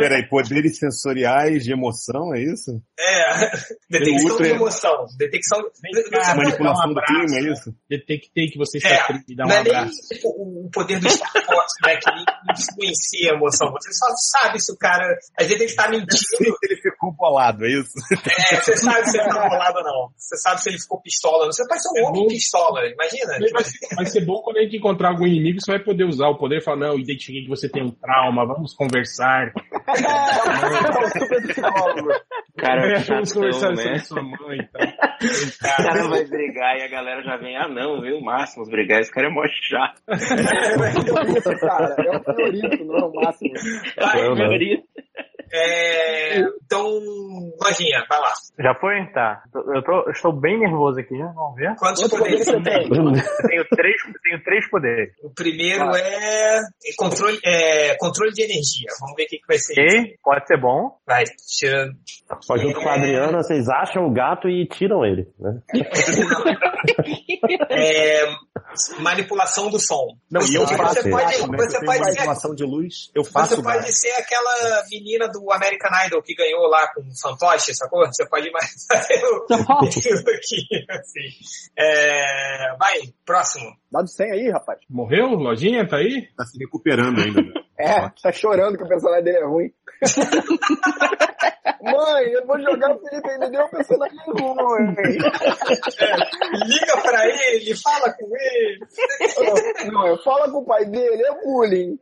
[SPEAKER 4] Peraí, poderes sensoriais de emoção, é isso?
[SPEAKER 1] É. Detecção
[SPEAKER 4] Ultra-
[SPEAKER 1] de emoção. Detecção...
[SPEAKER 4] cá, manipulação do clima, Ah, é isso?
[SPEAKER 3] Detectei que você
[SPEAKER 1] É,
[SPEAKER 3] está querendo me dar um
[SPEAKER 1] não é nem
[SPEAKER 3] abraço.
[SPEAKER 1] o, o poder do Star Fox, né, que influencia a emoção. Você só sabe se o cara. Às vezes ele tá mentindo.
[SPEAKER 4] Ele ficou bolado, é isso?
[SPEAKER 1] É, você sabe se ele tá bolado ou não. Você sabe se ele ficou pistola. ou não. Você pode ser
[SPEAKER 3] É
[SPEAKER 1] um homem pistola, imagina.
[SPEAKER 3] Vai, vai ser bom quando a gente encontrar algum inimigo, você vai poder usar o poder e falar, não, identifiquei que você tem um trauma, vamos conversar.
[SPEAKER 2] É
[SPEAKER 17] Cara, é
[SPEAKER 3] vamos
[SPEAKER 17] chatão,
[SPEAKER 3] conversar
[SPEAKER 17] né?
[SPEAKER 3] sobre sua mãe. e tal.
[SPEAKER 17] O cara vai brigar e a galera já vem, ah não, viu o máximo brigar, esse cara é mó chato.
[SPEAKER 2] Cara, é o Fiorito, não é o máximo.
[SPEAKER 1] Vai,
[SPEAKER 10] né?
[SPEAKER 17] Não, não.
[SPEAKER 1] Fiorito. É, então, lojinha, vai lá.
[SPEAKER 6] Já foi? Tá. Eu, tô, eu estou bem nervoso aqui, já vamos ver?
[SPEAKER 1] Quantos poderes você tem?
[SPEAKER 6] Eu tenho três, eu tenho três poderes.
[SPEAKER 1] O primeiro é controle, é controle de energia. Vamos ver o que, que vai ser.
[SPEAKER 6] Ok? Pode ser bom.
[SPEAKER 1] Vai, tirando.
[SPEAKER 10] Só junto com a Adriana, vocês acham o gato e tiram ele. Né?
[SPEAKER 1] É, manipulação do som.
[SPEAKER 4] Não, e eu
[SPEAKER 1] Você
[SPEAKER 4] faço
[SPEAKER 1] pode-
[SPEAKER 4] gato, né?
[SPEAKER 1] você
[SPEAKER 4] eu
[SPEAKER 1] pode ser-
[SPEAKER 4] tenho manipulação de luz, eu faço
[SPEAKER 1] Você pode
[SPEAKER 4] gato.
[SPEAKER 1] ser aquela menina do American Idol que ganhou lá com o fantoche, sacou? Você pode mais fazer o- isso aqui, assim. É, vai, próximo.
[SPEAKER 2] Dado 100 aí, rapaz.
[SPEAKER 3] Morreu? Lojinha, tá aí?
[SPEAKER 4] Tá se recuperando ainda. né?
[SPEAKER 2] É, tá chorando que o personagem dele é ruim. Mãe, eu vou jogar o Felipe ainda deu um personagem
[SPEAKER 9] é
[SPEAKER 2] ruim.
[SPEAKER 1] Liga pra ele, fala com ele.
[SPEAKER 2] Não, eu falo com o pai dele, é bullying.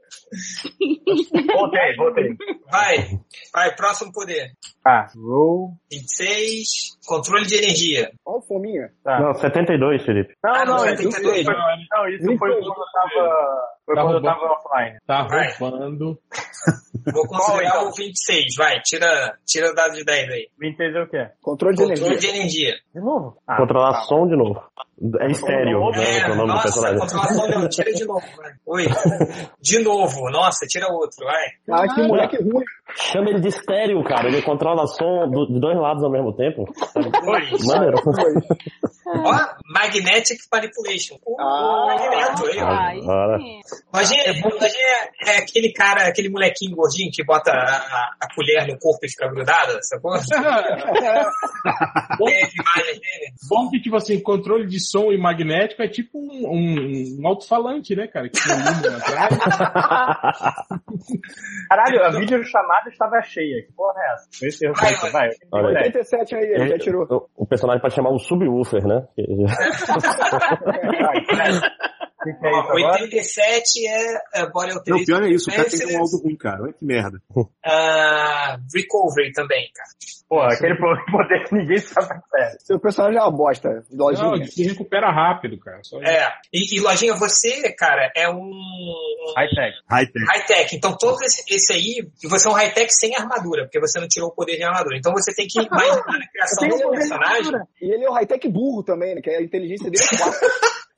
[SPEAKER 6] Voltei, voltei.
[SPEAKER 1] Vai, vai, próximo poder.
[SPEAKER 6] Ah, roll.
[SPEAKER 1] 26, controle de energia.
[SPEAKER 2] Ó, o fominha.
[SPEAKER 10] Não, 72, Felipe.
[SPEAKER 6] tá. Não, não,
[SPEAKER 1] Ah,
[SPEAKER 6] isso foi, não, isso foi quando eu tava, foi
[SPEAKER 3] Tá
[SPEAKER 6] quando eu
[SPEAKER 3] roubando.
[SPEAKER 6] tava offline.
[SPEAKER 3] Tá roubando.
[SPEAKER 1] Vou então. considerar é o 26, vai, tira, tira o dado de 10 aí.
[SPEAKER 6] 26 é o quê?
[SPEAKER 2] Controle
[SPEAKER 1] de Controle energia. de energia.
[SPEAKER 6] De novo? Ah,
[SPEAKER 10] Controlar
[SPEAKER 6] tá.
[SPEAKER 10] som de novo. É estéreo, né?
[SPEAKER 1] É,
[SPEAKER 10] o nome do
[SPEAKER 1] nossa,
[SPEAKER 10] personagem.
[SPEAKER 1] controlação não, tira de novo, vai. Oi. De novo, nossa, tira outro, vai.
[SPEAKER 2] Ah, que moleque ruim.
[SPEAKER 10] Chama ele de estéreo, cara. Ele controla som do- de dois lados ao mesmo tempo.
[SPEAKER 1] Dois.
[SPEAKER 10] Maneiro.
[SPEAKER 1] Ó, Magnetic Manipulation. Uh, magneto, aí, ó.
[SPEAKER 10] Bora.
[SPEAKER 1] Lojinha, Lojinha é aquele cara, aquele molequinho gordinho que bota a, a- a colher no corpo e fica grudada, sacou? Tem essa É, imagem dele.
[SPEAKER 3] Bom que, tipo assim, controle de som e magnético é tipo um, um- um alto-falante, né, cara? Que tem um número atrás.
[SPEAKER 6] Caralho, a videochamada estava cheia. Que porra é essa? Esse é o certo, vai.
[SPEAKER 10] Olha aí.
[SPEAKER 2] 87 aí, ele já tirou.
[SPEAKER 10] O- O personagem pode chamar o subwoofer, né? Que-
[SPEAKER 1] Ó, 87 é, é body
[SPEAKER 4] Não, o
[SPEAKER 1] alteration.
[SPEAKER 4] pior é isso, o cara tem um
[SPEAKER 1] Excellence.
[SPEAKER 4] alto ruim, cara. Olha que merda.
[SPEAKER 1] Ah, recovery também, cara.
[SPEAKER 6] Pô, aquele poder que ninguém sabe o que é.
[SPEAKER 2] Seu personagem é uma bosta,
[SPEAKER 3] Não,
[SPEAKER 2] lojinha.
[SPEAKER 3] ele se recupera rápido, cara. Só isso.
[SPEAKER 1] É, e, e lojinha, você, cara, é um um
[SPEAKER 6] High-tech.
[SPEAKER 4] High-tech.
[SPEAKER 1] high-tech. Então todo esse, esse aí, você é um high-tech sem armadura, porque você não tirou o poder de armadura. Então você tem que imaginar a
[SPEAKER 2] Eu
[SPEAKER 1] criação do
[SPEAKER 2] tenho um poder de
[SPEAKER 1] personagem.
[SPEAKER 2] armadura. E ele é o high-tech burro também, né? Que a inteligência dele é 4.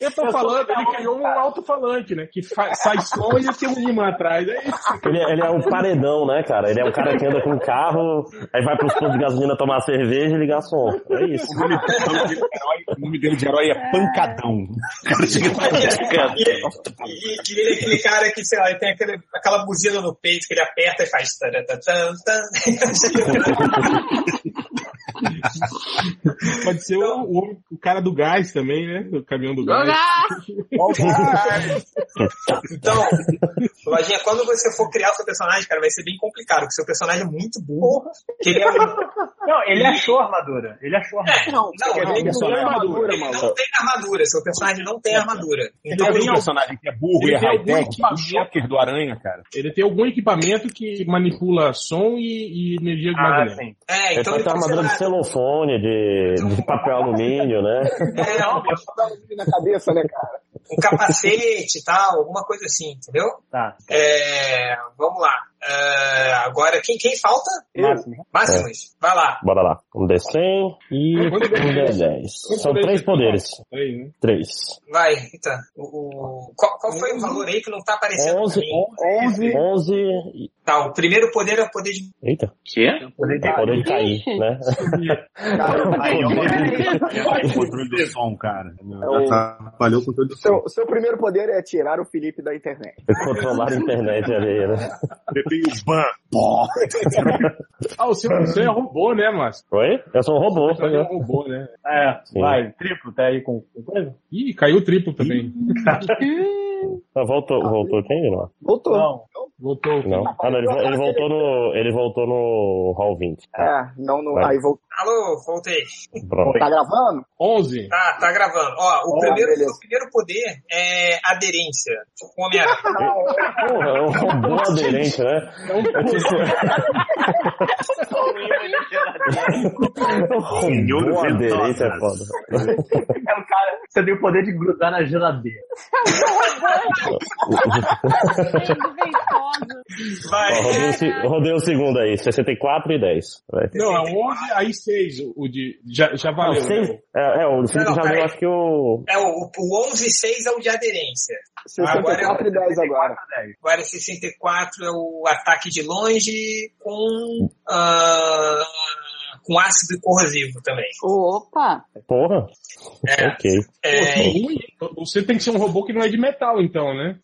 [SPEAKER 3] Eu tô falando, ele criou um alto-falante, né? Que fa- sai som e tem um imã atrás. É isso.
[SPEAKER 10] Ele, ele é um paredão, né, cara? Ele é um cara que anda com um carro, aí vai pros postos de gasolina tomar cerveja e ligar som. É isso.
[SPEAKER 4] O nome, dele de herói, o nome dele de herói é Pancadão. O cara chega e fala,
[SPEAKER 1] E que ele é aquele cara que, sei lá, ele tem aquele, aquela buzina no peito que ele aperta e faz. taratatã, tan.
[SPEAKER 3] Pode ser o, o homem- o cara do gás também, né? O caminhão do
[SPEAKER 1] Jogar!
[SPEAKER 3] gás.
[SPEAKER 1] Então, Lojinha, quando você for criar o seu personagem, cara, vai ser bem complicado, porque o seu personagem é muito burro. que ele é um- É.
[SPEAKER 6] Não, ele achou a armadura. Ele achou a armadura.
[SPEAKER 1] Não, não,
[SPEAKER 2] É
[SPEAKER 6] Ele
[SPEAKER 1] não,
[SPEAKER 6] tem
[SPEAKER 1] não,
[SPEAKER 6] armadura,
[SPEAKER 1] armadura,
[SPEAKER 6] maluco.
[SPEAKER 1] não tem armadura, seu personagem não tem armadura. Então,
[SPEAKER 3] Ele tem algum- ele tem algum equipamento-
[SPEAKER 4] do Aranha, cara.
[SPEAKER 3] Ele tem algum equipamento que manipula som e, e energia de
[SPEAKER 10] Ah,
[SPEAKER 3] magnética.
[SPEAKER 10] sim.
[SPEAKER 1] é, então
[SPEAKER 10] ele pode
[SPEAKER 1] tá
[SPEAKER 10] ter uma armadura de celofone, de, de papel alumínio, né?
[SPEAKER 1] É, não,
[SPEAKER 2] na cabeça, né, cara?
[SPEAKER 1] um capacete e tal, alguma coisa assim, entendeu?
[SPEAKER 6] Tá.
[SPEAKER 1] É, vamos lá. É, agora, quem, quem falta?
[SPEAKER 6] Máximo.
[SPEAKER 1] Máximos, vai lá.
[SPEAKER 10] Bora lá. Um D100 e um
[SPEAKER 1] Quantos poderes?
[SPEAKER 10] D10.
[SPEAKER 1] Quantos
[SPEAKER 10] São três
[SPEAKER 1] poderes?
[SPEAKER 10] poderes.
[SPEAKER 3] Aí, né?
[SPEAKER 10] Três.
[SPEAKER 1] Vai, Rita. O, o- qual, qual foi o valor aí que não tá aparecendo? pra
[SPEAKER 10] Onze.
[SPEAKER 1] mim?
[SPEAKER 10] Onze. Onze.
[SPEAKER 1] Tá, o primeiro poder é o poder de.
[SPEAKER 10] Eita.
[SPEAKER 1] Quê?
[SPEAKER 10] É poder de cair, né?
[SPEAKER 4] É o controle do som, cara.
[SPEAKER 2] É o-
[SPEAKER 4] Atrapalhou o controle do som.
[SPEAKER 2] Seu, seu primeiro poder é tirar o Felipe da internet.
[SPEAKER 10] Controlar a internet ali, né?
[SPEAKER 4] Tem o ban. Pó.
[SPEAKER 3] Ah, o seu você é robô, né, Márcio?
[SPEAKER 10] Oi? Eu sou um robô.
[SPEAKER 3] Você é um robô, né?
[SPEAKER 6] É,
[SPEAKER 10] Sim.
[SPEAKER 6] vai, triplo, tá aí com com coisa?
[SPEAKER 3] Ih, caiu triplo também.
[SPEAKER 10] Ah, voltou, voltou quem? Não.
[SPEAKER 2] Voltou.
[SPEAKER 6] Não.
[SPEAKER 3] Voltou.
[SPEAKER 10] Não. Ah, não, ele, vo- ele voltou no. Ele voltou no Hall 20.
[SPEAKER 2] É, não, não.
[SPEAKER 10] Vai.
[SPEAKER 2] Aí vou.
[SPEAKER 1] Alô, voltei.
[SPEAKER 10] Pronto.
[SPEAKER 2] Tá gravando?
[SPEAKER 3] 11.
[SPEAKER 1] Tá, tá gravando. Ó, o,
[SPEAKER 2] Ó,
[SPEAKER 1] primeiro,
[SPEAKER 2] beleza.
[SPEAKER 1] o primeiro poder é aderência. O Homem-Aranha.
[SPEAKER 10] Porra, é um robô aderente, né? É um robô aderente, é foda.
[SPEAKER 6] É o cara, você tem o poder de grudar na geladeira.
[SPEAKER 10] Ó, rodei, o, se- rodei o segundo aí, 64 e 10. Vai.
[SPEAKER 3] Não, é 11, aí 6. O de, já, já
[SPEAKER 10] Ah, o
[SPEAKER 3] valeu.
[SPEAKER 10] seis-
[SPEAKER 3] né?
[SPEAKER 10] é, é, o Felipe
[SPEAKER 1] Não,
[SPEAKER 10] já
[SPEAKER 1] peraí.
[SPEAKER 10] leu, acho que o.
[SPEAKER 1] É, o, o 11 e 6 é o de aderência.
[SPEAKER 2] 64 e 10 agora.
[SPEAKER 1] Agora 64 é o ataque de longe com, ah, com ácido corrosivo também.
[SPEAKER 9] Opa!
[SPEAKER 10] Porra! Ok.
[SPEAKER 1] É,
[SPEAKER 3] Pô, ruim, hein? Você tem que ser um robô que não é de metal, então, né?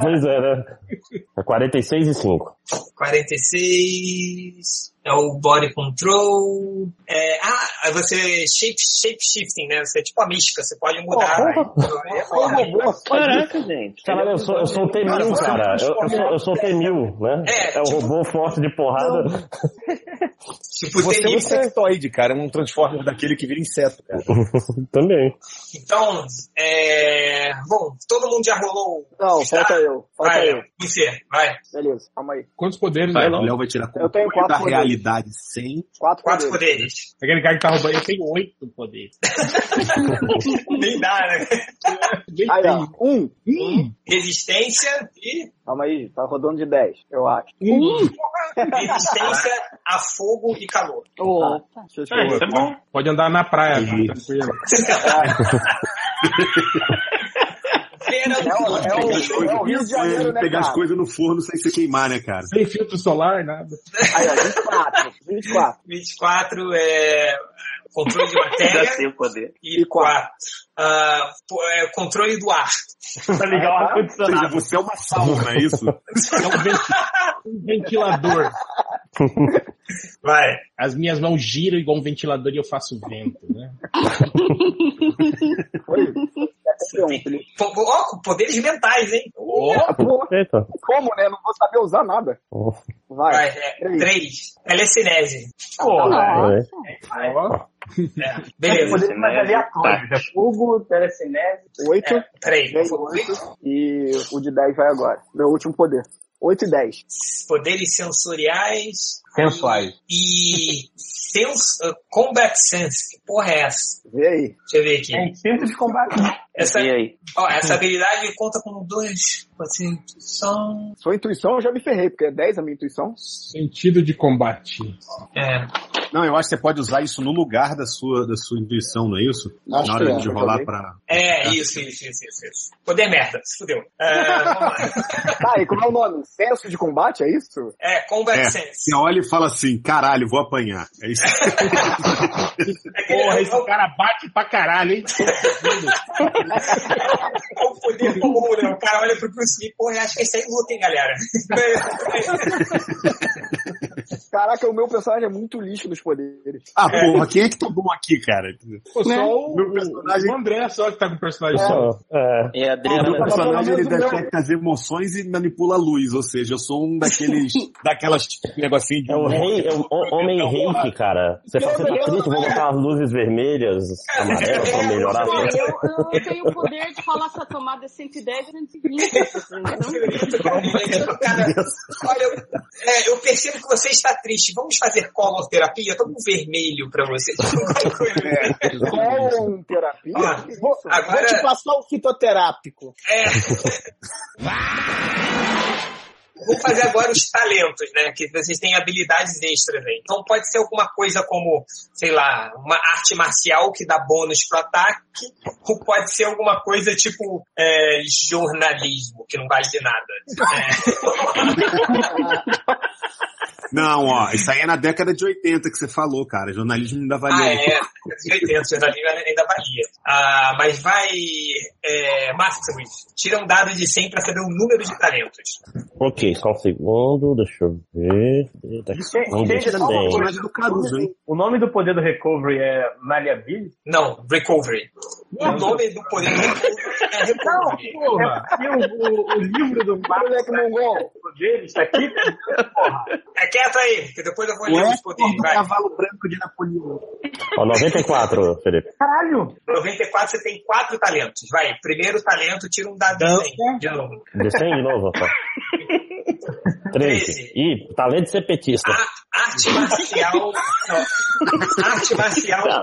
[SPEAKER 10] Pois é, né? É 46 e 5.
[SPEAKER 1] 46 é o body control. É, ah, aí você shape, shape shifting, né? Você é tipo a mística, você pode mudar. né?
[SPEAKER 2] é
[SPEAKER 10] Caraca,
[SPEAKER 18] gente.
[SPEAKER 10] Caralho, eu sou, eu sou o T-1000, cara. Eu, eu sou, eu sou o T-1000, né? É, o robô forte de porrada.
[SPEAKER 1] Tipo,
[SPEAKER 4] você é um
[SPEAKER 1] tem-
[SPEAKER 4] insectoide, cara. É um transformer daquele que vira inseto, cara.
[SPEAKER 10] Também.
[SPEAKER 1] Então, é, bom, todo mundo já rolou.
[SPEAKER 2] Não, falta eu. Falta
[SPEAKER 1] Vai,
[SPEAKER 2] eu.
[SPEAKER 1] Você, vai.
[SPEAKER 2] Beleza, calma aí.
[SPEAKER 3] Quantos poderes
[SPEAKER 4] Vai,
[SPEAKER 3] é?
[SPEAKER 4] o Léo vai tirar
[SPEAKER 2] Eu tenho
[SPEAKER 4] controle
[SPEAKER 2] quatro
[SPEAKER 4] Tá da
[SPEAKER 2] poderes.
[SPEAKER 4] realidade sem.
[SPEAKER 2] Quatro,
[SPEAKER 1] Quatro
[SPEAKER 2] poderes.
[SPEAKER 1] poderes.
[SPEAKER 3] Aquele cara que tá roubando, eu tenho 8 poderes.
[SPEAKER 1] Nem dá, né?
[SPEAKER 2] Aí, ó. Um.
[SPEAKER 1] Resistência e
[SPEAKER 2] Calma aí, tá rodando de 10, eu acho.
[SPEAKER 3] um.
[SPEAKER 1] resistência a fogo e calor.
[SPEAKER 9] Opa!
[SPEAKER 2] Deixa eu te
[SPEAKER 3] É, isso é bom. Pode andar na praia, cara, tranquilo.
[SPEAKER 2] É o,
[SPEAKER 1] né?
[SPEAKER 2] é o Rio de Janeiro, né,
[SPEAKER 4] pegar
[SPEAKER 2] cara?
[SPEAKER 4] as coisas no forno sem se queimar, né, cara?
[SPEAKER 3] Sem filtro solar, nada.
[SPEAKER 2] Aí, ó, 24. 24.
[SPEAKER 1] 24 é controle de
[SPEAKER 18] Já
[SPEAKER 1] matéria
[SPEAKER 18] sei o poder.
[SPEAKER 1] e 4. Ah, pô, é controle do ar.
[SPEAKER 10] Tá
[SPEAKER 6] Pra ligar o
[SPEAKER 10] Ah,
[SPEAKER 4] Ou seja,
[SPEAKER 6] ar-condicionado.
[SPEAKER 4] você é uma sauna, é isso?
[SPEAKER 3] Um ventilador.
[SPEAKER 1] Vai.
[SPEAKER 3] As minhas mãos giram igual um ventilador e eu faço vento, né?
[SPEAKER 1] Po- po- Ó, com poderes mentais, hein?
[SPEAKER 2] Ah, porra,
[SPEAKER 10] Eita.
[SPEAKER 2] como, né? Não vou saber usar nada.
[SPEAKER 1] Vai,
[SPEAKER 2] Vai.
[SPEAKER 1] é,
[SPEAKER 2] Ah, Três.
[SPEAKER 1] 3. Telecinese.
[SPEAKER 9] Ah,
[SPEAKER 6] Porra.
[SPEAKER 1] é.
[SPEAKER 10] Peraí.
[SPEAKER 3] Ó,
[SPEAKER 1] Beleza.
[SPEAKER 6] Poder mais aleatório. É fogo, telecinese.
[SPEAKER 2] 8
[SPEAKER 1] Peraí.
[SPEAKER 2] Ganhei e o de 10 vai agora. Meu último poder. 8 e 10.
[SPEAKER 1] Poderes sensoriais.
[SPEAKER 19] Sensuais.
[SPEAKER 1] E. Sens, ah, combat sense. Que porra é essa?
[SPEAKER 2] Vê aí.
[SPEAKER 1] Deixa eu ver aqui.
[SPEAKER 6] É instinto de combate.
[SPEAKER 2] né?
[SPEAKER 1] Essa,
[SPEAKER 18] E aí?
[SPEAKER 1] ó, essa habilidade conta com dois. Assim, são.
[SPEAKER 2] Sua intuição eu já me ferrei, porque é 10 a minha intuição.
[SPEAKER 3] sentido de combate.
[SPEAKER 1] É.
[SPEAKER 4] Não, eu acho que você pode usar isso no lugar da sua, da sua intuição, não é isso?
[SPEAKER 1] Acho
[SPEAKER 4] Na hora
[SPEAKER 1] que é,
[SPEAKER 4] de rolar
[SPEAKER 1] também.
[SPEAKER 4] tá. pra.
[SPEAKER 3] Tá.
[SPEAKER 1] É, isso, isso, isso, isso, isso. Poder merda, se fudeu. É, vamos lá.
[SPEAKER 2] Tá, e como é o nome? Senso de combate, é isso?
[SPEAKER 1] É, Combat
[SPEAKER 4] É,
[SPEAKER 1] Sense.
[SPEAKER 4] você olha e fala assim, caralho, vou apanhar. É isso.
[SPEAKER 3] Porra, esse cara bate pra caralho, hein?
[SPEAKER 1] É o poder comum, né? O cara olha pro Bruce Lee, porra, eu acho que esse aí luta, hein, galera?
[SPEAKER 2] Caraca, o meu personagem é muito lixo nos poderes.
[SPEAKER 4] Ah, porra, quem é que tá bom aqui, cara?
[SPEAKER 3] Pô,
[SPEAKER 2] Né?
[SPEAKER 3] só o,
[SPEAKER 2] Meu
[SPEAKER 3] o-
[SPEAKER 2] personagem-
[SPEAKER 3] o André só que tá com o personagem
[SPEAKER 4] É.
[SPEAKER 3] só.
[SPEAKER 10] É, é
[SPEAKER 4] O meu personagem ele
[SPEAKER 3] Meu-
[SPEAKER 4] detecta as emoções e manipula a luz, ou seja, eu sou um daqueles. daquelas negocinho de.
[SPEAKER 10] É o rei, é o o- homem reiki, cara. Você fala, você tá triste, vou botar as luzes vermelhas, amarelas pra melhorar.
[SPEAKER 9] Pô, eu, eu tenho o poder de falar se a tomada é 110 ou 120.
[SPEAKER 1] Olha, eu, é, eu percebo que você está triste. Vamos fazer color terapia? Toma um vermelho pra você.
[SPEAKER 3] É.
[SPEAKER 2] Colon É um terapia?
[SPEAKER 5] Vou,
[SPEAKER 1] agora-
[SPEAKER 5] vou te passar o fitoterápico.
[SPEAKER 1] Vou fazer agora os talentos, né? Que vocês têm habilidades extras aí. Então pode ser alguma coisa como, sei lá, uma arte marcial que dá bônus pro ataque, ou pode ser alguma coisa tipo é, jornalismo, que não vale de nada. É.
[SPEAKER 4] Não, ó, isso aí é na década de 80 que você falou, cara. Jornalismo ainda valeu.
[SPEAKER 1] Ah, é. 80, jornalismo ainda valia. Ah, mas vai. É, Mastery, tira um dado de 100 pra saber o número de talentos.
[SPEAKER 10] Ok, só um segundo, deixa eu ver. Eita, vamos ver
[SPEAKER 6] Gente,
[SPEAKER 10] também.
[SPEAKER 6] O nome do poder do recovery é maleability?
[SPEAKER 1] Não, recovery. O nome do poder do é recovery.
[SPEAKER 6] Porra, e o, o, o livro do Moleque
[SPEAKER 2] um Mongol.
[SPEAKER 6] O dele está aqui.
[SPEAKER 1] É quieto aí, que depois eu vou ler os poderes. Vai.
[SPEAKER 4] cavalo branco de Napoleão.
[SPEAKER 10] Ó, 94, Felipe.
[SPEAKER 1] Caralho! 94 você tem quatro talentos. Vai, primeiro talento, tira um dado de 100. De novo.
[SPEAKER 10] Descende de novo, rapaz. 13. Ih, talento de ser petista.
[SPEAKER 1] Arte marcial. não. Arte marcial A.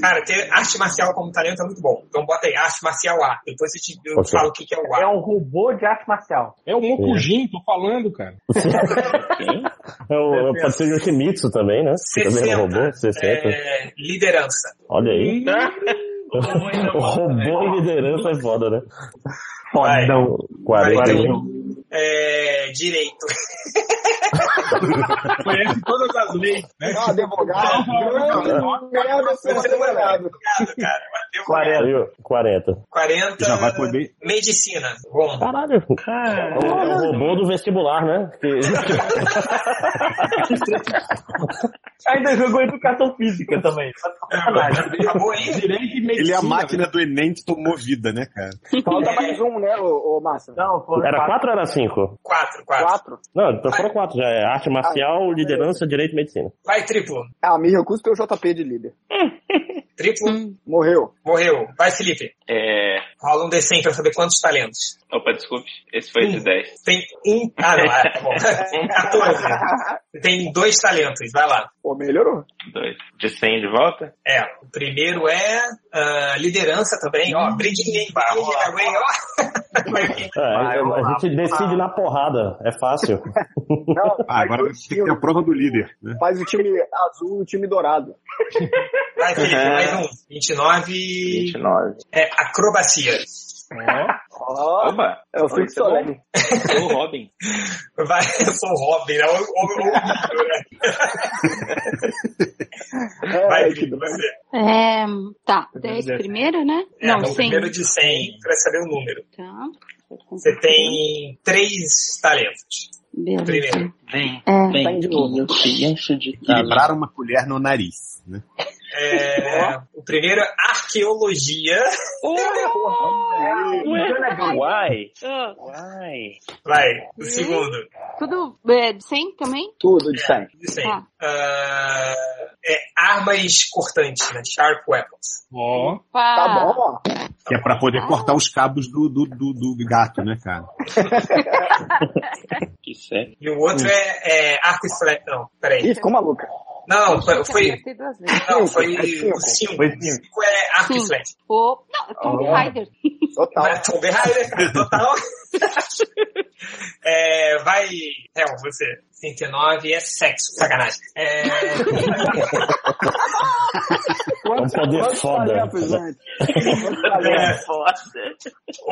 [SPEAKER 1] Cara, ter arte marcial como talento é muito bom. Então bota aí, arte marcial A. Depois eu te eu te
[SPEAKER 10] Ok.
[SPEAKER 1] falo o que que é o A.
[SPEAKER 6] É um robô de arte marcial.
[SPEAKER 3] É o Mokujin, tô falando, cara.
[SPEAKER 10] É o- pode ser o Yoshimitsu também, né? Que também é um robô, 60.
[SPEAKER 1] É, liderança.
[SPEAKER 10] Olha aí. o robô em liderança é foda, né?
[SPEAKER 6] Fodão.
[SPEAKER 10] 41.
[SPEAKER 1] É, direito.
[SPEAKER 3] Conhece todas as leis, né?
[SPEAKER 2] Não, Ah, advogado. Grande merda, seu advogado.
[SPEAKER 10] 40. 40.
[SPEAKER 1] 40.
[SPEAKER 10] Já vai poder.
[SPEAKER 1] Medicina. Bom.
[SPEAKER 10] Caralho. É o, é o robô do vestibular, né? Que-
[SPEAKER 6] Ainda jogou educação física também.
[SPEAKER 10] Ah,
[SPEAKER 4] Ele é a máquina do Enem que tomou vida, né, cara?
[SPEAKER 2] Falta mais um, né, ô, ô Márcio?
[SPEAKER 6] Não,
[SPEAKER 10] Era 4 ou era 5?
[SPEAKER 1] Quatro, quatro.
[SPEAKER 10] Não, então foram 4 já. É arte marcial, liderança, direito e medicina.
[SPEAKER 1] Vai, triplo.
[SPEAKER 2] Ah, me recuso ter o JP de líder.
[SPEAKER 1] Triplo.
[SPEAKER 2] Morreu.
[SPEAKER 1] Morreu. Vai, Felipe.
[SPEAKER 20] É.
[SPEAKER 1] Rola um D100 pra saber quantos talentos.
[SPEAKER 20] Opa, desculpe. Esse foi de 10.
[SPEAKER 1] Tem um. Ah, não, ah, tá bom. 14. Você Tem dois talentos, vai lá.
[SPEAKER 2] Pô, melhorou.
[SPEAKER 20] Dois. De 100 de volta?
[SPEAKER 1] É, o primeiro é ah, liderança também, ó. Briguinha, hein? Briguinha, hein? ó.
[SPEAKER 10] É, a- a,
[SPEAKER 1] rolar,
[SPEAKER 10] gente decide na porrada. É fácil.
[SPEAKER 4] Ah, agora tem que ter a prova do líder, né?
[SPEAKER 2] Faz o time azul e o time dourado.
[SPEAKER 1] Vai, Felipe,
[SPEAKER 2] É.
[SPEAKER 1] mais um. 29.
[SPEAKER 20] 29.
[SPEAKER 1] É, acrobacia.
[SPEAKER 20] Opa!
[SPEAKER 2] É o Felipe Solene.
[SPEAKER 20] Sou o Robin.
[SPEAKER 1] Vai, eu sou o Robin, né? O-
[SPEAKER 2] É,
[SPEAKER 1] o- o- Vai, Felipe, você.
[SPEAKER 9] É, tá, 10 primeiro, né?
[SPEAKER 1] É,
[SPEAKER 9] Não,
[SPEAKER 1] no
[SPEAKER 9] 100.
[SPEAKER 1] primeiro de 100, pra saber o número.
[SPEAKER 9] Tá.
[SPEAKER 1] Você tem três talentos.
[SPEAKER 9] Beleza.
[SPEAKER 1] Primeiro.
[SPEAKER 20] Vem,
[SPEAKER 9] É.
[SPEAKER 20] vem.
[SPEAKER 9] Tá de novo.
[SPEAKER 20] Eu te encho de
[SPEAKER 4] Equilibrar uma colher no nariz, né?
[SPEAKER 1] É, o primeiro é arqueologia.
[SPEAKER 20] Uai!
[SPEAKER 9] Ah,
[SPEAKER 20] Uai!
[SPEAKER 1] Vai, o segundo.
[SPEAKER 9] Tudo é, de 100 também?
[SPEAKER 2] Tudo de 100.
[SPEAKER 1] De 100.
[SPEAKER 9] Tá.
[SPEAKER 1] Ah, é armas cortantes, né? Sharp weapons.
[SPEAKER 9] Tá
[SPEAKER 2] bom, ó.
[SPEAKER 4] Que é pra poder cortar os cabos do, do, do, do gato, né, cara?
[SPEAKER 20] Que sério.
[SPEAKER 1] E o outro é, é arco e flecha. Não, peraí.
[SPEAKER 2] Ih, ficou maluca.
[SPEAKER 1] Não, foi. foi
[SPEAKER 9] Acertei duas vezes.
[SPEAKER 1] não, foi
[SPEAKER 2] Cinco.
[SPEAKER 1] o 5.
[SPEAKER 2] Foi
[SPEAKER 1] O 5 é arco e
[SPEAKER 9] Cinco.
[SPEAKER 1] flecha.
[SPEAKER 9] Pô, não, Tomb
[SPEAKER 1] Ah.
[SPEAKER 9] Raider.
[SPEAKER 2] Total.
[SPEAKER 1] Vai Tomb Raider, cara, total. É, vai. É, você. 39 é sexo, sacanagem. É...
[SPEAKER 10] É um poder foda.
[SPEAKER 1] É,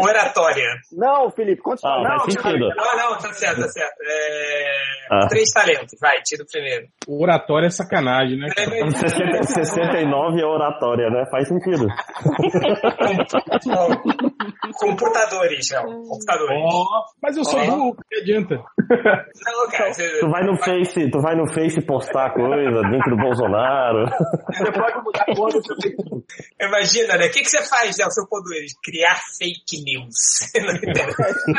[SPEAKER 1] Oratória.
[SPEAKER 2] Não, Felipe, quantos
[SPEAKER 10] Ah,
[SPEAKER 1] não,
[SPEAKER 10] faz
[SPEAKER 1] tipo,
[SPEAKER 10] sentido.
[SPEAKER 1] não, não, tá certo, tá certo. É,
[SPEAKER 10] Ah.
[SPEAKER 1] Três talentos, vai, tira o primeiro.
[SPEAKER 3] Oratória é sacanagem, né? cara?
[SPEAKER 10] 60 69 é oratória, né? Faz sentido.
[SPEAKER 1] Computadores, não.
[SPEAKER 20] É
[SPEAKER 1] Computadores.
[SPEAKER 3] Mas eu sou
[SPEAKER 1] Ó.
[SPEAKER 3] burro, que adianta?
[SPEAKER 1] Não, cara, você-
[SPEAKER 10] Tu vai no Face, tu vai no Face postar coisa dentro do Bolsonaro.
[SPEAKER 1] Você pode mudar a cor do seu Facebook. Imagina, né? O que, que você faz, né? O seu poder criar fake news. Não entendo.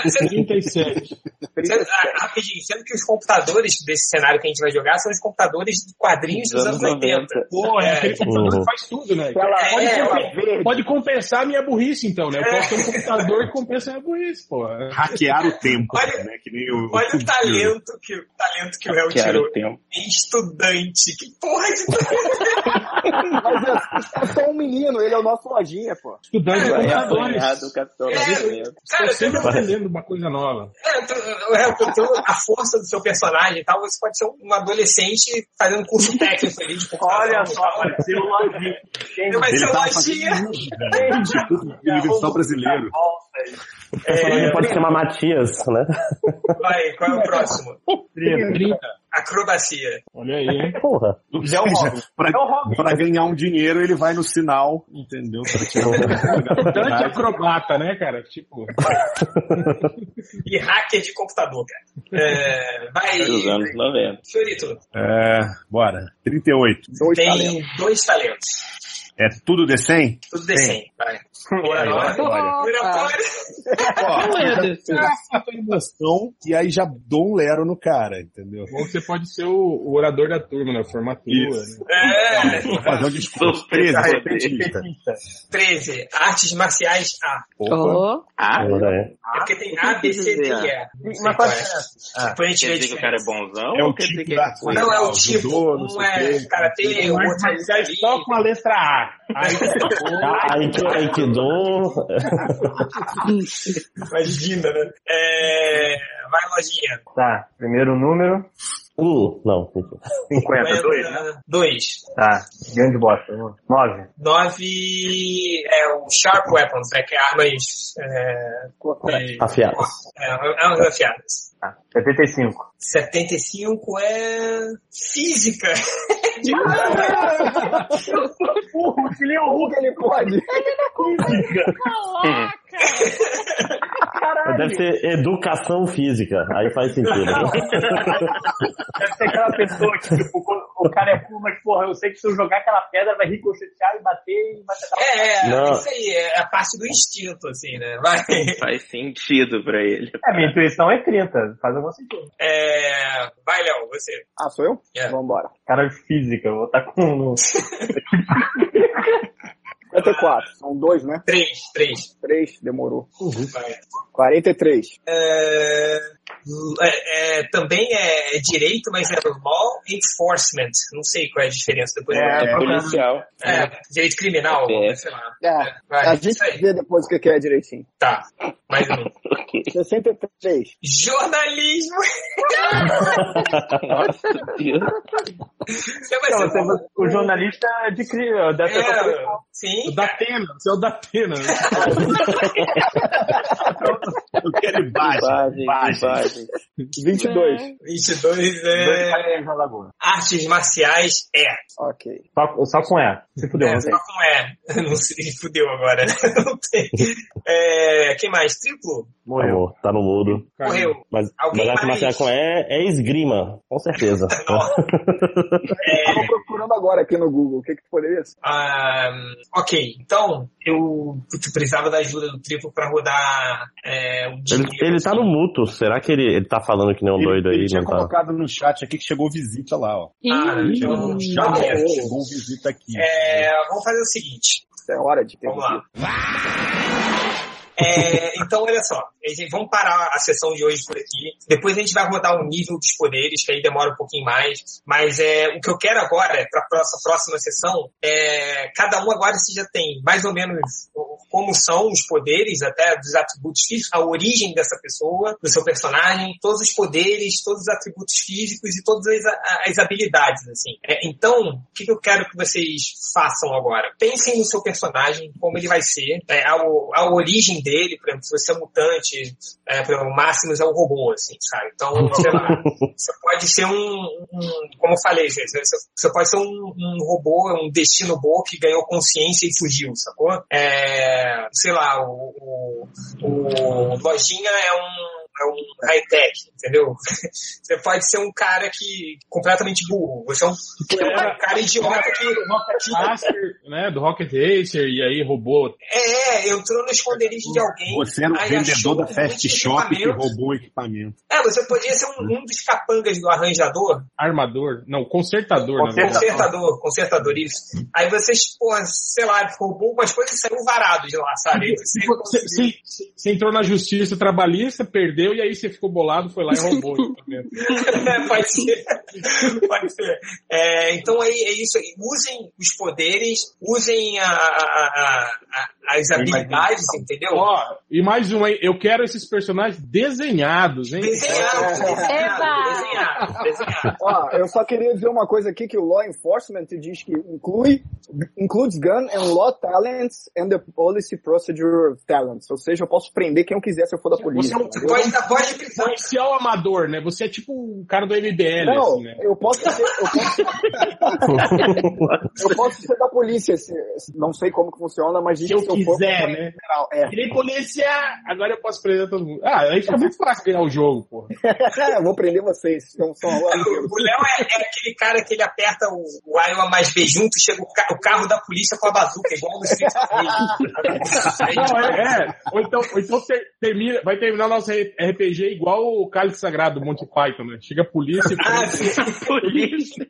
[SPEAKER 1] Você-
[SPEAKER 3] 37.
[SPEAKER 1] Sendo- ah, rapidinho, sendo que os computadores desse cenário que a gente vai jogar são os computadores de quadrinhos dos anos 80.
[SPEAKER 3] Porra, é, aquele computador
[SPEAKER 10] Uhum.
[SPEAKER 3] que faz tudo,
[SPEAKER 6] Tá.
[SPEAKER 3] né?
[SPEAKER 2] Tela-
[SPEAKER 3] pode,
[SPEAKER 1] é,
[SPEAKER 3] compen- pode compensar a minha burrice, então, né? Eu posso ter um computador que compensa a minha burrice, porra.
[SPEAKER 4] Hackear o tempo,
[SPEAKER 1] Olha-
[SPEAKER 4] né? Que nem o.
[SPEAKER 1] Olha o talento que, o talento que o réu
[SPEAKER 21] Hackear
[SPEAKER 1] tirou. É
[SPEAKER 21] o tempo.
[SPEAKER 1] Estudante. Que porra de.
[SPEAKER 2] Mas é, é só um menino, ele é o nosso lojinha, pô.
[SPEAKER 3] Estudante de
[SPEAKER 21] Vai
[SPEAKER 3] computadores.
[SPEAKER 21] apanhar do
[SPEAKER 1] É.
[SPEAKER 21] Capitão Nascimento.
[SPEAKER 1] Cara,
[SPEAKER 3] Estou sempre aprendendo uma coisa nova.
[SPEAKER 1] É, tu- é, tu- tu- a força do seu personagem e tal, você pode ser um adolescente fazendo curso técnico ali tipo, de computação.
[SPEAKER 6] Olha só,
[SPEAKER 1] Vai
[SPEAKER 6] pode ser o lojinha.
[SPEAKER 1] vai ser
[SPEAKER 4] Ele tava
[SPEAKER 1] lojinha.
[SPEAKER 4] fazendo isso, velho.
[SPEAKER 1] É um
[SPEAKER 4] Universal brasileiro.
[SPEAKER 10] O personagem pode se chamar Matias, né?
[SPEAKER 1] Vai, qual é o próximo?
[SPEAKER 3] 30.
[SPEAKER 1] Acrobacia.
[SPEAKER 3] Olha aí, hein?
[SPEAKER 10] Porra.
[SPEAKER 1] É um
[SPEAKER 4] Já pra, pra ganhar um dinheiro, ele vai no sinal, entendeu? Pra tirar
[SPEAKER 3] Estudante
[SPEAKER 4] o
[SPEAKER 3] acrobata, né, cara? Tipo,
[SPEAKER 1] E hacker de computador, cara. É,
[SPEAKER 4] Tá
[SPEAKER 21] Dos
[SPEAKER 1] vai.
[SPEAKER 21] anos 90.
[SPEAKER 1] Fiorito,
[SPEAKER 4] É, bora. 38.
[SPEAKER 2] Dois
[SPEAKER 1] tem
[SPEAKER 2] talentos.
[SPEAKER 1] dois talentos.
[SPEAKER 4] É tudo de 100?
[SPEAKER 1] Tudo decente. Vai.
[SPEAKER 3] é
[SPEAKER 1] Oratório.
[SPEAKER 3] tá
[SPEAKER 4] Informação, e aí já dou um lero no cara, entendeu?
[SPEAKER 3] ou você pode ser o, o orador da turma, né? Formatura.
[SPEAKER 4] Isso.
[SPEAKER 3] Né?
[SPEAKER 1] É,
[SPEAKER 4] Vou fazer um discurso. 13, sou petista.
[SPEAKER 1] 13. Artes marciais A.
[SPEAKER 9] Ó,
[SPEAKER 21] Ah,
[SPEAKER 10] Olha aí.
[SPEAKER 1] É porque tem A, B, C, D e
[SPEAKER 4] Ah,
[SPEAKER 1] E.
[SPEAKER 6] Mas qual é?
[SPEAKER 1] Depois a gente
[SPEAKER 21] quer
[SPEAKER 1] vê
[SPEAKER 21] dizer que o cara é bonzão?
[SPEAKER 4] É
[SPEAKER 21] ou
[SPEAKER 4] o
[SPEAKER 21] quer dizer
[SPEAKER 4] tipo
[SPEAKER 21] que
[SPEAKER 4] da
[SPEAKER 21] é...
[SPEAKER 1] Não, é o
[SPEAKER 4] Judô,
[SPEAKER 1] tipo.
[SPEAKER 4] não
[SPEAKER 1] Um
[SPEAKER 4] sei
[SPEAKER 1] é
[SPEAKER 4] o quê.
[SPEAKER 1] karatê, o outro é
[SPEAKER 3] Marciais só com a letra A. Aí,
[SPEAKER 10] Aiki- Aikido.
[SPEAKER 1] Imagina, né? É... Vai, lojinha.
[SPEAKER 6] Tá, primeiro número,
[SPEAKER 10] Uh, não.
[SPEAKER 6] 50.
[SPEAKER 1] né? Dois.
[SPEAKER 6] Tá, grande bosta. viu? Nove.
[SPEAKER 1] Nove é o Sharp Weapons, né? Que é armas. É... é,
[SPEAKER 10] Afiado.
[SPEAKER 1] é, armas afiadas.
[SPEAKER 6] Tá, 75.
[SPEAKER 1] 75 é. Física!
[SPEAKER 6] Burro, que nem o
[SPEAKER 2] Como que ele pode?
[SPEAKER 9] Calaca!
[SPEAKER 10] Deve ser educação física. Aí faz sentido.
[SPEAKER 6] Deve ser aquela pessoa que, tipo, quando o cara é cool, mas, porra, eu sei que se eu jogar aquela pedra vai ricochetear e bater e vai acertar.
[SPEAKER 1] É, é
[SPEAKER 10] Não.
[SPEAKER 1] isso aí, é a parte do instinto, assim, né? Vai.
[SPEAKER 21] Faz sentido pra ele.
[SPEAKER 6] É, minha intuição é 30, faz algum sentido.
[SPEAKER 1] É... Vai, Léo, você.
[SPEAKER 2] Ah, sou eu?
[SPEAKER 1] É.
[SPEAKER 2] Vambora.
[SPEAKER 6] Cara de física, eu vou estar com... um
[SPEAKER 2] 54. São dois, né?
[SPEAKER 1] Três, três.
[SPEAKER 2] Três, demorou.
[SPEAKER 1] Vai.
[SPEAKER 2] 43.
[SPEAKER 1] É, é, é, também é direito, mas é law enforcement. Não sei qual é a diferença depois.
[SPEAKER 21] É,
[SPEAKER 1] É,
[SPEAKER 21] policial.
[SPEAKER 1] direito criminal,
[SPEAKER 21] É.
[SPEAKER 1] vamos ver, sei lá.
[SPEAKER 2] É.
[SPEAKER 1] Vai,
[SPEAKER 2] A gente
[SPEAKER 1] isso aí.
[SPEAKER 2] vê depois o que que é direitinho.
[SPEAKER 1] Tá, mais um.
[SPEAKER 2] 63.
[SPEAKER 1] Jornalismo!
[SPEAKER 21] Nossa, Deus.
[SPEAKER 1] Você vai
[SPEAKER 6] Não,
[SPEAKER 1] ser
[SPEAKER 6] você- o jornalista de crime, deve ser
[SPEAKER 1] É,
[SPEAKER 6] complicado.
[SPEAKER 3] o
[SPEAKER 1] sim,
[SPEAKER 3] da Atena, você é o da Atena.
[SPEAKER 4] Eu quero imagem.
[SPEAKER 21] Base,
[SPEAKER 4] imagem.
[SPEAKER 21] base.
[SPEAKER 2] 22.
[SPEAKER 1] É. 22
[SPEAKER 6] Dois
[SPEAKER 1] é
[SPEAKER 6] caras na lagoa.
[SPEAKER 1] artes marciais é.
[SPEAKER 2] Ok.
[SPEAKER 6] Só, só com E. Se fudeu,
[SPEAKER 1] é
[SPEAKER 6] não
[SPEAKER 1] só
[SPEAKER 6] sei.
[SPEAKER 1] com é. Não sei, fudeu agora. né? Não tem. É, quem mais? Triplo?
[SPEAKER 6] Morreu.
[SPEAKER 10] Amor, tá no mudo.
[SPEAKER 1] Correu.
[SPEAKER 10] Mas,
[SPEAKER 1] Alguém
[SPEAKER 10] mas acho que
[SPEAKER 1] mais?
[SPEAKER 10] Marcial com E é esgrima. Com certeza.
[SPEAKER 1] É,
[SPEAKER 2] Tava procurando agora aqui no Google. O que que poderia ser?
[SPEAKER 1] Ah, ok, então eu putz, precisava da ajuda do triplo pra rodar é, o
[SPEAKER 10] Ele,
[SPEAKER 1] dinheiro.
[SPEAKER 10] ele tá no muto. Será que ele, ele tá falando que nem um
[SPEAKER 4] Ele,
[SPEAKER 10] doido aí?
[SPEAKER 4] ele tinha
[SPEAKER 10] Não tá?
[SPEAKER 4] colocado no chat aqui que chegou visita lá, ó.
[SPEAKER 1] Ah,
[SPEAKER 9] Ih,
[SPEAKER 1] então,
[SPEAKER 4] Já
[SPEAKER 1] tá bom.
[SPEAKER 4] chegou visita aqui.
[SPEAKER 1] Tá, É, vamos fazer o seguinte.
[SPEAKER 2] Isso é hora de ter.
[SPEAKER 1] Vamos lá. É, então, olha só. a gente- Vamos parar a sessão de hoje por aqui. Depois a gente vai rodar o nível dos poderes, que aí demora um pouquinho mais. Mas é, o que eu quero agora, para a próxima, próxima sessão, é, cada um agora se já tem mais ou menos o- como são os poderes, até dos atributos físicos, a origem dessa pessoa, do seu personagem, todos os poderes, todos os atributos físicos e todas as, a- as habilidades, assim. É, então, o que que eu quero que vocês façam agora? Pensem no seu personagem, como ele vai ser, é, a, o- a origem dele, por exemplo, se você é mutante, é, por exemplo, o Máximos é um robô, assim, sabe? Então, sei lá, você pode ser um, um- como eu falei, gente, você, você pode ser um, um robô, um destino bom que ganhou consciência e fugiu, sacou? É, sei lá, o, o, o Lojinha é um é um high-tech, entendeu? Você pode ser um cara que completamente burro. Você é um, você é um cara idiota que...
[SPEAKER 3] Master, né, do Rocket Racer, e aí roubou.
[SPEAKER 1] É, é, entrou no esconderijo de alguém.
[SPEAKER 4] Você era um
[SPEAKER 1] aí achou
[SPEAKER 4] vendedor da
[SPEAKER 1] um monte
[SPEAKER 4] Fast
[SPEAKER 1] de
[SPEAKER 4] Shop que
[SPEAKER 1] equipamento.
[SPEAKER 4] roubou o equipamento.
[SPEAKER 1] É, você podia ser um, um dos capangas do arranjador,
[SPEAKER 3] Armador. Não, consertador, né? na verdade.
[SPEAKER 1] Consertador, consertador, isso. Aí vocês, pô, sei lá, roubou umas coisas e saiu varado de lá, sabe? Aí Você
[SPEAKER 3] Você, você- você entrou na justiça trabalhista, perdeu, e aí você ficou bolado, foi lá e roubou.
[SPEAKER 1] pode ser. Pode ser. É, então aí é isso aí. Usem os poderes, usem a- a- a- a- as habilidades, entendeu?
[SPEAKER 3] Ó, e mais um, hein? Eu quero esses personagens desenhados, hein?
[SPEAKER 1] Desenhados,
[SPEAKER 9] Eba!
[SPEAKER 1] desenhado, desenhado.
[SPEAKER 2] Ó, eu só queria dizer uma coisa aqui que o law enforcement diz que inclui includes gun and law talents and the policy procedure talents. Ou seja, eu posso prender quem eu quiser se eu for da polícia.
[SPEAKER 3] Você é
[SPEAKER 2] entendeu?
[SPEAKER 3] pode
[SPEAKER 1] dar voz de prisão.
[SPEAKER 3] Policial amador, né? Você é tipo um cara do MBL,
[SPEAKER 2] Não,
[SPEAKER 3] assim, né?
[SPEAKER 2] eu posso ser, eu posso, eu posso ser da polícia, se- não sei como que funciona, mas diz
[SPEAKER 3] Se eu
[SPEAKER 2] que se for-
[SPEAKER 3] quiser, né?
[SPEAKER 2] é.
[SPEAKER 3] Virei polícia, agora eu posso prender todo mundo. Ah, aí fica muito fácil ganhar o jogo, porra.
[SPEAKER 2] É. eu vou prender vocês. Então, só
[SPEAKER 1] O Léo é, é aquele cara que ele aperta o, o A e o A mais B junto, chega o, ca- o carro da polícia com a bazuca, igual no Street
[SPEAKER 3] Não, é, é. Ou então, ou então ter- termina, vai terminar o nosso RPG igual o Cálice Sagrado do Monte Python, né? Chega a polícia
[SPEAKER 1] e polícia.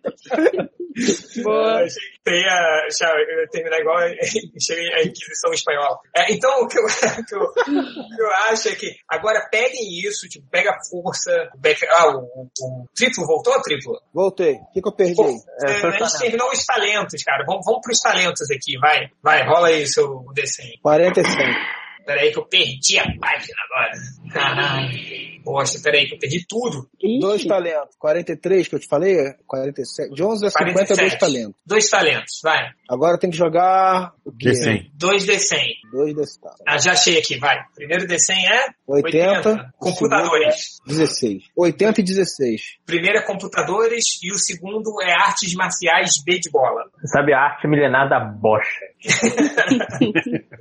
[SPEAKER 1] Eu achei que ia, achar- eu ia terminar igual a cheguei à Inquisição Espanhola. É, então, o que, eu, o que eu- o que eu acho é que agora peguem isso, tipo, pega a força. pega- ah, o, o- o triplo voltou, triplo?
[SPEAKER 5] Voltei. O que, que eu perdi? aí?
[SPEAKER 1] É, a gente terminou os talentos, cara. Vamos, vamos pros talentos aqui, vai. Vai, rola aí seu desenho.
[SPEAKER 5] 45.
[SPEAKER 1] Peraí que eu perdi a página agora. Caralho. Poxa, peraí que eu perdi tudo.
[SPEAKER 5] Dois talentos. 43 que eu te falei? 47. De 11 a 50, dois
[SPEAKER 1] 47.
[SPEAKER 5] talentos.
[SPEAKER 1] Dois talentos, vai.
[SPEAKER 5] Agora tem que jogar. O
[SPEAKER 4] É.
[SPEAKER 5] quê?
[SPEAKER 1] D100. Dois D100.
[SPEAKER 5] Dois desse tá.
[SPEAKER 1] Ah, já achei aqui, vai. Primeiro D100 é
[SPEAKER 5] 80.
[SPEAKER 1] computadores.
[SPEAKER 5] 16. 80 e 16.
[SPEAKER 1] Primeiro é computadores e o segundo é artes marciais B de bola.
[SPEAKER 6] Sabe a arte milenar da bocha.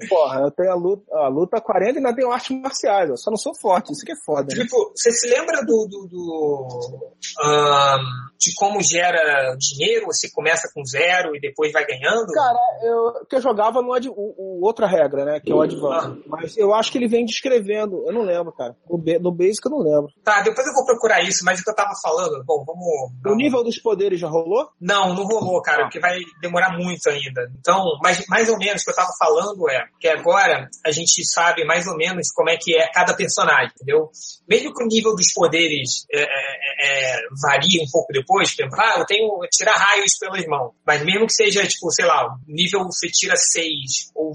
[SPEAKER 5] Porra, eu tenho a luta, a luta 40 e ainda tenho artes marciais. Eu só não sou forte. Isso que é foda, né?
[SPEAKER 1] Tipo, você se lembra do, do, do, ahn, de como gera dinheiro? Você começa com zero e depois vai ganhando?
[SPEAKER 5] Cara, eu, que eu jogava no ad, o, o outra regra, né? Que é o Advanced. Mas eu acho que ele vem descrevendo. Eu não lembro, cara. No, ba- no Basic eu não lembro.
[SPEAKER 1] Tá, depois eu vou procurar isso, mas o que eu tava falando, bom, vamos.
[SPEAKER 5] O nível dos poderes já rolou?
[SPEAKER 1] Não, não rolou, cara, porque vai demorar muito ainda. Então, mas mais ou menos o que eu tava falando é que agora a gente sabe mais ou menos como é que é cada personagem, entendeu? Mesmo que o nível dos poderes é, é, é, varie um pouco depois, por exemplo, ah, eu tenho tirar raios pelas mãos. Mas mesmo que seja, tipo, sei lá, o nível você tira 6 ou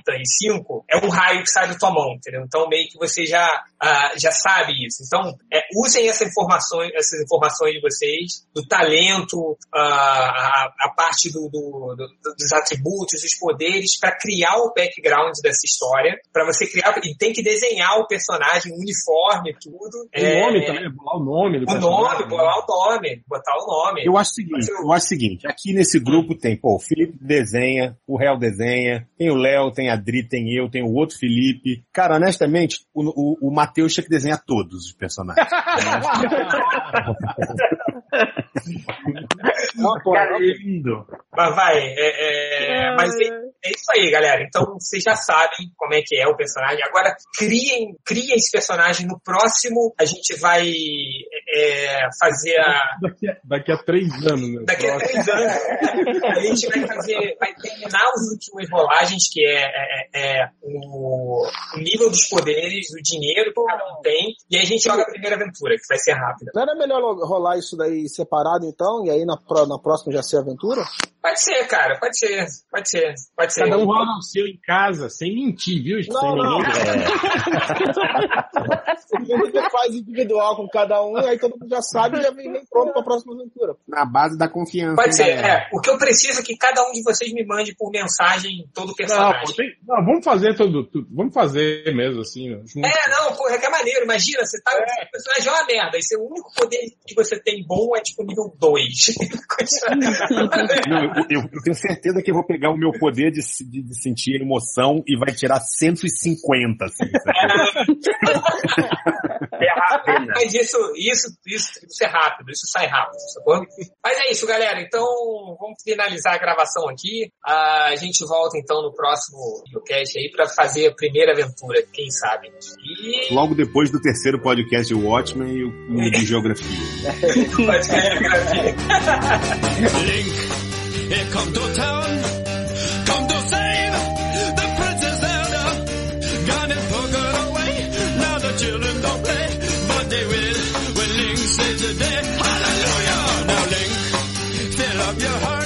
[SPEAKER 1] 75, é um raio que sai da tua mão, entendeu? Então meio que você já, ah, já sabe isso. Então, é, usem essa informação, essas informações de vocês, do talento, ah, a, a parte do- do- do- dos atributos, dos poderes, para criar o background dessa história, para você criar, e tem que desenhar o personagem, o uniforme, tudo.
[SPEAKER 3] O um nome também, bolar o nome do
[SPEAKER 1] É.
[SPEAKER 3] né?
[SPEAKER 1] O nome, bolar o nome, botar o nome.
[SPEAKER 4] Eu acho o seguinte, eu acho o seguinte, aqui nesse grupo tem, pô, o Felipe desenha, o Réu desenha, tem o Léo, tem a Dri, tem eu, tem o outro Felipe. Cara, honestamente, o, o, o Matheus tinha que desenhar todos os personagens.
[SPEAKER 1] Mas vai, é, é, mas tem, É isso aí, galera. Então vocês já sabem como é que é o personagem. Agora criem, criem esse personagem. No próximo a gente vai é, fazer a.
[SPEAKER 3] Daqui a, daqui a três anos, né?
[SPEAKER 1] Daqui a três anos a gente vai fazer, vai terminar os últimos rolagens que é, é, é o, o nível dos poderes, o dinheiro que cada um tem e aí a gente joga a primeira aventura que vai ser rápida.
[SPEAKER 22] Não era melhor rolar isso daí separado então e aí na, pró- na próxima já ser aventura?
[SPEAKER 1] Pode ser, cara. Pode ser. Pode ser. Pode ser.
[SPEAKER 3] Cada um rola o seu em casa, sem mentir, viu? sem
[SPEAKER 22] não.
[SPEAKER 10] É.
[SPEAKER 3] mentir.
[SPEAKER 22] Você faz individual com cada um, aí todo mundo já sabe e já vem bem pronto pra próxima aventura.
[SPEAKER 4] Na base da confiança.
[SPEAKER 1] Pode ser,
[SPEAKER 4] hein, galera?
[SPEAKER 1] é. O que eu preciso é que cada um de vocês me mande por mensagem todo o
[SPEAKER 3] Não, pô,
[SPEAKER 1] personagem.
[SPEAKER 3] tem- não, vamos fazer tudo, tudo. Vamos fazer mesmo, assim. né? Junto.
[SPEAKER 1] É, não, porra, que é maneiro. Imagina, você tá. O personagem é uma merda. Esse é o único poder que você tem bom é tipo nível 2.
[SPEAKER 4] Não, eu, eu- eu tenho certeza que eu vou pegar o meu poder de, se- de- de sentir emoção e vai tirar 150, assim.
[SPEAKER 3] É né?
[SPEAKER 1] Mas isso, isso, isso, isso é rápido, isso sai rápido, sacou? Mas é isso, galera. Então, vamos finalizar a gravação aqui. A gente volta então no próximo videocast aí pra fazer a primeira aventura, quem sabe. E
[SPEAKER 4] Logo depois do terceiro podcast, o Watchmen e o
[SPEAKER 1] É.
[SPEAKER 4] o de Geografia.
[SPEAKER 1] pode ser né? a grafia.
[SPEAKER 5] Link, here come to town, come to save the Princess Zelda. Gone and put her away, now the children don't play, but they will when Link saves the day. Hallelujah! Now Link, fill up your heart.